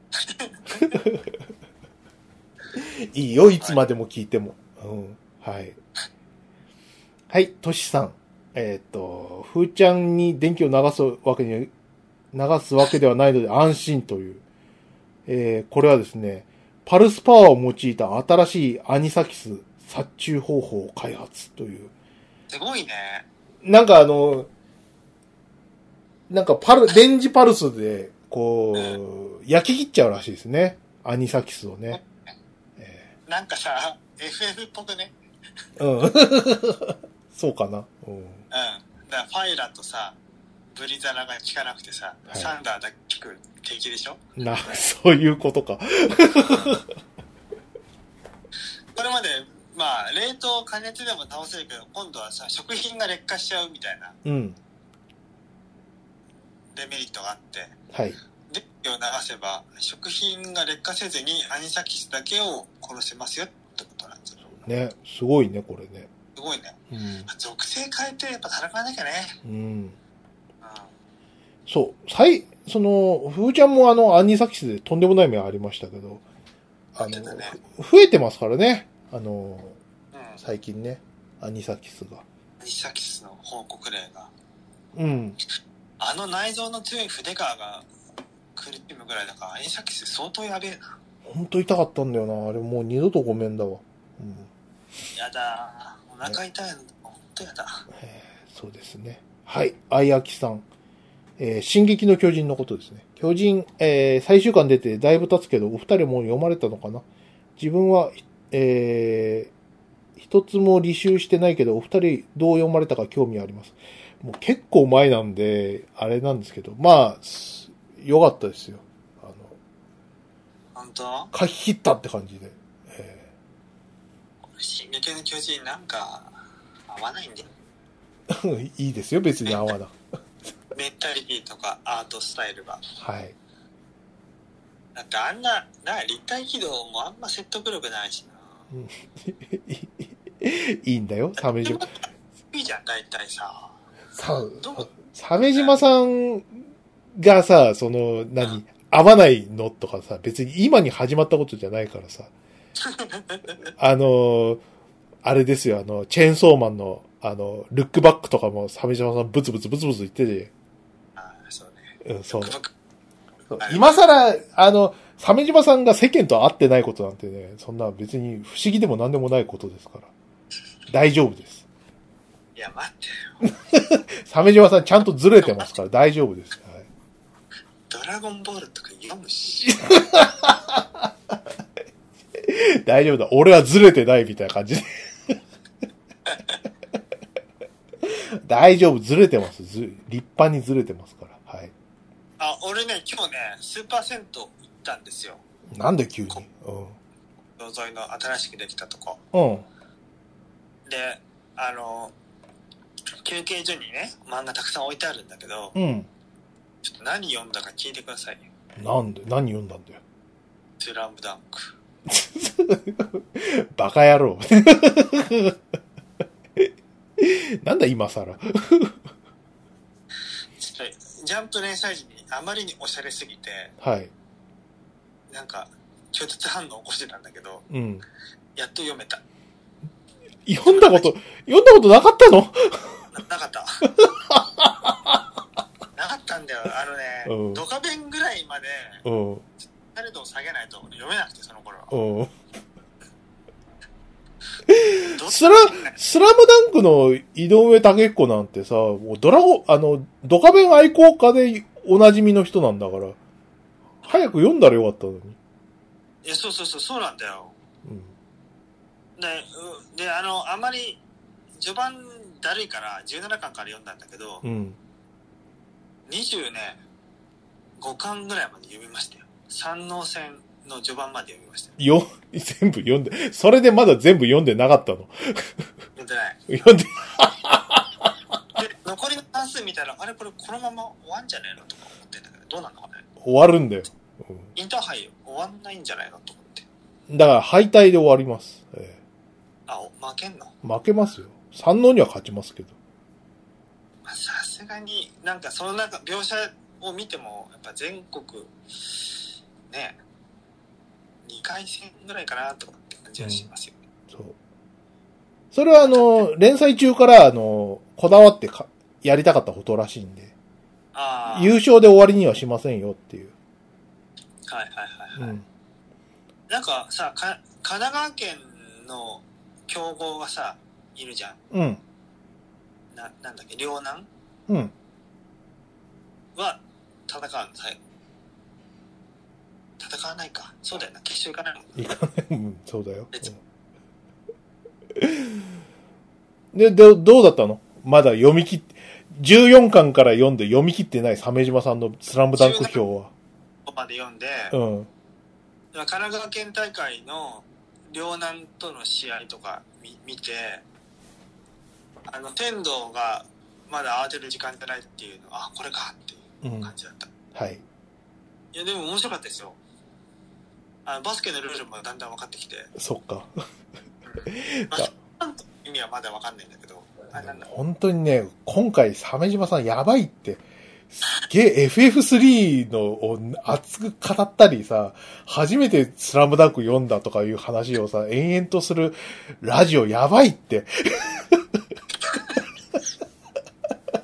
Speaker 2: いいよ、いつまでも聞いても。うん。はい。はい、トシさん。えーっと、ふーちゃんに電気を流すわけに、流すわけではないので安心という。えーこれはですね、パルスパワーを用いた新しいアニサキス殺虫方法を開発という。
Speaker 1: すごいね。
Speaker 2: なんかあの、なんかパル、電磁パルスで、こう、焼き切っちゃうらしいですね。アニサキスをね。え
Speaker 1: なんかさ、FF っぽくね。
Speaker 2: ーうん。 そうかな。うん。
Speaker 1: うん。だからファイラとさ、ブリザラが効かなくてさ、
Speaker 2: はい
Speaker 1: サンダーだけ効く敵でしょ
Speaker 2: な、 そういうことか。
Speaker 1: これまで、まあ、冷凍加熱でも倒せるけど、今度はさ、食品が劣化しちゃうみたいな
Speaker 2: うん。
Speaker 1: デメリットがあって、
Speaker 2: はい。
Speaker 1: 電気を流せば、食品が劣化せずにアニサキスだけを殺せますよってことなんですよ。
Speaker 2: ね、すごいね、これね。
Speaker 1: すごいね。
Speaker 2: うん。
Speaker 1: 属性変えてやっぱ戦わなきゃね。
Speaker 2: うん。
Speaker 1: うん。
Speaker 2: そう、最、その、ふーちゃんもあの、アニサキスでとんでもない目ありましたけど、あ
Speaker 1: やってた
Speaker 2: の、
Speaker 1: ね
Speaker 2: ふ増えてますからね。あの、
Speaker 1: うん。ア
Speaker 2: 最近ね、アニサキスが。
Speaker 1: ニサキスの報告例が。
Speaker 2: うん。
Speaker 1: あの内臓の強い筆川が苦しむぐらいだから、アニサキス相当やべえな。
Speaker 2: ほんと痛かったんだよな。あれもう二度とごめんだわ。うん。
Speaker 1: やだーお腹痛いの、ほんとやだ。
Speaker 2: えーそうですね。はい。あいあきさん。えー進撃の巨人のことですね。巨人、えー最終巻出てだいぶ経つけど、お二人も読まれたのかな自分は、えー一つも履修してないけど、お二人どう読まれたか興味あります。もう結構前なんで、あれなんですけど、まあ、す良かったですよ。あの、
Speaker 1: ほんと
Speaker 2: 書き切ったって感じで。え
Speaker 1: 進撃の巨人なんか、合わないんだよ。
Speaker 2: ー いいですよ、別に合わなく。
Speaker 1: メンタリティとかアートスタイルが。
Speaker 2: はい。
Speaker 1: だってあんな、な、立体軌道もあんま説得力ないしな。
Speaker 2: いいんだよ、サメ島。
Speaker 1: いいじゃん、大体さ。
Speaker 2: さ
Speaker 1: どう
Speaker 2: 鮫島さんがさ、その、何、合わないのとかさ、別に今に始まったことじゃないからさ。あのー、あれですよ、あの、チェーンソーマンの、あの、ルックバックとかも鮫島さんブツブツブツブツ言ってて、
Speaker 1: あーそうね。
Speaker 2: うん、そう。
Speaker 1: 僕
Speaker 2: そう今更、あの、鮫島さんが世間と会ってないことなんてね、そんな別に不思議でも何でもないことですから。大丈夫です。
Speaker 1: いや、待ってよ。
Speaker 2: 鮫島さんちゃんとずれてますから大丈夫です。はい
Speaker 1: ドラゴンボールとか読むし。
Speaker 2: 大丈夫だ。俺はずれてないみたいな感じで。 大丈夫、ずれてます。ず立派にずれてますから。はい。
Speaker 1: あ、俺ね、今日ね、スーパー銭湯行ったんですよ。
Speaker 2: なんで急に。
Speaker 1: 道沿いの新しくできたとこ。
Speaker 2: うん。うん。
Speaker 1: で、あの、休憩所にね、漫画たくさん置いてあるんだけど、
Speaker 2: うん。
Speaker 1: ちょっと何読んだか聞いてくださいよ。
Speaker 2: なんで、何読んだんだよ。
Speaker 1: スラムダンク。
Speaker 2: バカ野郎。 なんだ今更。
Speaker 1: ちょっとジャンプ連載時にあまりにおしゃれすぎて、
Speaker 2: はい。
Speaker 1: なんか、拒絶反応起こしてたんだけど、
Speaker 2: うん。
Speaker 1: やっと読めた。
Speaker 2: 読んだこと、読んだことなかったの
Speaker 1: ななか った。なかったんだよ。あのね、
Speaker 2: うん
Speaker 1: ドカベンぐらいまで、
Speaker 2: うん。
Speaker 1: 誰度を下げないと読めなくて、その頃は。
Speaker 2: うん。
Speaker 1: どっち
Speaker 2: スラ、スラムダンクの井上武彦なんてさ、もうドラゴ、あの、ドカベン愛好家でおなじみの人なんだから、早く読んだらよかったのに。
Speaker 1: いや、そうそうそう、そうなんだよ。
Speaker 2: うん。
Speaker 1: で、うで、あの、あんまり、序盤だるいから、17巻から読んだんだけど、
Speaker 2: うん。
Speaker 1: 20ね、5巻ぐらいまで読みましたよ。三能戦の序盤まで読みましたよ。
Speaker 2: よ、 全部読んで、それでまだ全部読んでなかったの。
Speaker 1: 読んでない。
Speaker 2: 読んで、
Speaker 1: で、残りの関数見たら、あれこれこのまま終わんじゃねえのとか思ってんだけど、どうなのかね。
Speaker 2: 終わるんだよ。
Speaker 1: インターハイ終わんないんじゃないのと思って。
Speaker 2: うん、だから敗退で終わります。え
Speaker 1: あ、お負けんの
Speaker 2: え負けますよ。三能には勝ちますけど。
Speaker 1: まあさすがに、なんかその中、描写を見ても、やっぱ全国、ね、2回戦ぐらいかなとかって感じはしますよね。
Speaker 2: そう。それはあの、連載中からあの、こだわってか、やりたかったことらしいんで、
Speaker 1: ああ。
Speaker 2: 優勝で終わりにはしませんよっていう。
Speaker 1: はいはいはい、
Speaker 2: う
Speaker 1: はい
Speaker 2: ん。
Speaker 1: なんかさか、神奈川県の競合がさ、いるじゃん。
Speaker 2: うん。
Speaker 1: な、なんだっけ、両南
Speaker 2: うん。
Speaker 1: は戦うの最後。戦わないか。そうだよな。決勝行かないもんね
Speaker 2: いかない。うん、 そうだよ。うんで、ど、どうだったのまだ読み切って、14巻から読んで読み切ってない鮫島さんのスラムダンク表は。
Speaker 1: ここまで読んで、
Speaker 2: うん。
Speaker 1: 神奈川県大会の両南との試合とか見見てあの天童がまだ慌てる時間じゃないっていうのあこれかっていう
Speaker 2: うん。
Speaker 1: 感じだった、
Speaker 2: はい。
Speaker 1: いやでも面白かったですよあのバスケのルールもだんだん分かってきて
Speaker 2: そっか。
Speaker 1: まあシュートの意味はまだ分かんないんだけどあなんだ
Speaker 2: 本当にね、今回、鮫島さんやばいって、すっげえ FF3 のを熱く語ったりさ、初めてスラムダンク読んだとかいう話をさ、延々とするラジオやばいって。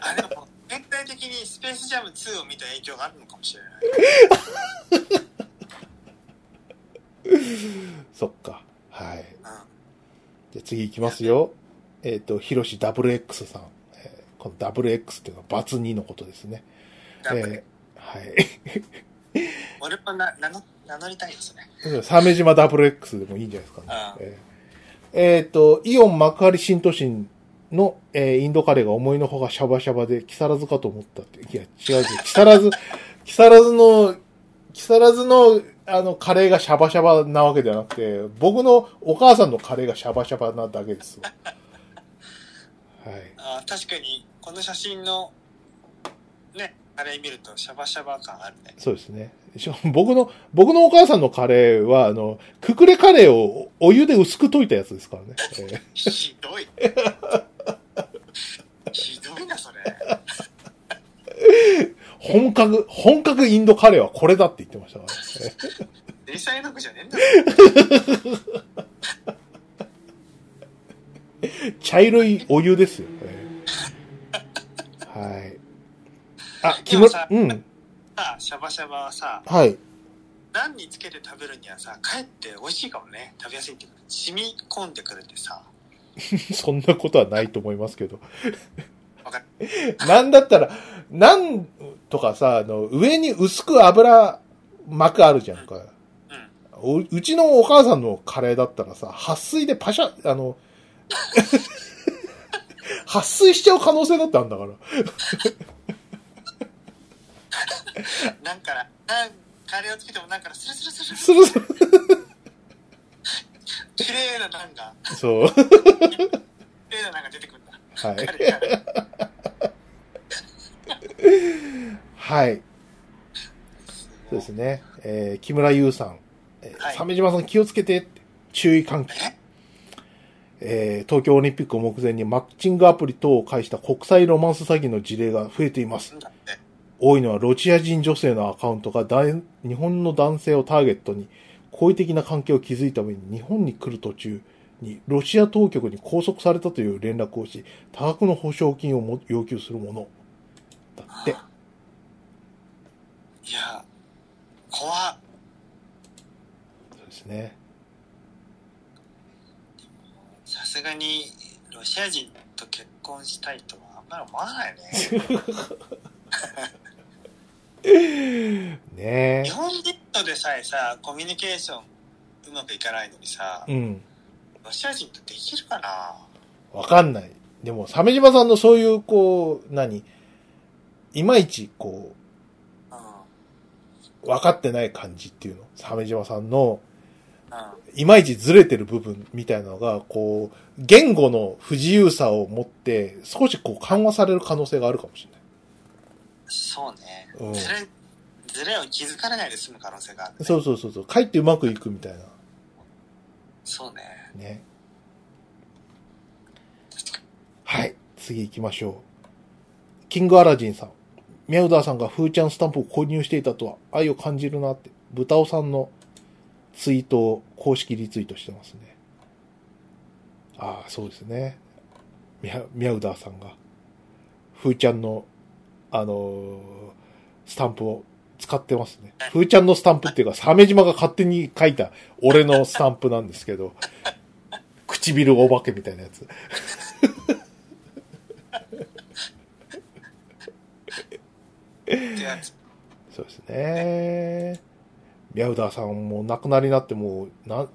Speaker 1: あでも全体的にスペースジャム2を見た影響があるのかもしれない
Speaker 2: そっか。はい。
Speaker 1: うん
Speaker 2: じゃあ次行きますよ。えっ、と、ひろし WX さん。えーこの WX っていうのはバツ2のことですね。
Speaker 1: だから
Speaker 2: えーはい。
Speaker 1: 俺もな名乗名乗りたいですね
Speaker 2: 鮫島 WX でもいいんじゃないですかね。
Speaker 1: う
Speaker 2: えーえーと、イオン幕張新都心の、えーインドカレーが思いのほかシャバシャバで、木更津かと思ったって。いや、違う違う。木更津、 木更津の、木更津の、あの、カレーがシャバシャバなわけではなくて、僕のお母さんのカレーがシャバシャバなだけですよ。はい。
Speaker 1: あー確かにこの写真のねあれ見るとシャバシャバ感あるね
Speaker 2: そうですね。しょ僕の、僕のお母さんのカレーは、あの、くくれカレーをおお湯で薄く溶いたやつですからね。えー
Speaker 1: ひどいひどいなそれ
Speaker 2: 本格、本格インドカレーはこれだって言ってましたからね。
Speaker 1: 連載の句じゃねえんだ
Speaker 2: 茶色いお湯ですよ。ええはい。あ、木
Speaker 1: でもさ
Speaker 2: 村、うん。
Speaker 1: さシャバシャバはさ
Speaker 2: はい。
Speaker 1: ナンにつけて食べるにはさかえって美味しいかもね食べやすいっていうか染み込んでくれてさ
Speaker 2: そんなことはないと思いますけど。
Speaker 1: わかる
Speaker 2: なんだったら、なんとかさ、あの、上に薄く油膜あるじゃんか。
Speaker 1: うん
Speaker 2: おうちのお母さんのカレーだったらさ、撥水でパシャ、あの、 撥水しちゃう可能性だってあるんだから。
Speaker 1: なんか、なんカレーをつけてもなんか、スルスルスル、
Speaker 2: するする
Speaker 1: 綺麗ななんか、
Speaker 2: そう。は
Speaker 1: 綺麗ななんか出てくるんだ。カ
Speaker 2: い。
Speaker 1: レーが
Speaker 2: はい。 そうですね。えー、木村優さん。えー
Speaker 1: はい
Speaker 2: 鮫島さん気をつけてって。注意喚起。
Speaker 1: え
Speaker 2: えー東京オリンピックを目前にマッチングアプリ等を介した国際ロマンス詐欺の事例が増えています
Speaker 1: な。んだって。
Speaker 2: 多いのはロシア人女性のアカウントがだい日本の男性をターゲットに好意的な関係を築いた上に日本に来る途中にロシア当局に拘束されたという連絡をし多額の保証金をも要求するものだって
Speaker 1: いや、怖っ
Speaker 2: そうですね
Speaker 1: さすがに、ロシア人と結婚したいとはあんまり思わないね。
Speaker 2: ね
Speaker 1: 日本人とでさえさ、コミュニケーションうまくいかないのにさ
Speaker 2: えう、ん
Speaker 1: ロシア人とできるかな
Speaker 2: わかんないでも鮫島さんのそういうこう何いまいちこ
Speaker 1: うん。うん。
Speaker 2: う分かってない感じっていうの鮫島さんのいまいちずれてる部分みたいなのが、こう、言語の不自由さを持って、少しこう緩和される可能性があるかもしれない。
Speaker 1: そうね。
Speaker 2: うん
Speaker 1: ずれ、ずれを気づかれないで済む可能性がある。
Speaker 2: そうそうそうそう。帰ってうまくいくみたいな。
Speaker 1: そうね。
Speaker 2: ね。はい。次行きましょう。キングアラジンさん。ミャウダーさんがフーちゃんスタンプを購入していたとは愛を感じるなって、ブタオさんのツイートを公式リツイートしてますね。ああ、そうですね。ミャミャウダーさんが、フーちゃんの、あのースタンプを使ってますね。フーちゃんのスタンプっていうか、サメ島が勝手に書いた俺のスタンプなんですけど、唇お化けみたいなやつ。
Speaker 1: ってやつ。
Speaker 2: そうですね。ミャウダーさんも亡くなりになってもう、な、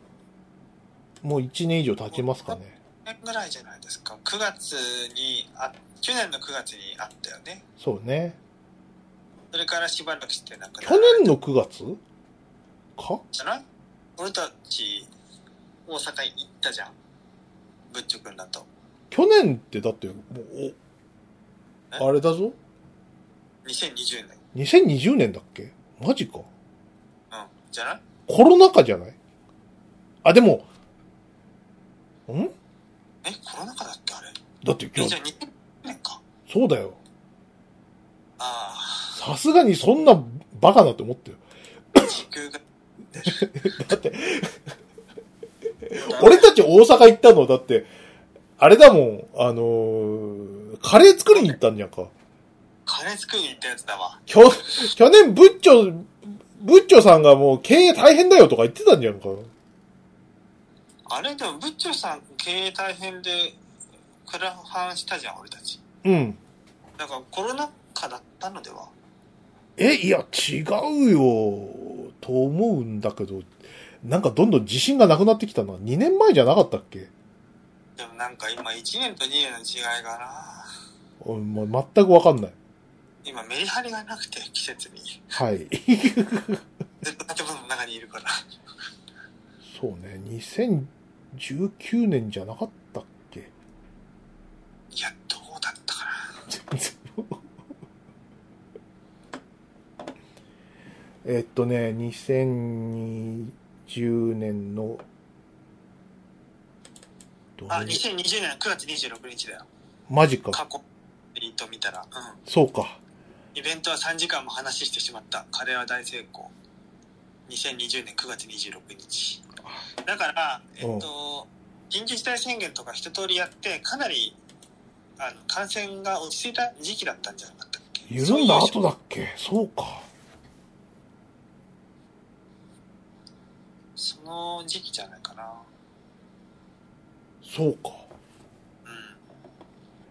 Speaker 2: もう1年以上経ちますかね。
Speaker 1: 去年ぐらいじゃないですか。9月に、あ、去年の9月にあったよね。
Speaker 2: そうね。
Speaker 1: それからしばらくしてなくな
Speaker 2: 去年の9月か
Speaker 1: じゃない俺たち、大阪行ったじゃん。ぶっちょくんだと。
Speaker 2: 去年ってだって、もう、おあれだぞ。
Speaker 1: 2020年。
Speaker 2: 2020年だっけマジか。
Speaker 1: うん。じゃない
Speaker 2: コロナ禍じゃないあ、でも、ん
Speaker 1: え、コロナ禍だっけあれ。
Speaker 2: だって今
Speaker 1: え、じゃ
Speaker 2: 日
Speaker 1: あ、20年か。
Speaker 2: そうだよ。
Speaker 1: あ
Speaker 2: さすがにそんなバカなって思ってる。
Speaker 1: あ、時空が。
Speaker 2: だって、俺たち大阪行ったの、だって、あれだもん、あのーカレー作りに行ったんじゃんか。
Speaker 1: カレー作りに行ったやつだわ。
Speaker 2: 去、去年、ブッチョ、ブッチョさんがもう経営大変だよとか言ってたんじゃんか。
Speaker 1: あれでも、ブッチョさん経営大変で、クラファンしたじゃん、俺たち。
Speaker 2: うん。
Speaker 1: だから、コロナ禍だったのでは
Speaker 2: え、いや、違うよ、と思うんだけど、なんかどんどん自信がなくなってきたな。2年前じゃなかったっけ
Speaker 1: でもなんか今、1年と2年の違いがな。
Speaker 2: おいもう全くわかんない。
Speaker 1: 今、メリハリがなくて、季節に。
Speaker 2: はい。
Speaker 1: ずっと建物の中にいるから。
Speaker 2: そうね、2019年じゃなかったっけ
Speaker 1: いや、どうだったかな。
Speaker 2: えっとね、2020年の、どう
Speaker 1: あ、2020年の9月26日だよ。
Speaker 2: マジか。
Speaker 1: 過去、ツイート見たら。うん。
Speaker 2: そうか。
Speaker 1: イベントは3時間も話してしまった。カレーは大成功。2020年9月26日。だから、えっと、緊急事態宣言とか一通りやって、かなり、あの、感染が落ち着いた時期だったんじゃなかったっけ
Speaker 2: 緩んだ
Speaker 1: そう
Speaker 2: 後
Speaker 1: いう
Speaker 2: だっけそうか。
Speaker 1: その時期じゃないかな。
Speaker 2: そうか。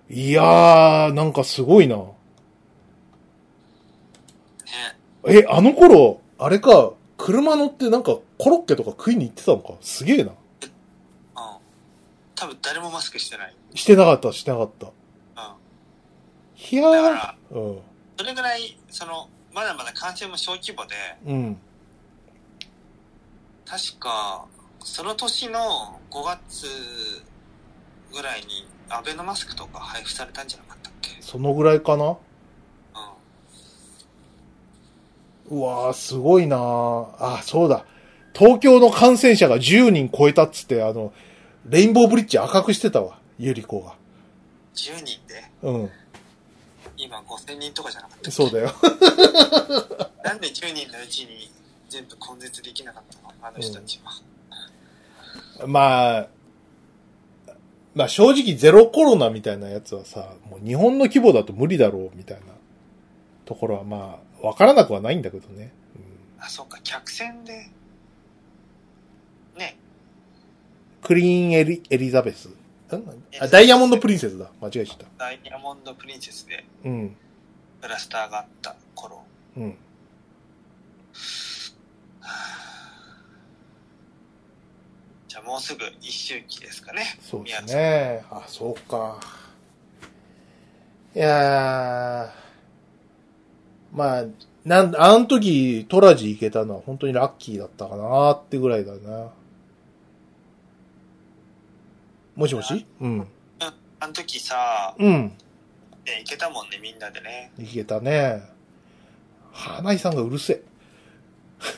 Speaker 1: うん。
Speaker 2: いやー、なんかすごいな。
Speaker 1: ね。
Speaker 2: え、あの頃、あれか、車乗ってなんかコロッケとか食いに行ってたのか。すげえ
Speaker 1: うん。
Speaker 2: な。
Speaker 1: 多分誰もマスクしてない。
Speaker 2: してなかった、してなかった。
Speaker 1: うん。
Speaker 2: いや
Speaker 1: だか
Speaker 2: ー。
Speaker 1: ら、
Speaker 2: うん。
Speaker 1: それぐらい、その、まだまだ感染も小規模で、
Speaker 2: うん。
Speaker 1: 確か、その年の5月ぐらいにアベノマスクとか配布されたんじゃなかったっけ
Speaker 2: そのぐらいかな
Speaker 1: う
Speaker 2: うわー、すごいなーあ、そうだ。東京の感染者が10人超えたっつって、あの、レインボーブリッジ赤くしてたわ、ゆり子が。
Speaker 1: ん。10人で、
Speaker 2: うん。
Speaker 1: 今5000人とかじゃなかったっけ
Speaker 2: そうだよ。
Speaker 1: なんで10人のうちに全部根絶できなかったのあの人たちは。
Speaker 2: まあ、まあ正直ゼロコロナみたいなやつはさ、もう日本の規模だと無理だろうみたいなところはまあ、わからなくはないんだけどね。うん
Speaker 1: あ、そうか、客船で、ね、
Speaker 2: クリーンエリエリザベス。んあダイヤモンドプリンセスだ。間違えちゃった。
Speaker 1: ダイヤモンドプリンセスで
Speaker 2: うん。
Speaker 1: クラスターがあった頃。
Speaker 2: うん。
Speaker 1: じゃあもうすぐ一周期ですかね。
Speaker 2: そうですね。あ、そうか。いやー、まあ、なん、あの時、トラジ行けたのは本当にラッキーだったかなーってぐらいだな。もしもしうん。
Speaker 1: うん。あの時さ、
Speaker 2: うん。
Speaker 1: ね、行けたもんね、みんなでね。
Speaker 2: 行けたね。花井さんがうるせえ。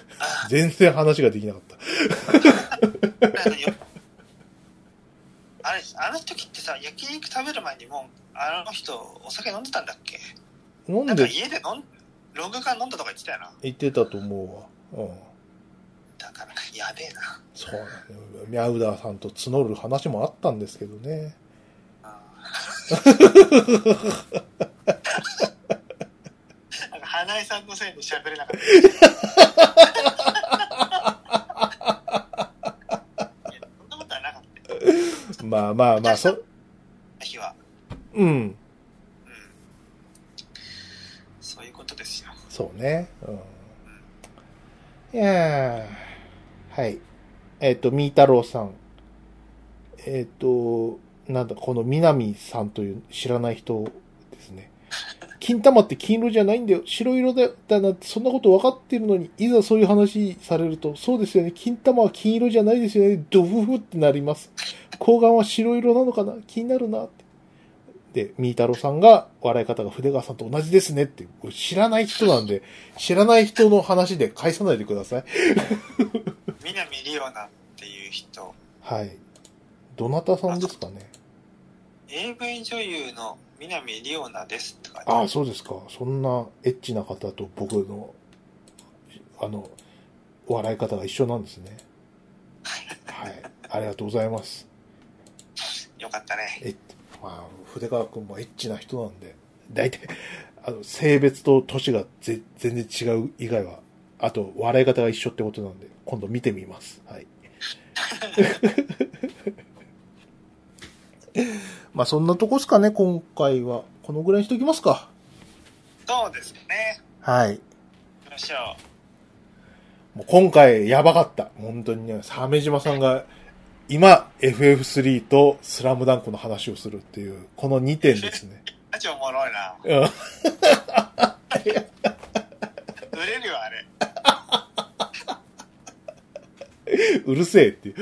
Speaker 2: 全然話ができなかった。
Speaker 1: あのよあれ、あの時ってさ、焼肉食べる前にもう、あの人、お酒飲んでたんだっけ
Speaker 2: 飲
Speaker 1: なんんか
Speaker 2: で
Speaker 1: 家で飲ん、ロング缶飲んだとか言ってたよな。
Speaker 2: 行ってたと思うわ。うん。
Speaker 1: だから、やべえな。
Speaker 2: そうなんだよ。ミャウダーさんと募る話もあったんですけどね。
Speaker 1: なんか花江さんのせいで喋れなかった。いやそんなことはなかったよ
Speaker 2: まあまあまあ、そ、
Speaker 1: あの日は、
Speaker 2: うん。
Speaker 1: うん、そういうことですよ
Speaker 2: そうね。うん。いやーはい。えっ、と、みーたろうさん。えっ、と、なんだ、このみなみさんという知らない人ですね。金玉って金色じゃないんだよ。白色だよ。だなって、そんなこと分かってるのに、いざそういう話されると、そうですよね。金玉は金色じゃないですよね。ドフフってなります。睾丸は白色なのかな気になるなって。で、みーたろさんが、笑い方が筆川さんと同じですねって、これ知らない人なんで、知らない人の話で返さないでください。
Speaker 1: 南リオナっていう人
Speaker 2: はい。どなたさんですかね
Speaker 1: AV 女優の南リオナですって書いて
Speaker 2: あ
Speaker 1: あ
Speaker 2: あ、
Speaker 1: る
Speaker 2: そうですか。そんなエッチな方と僕の、あの、笑い方が一緒なんですね。はい。ありがとうございます。
Speaker 1: よかったね
Speaker 2: えまあ、筆川くんもエッチな人なんで、大体、あの、性別と年がぜ全然違う以外は、あと、笑い方が一緒ってことなんで、今度見てみます。 はい。まあ、そんなとこっすかね、今回は。このぐらいにしときますか。
Speaker 1: そうですね
Speaker 2: はい。
Speaker 1: 行きましょ
Speaker 2: もう今回、やばかった。本当にね、鮫島さんが、今、FF3 とスラムダンクの話をするっていう、この2点です ね。
Speaker 1: うマジおもろいな
Speaker 2: うん
Speaker 1: 売れるよあれ
Speaker 2: うるせえっていう。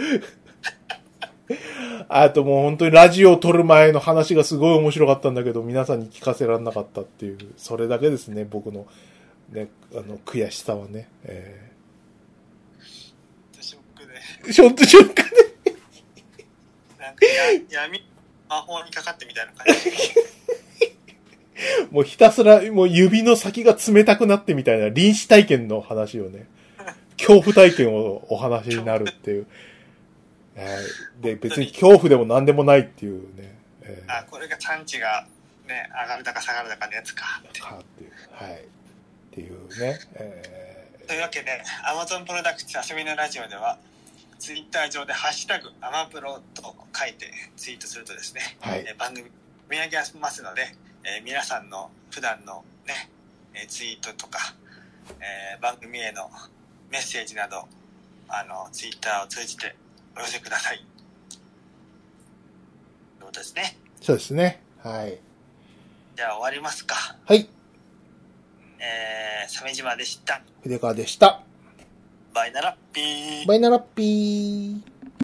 Speaker 2: あともう本当にラジオを撮る前の話がすごい面白かったんだけど、皆さんに聞かせられなかったっていう、それだけですね、僕の、ね、あの、悔しさはね。え
Speaker 1: ショックで
Speaker 2: ー、ショットショックで。
Speaker 1: なんかや 闇魔法にかかってみたいな感じ
Speaker 2: もうひたすら、もう指の先が冷たくなってみたいな臨死体験の話をね、恐怖体験をお話になるっていう。はい。で、別に恐怖でも何でもないっていうね。えー
Speaker 1: あこれが産地がね上がるだか下がるだかのやつかって
Speaker 2: かっていう。はい。っていうね。えー
Speaker 1: というわけで Amazon プロダクツ遊びのラジオではツイッター上で「ハッシュタグアマプロ」と書いてツイートするとですね、
Speaker 2: はい
Speaker 1: えー番組見上げますので、えー皆さんの普段のね、えーツイートとか、えー番組へのメッセージなどあのツイッターを通じてお寄せください。そうですね。
Speaker 2: そうですね。はい。
Speaker 1: じゃあ終わりますか。
Speaker 2: はい。
Speaker 1: ええー、鮫島でした。
Speaker 2: 筆川でした。
Speaker 1: バイなら、ピー。
Speaker 2: バイナラッピー。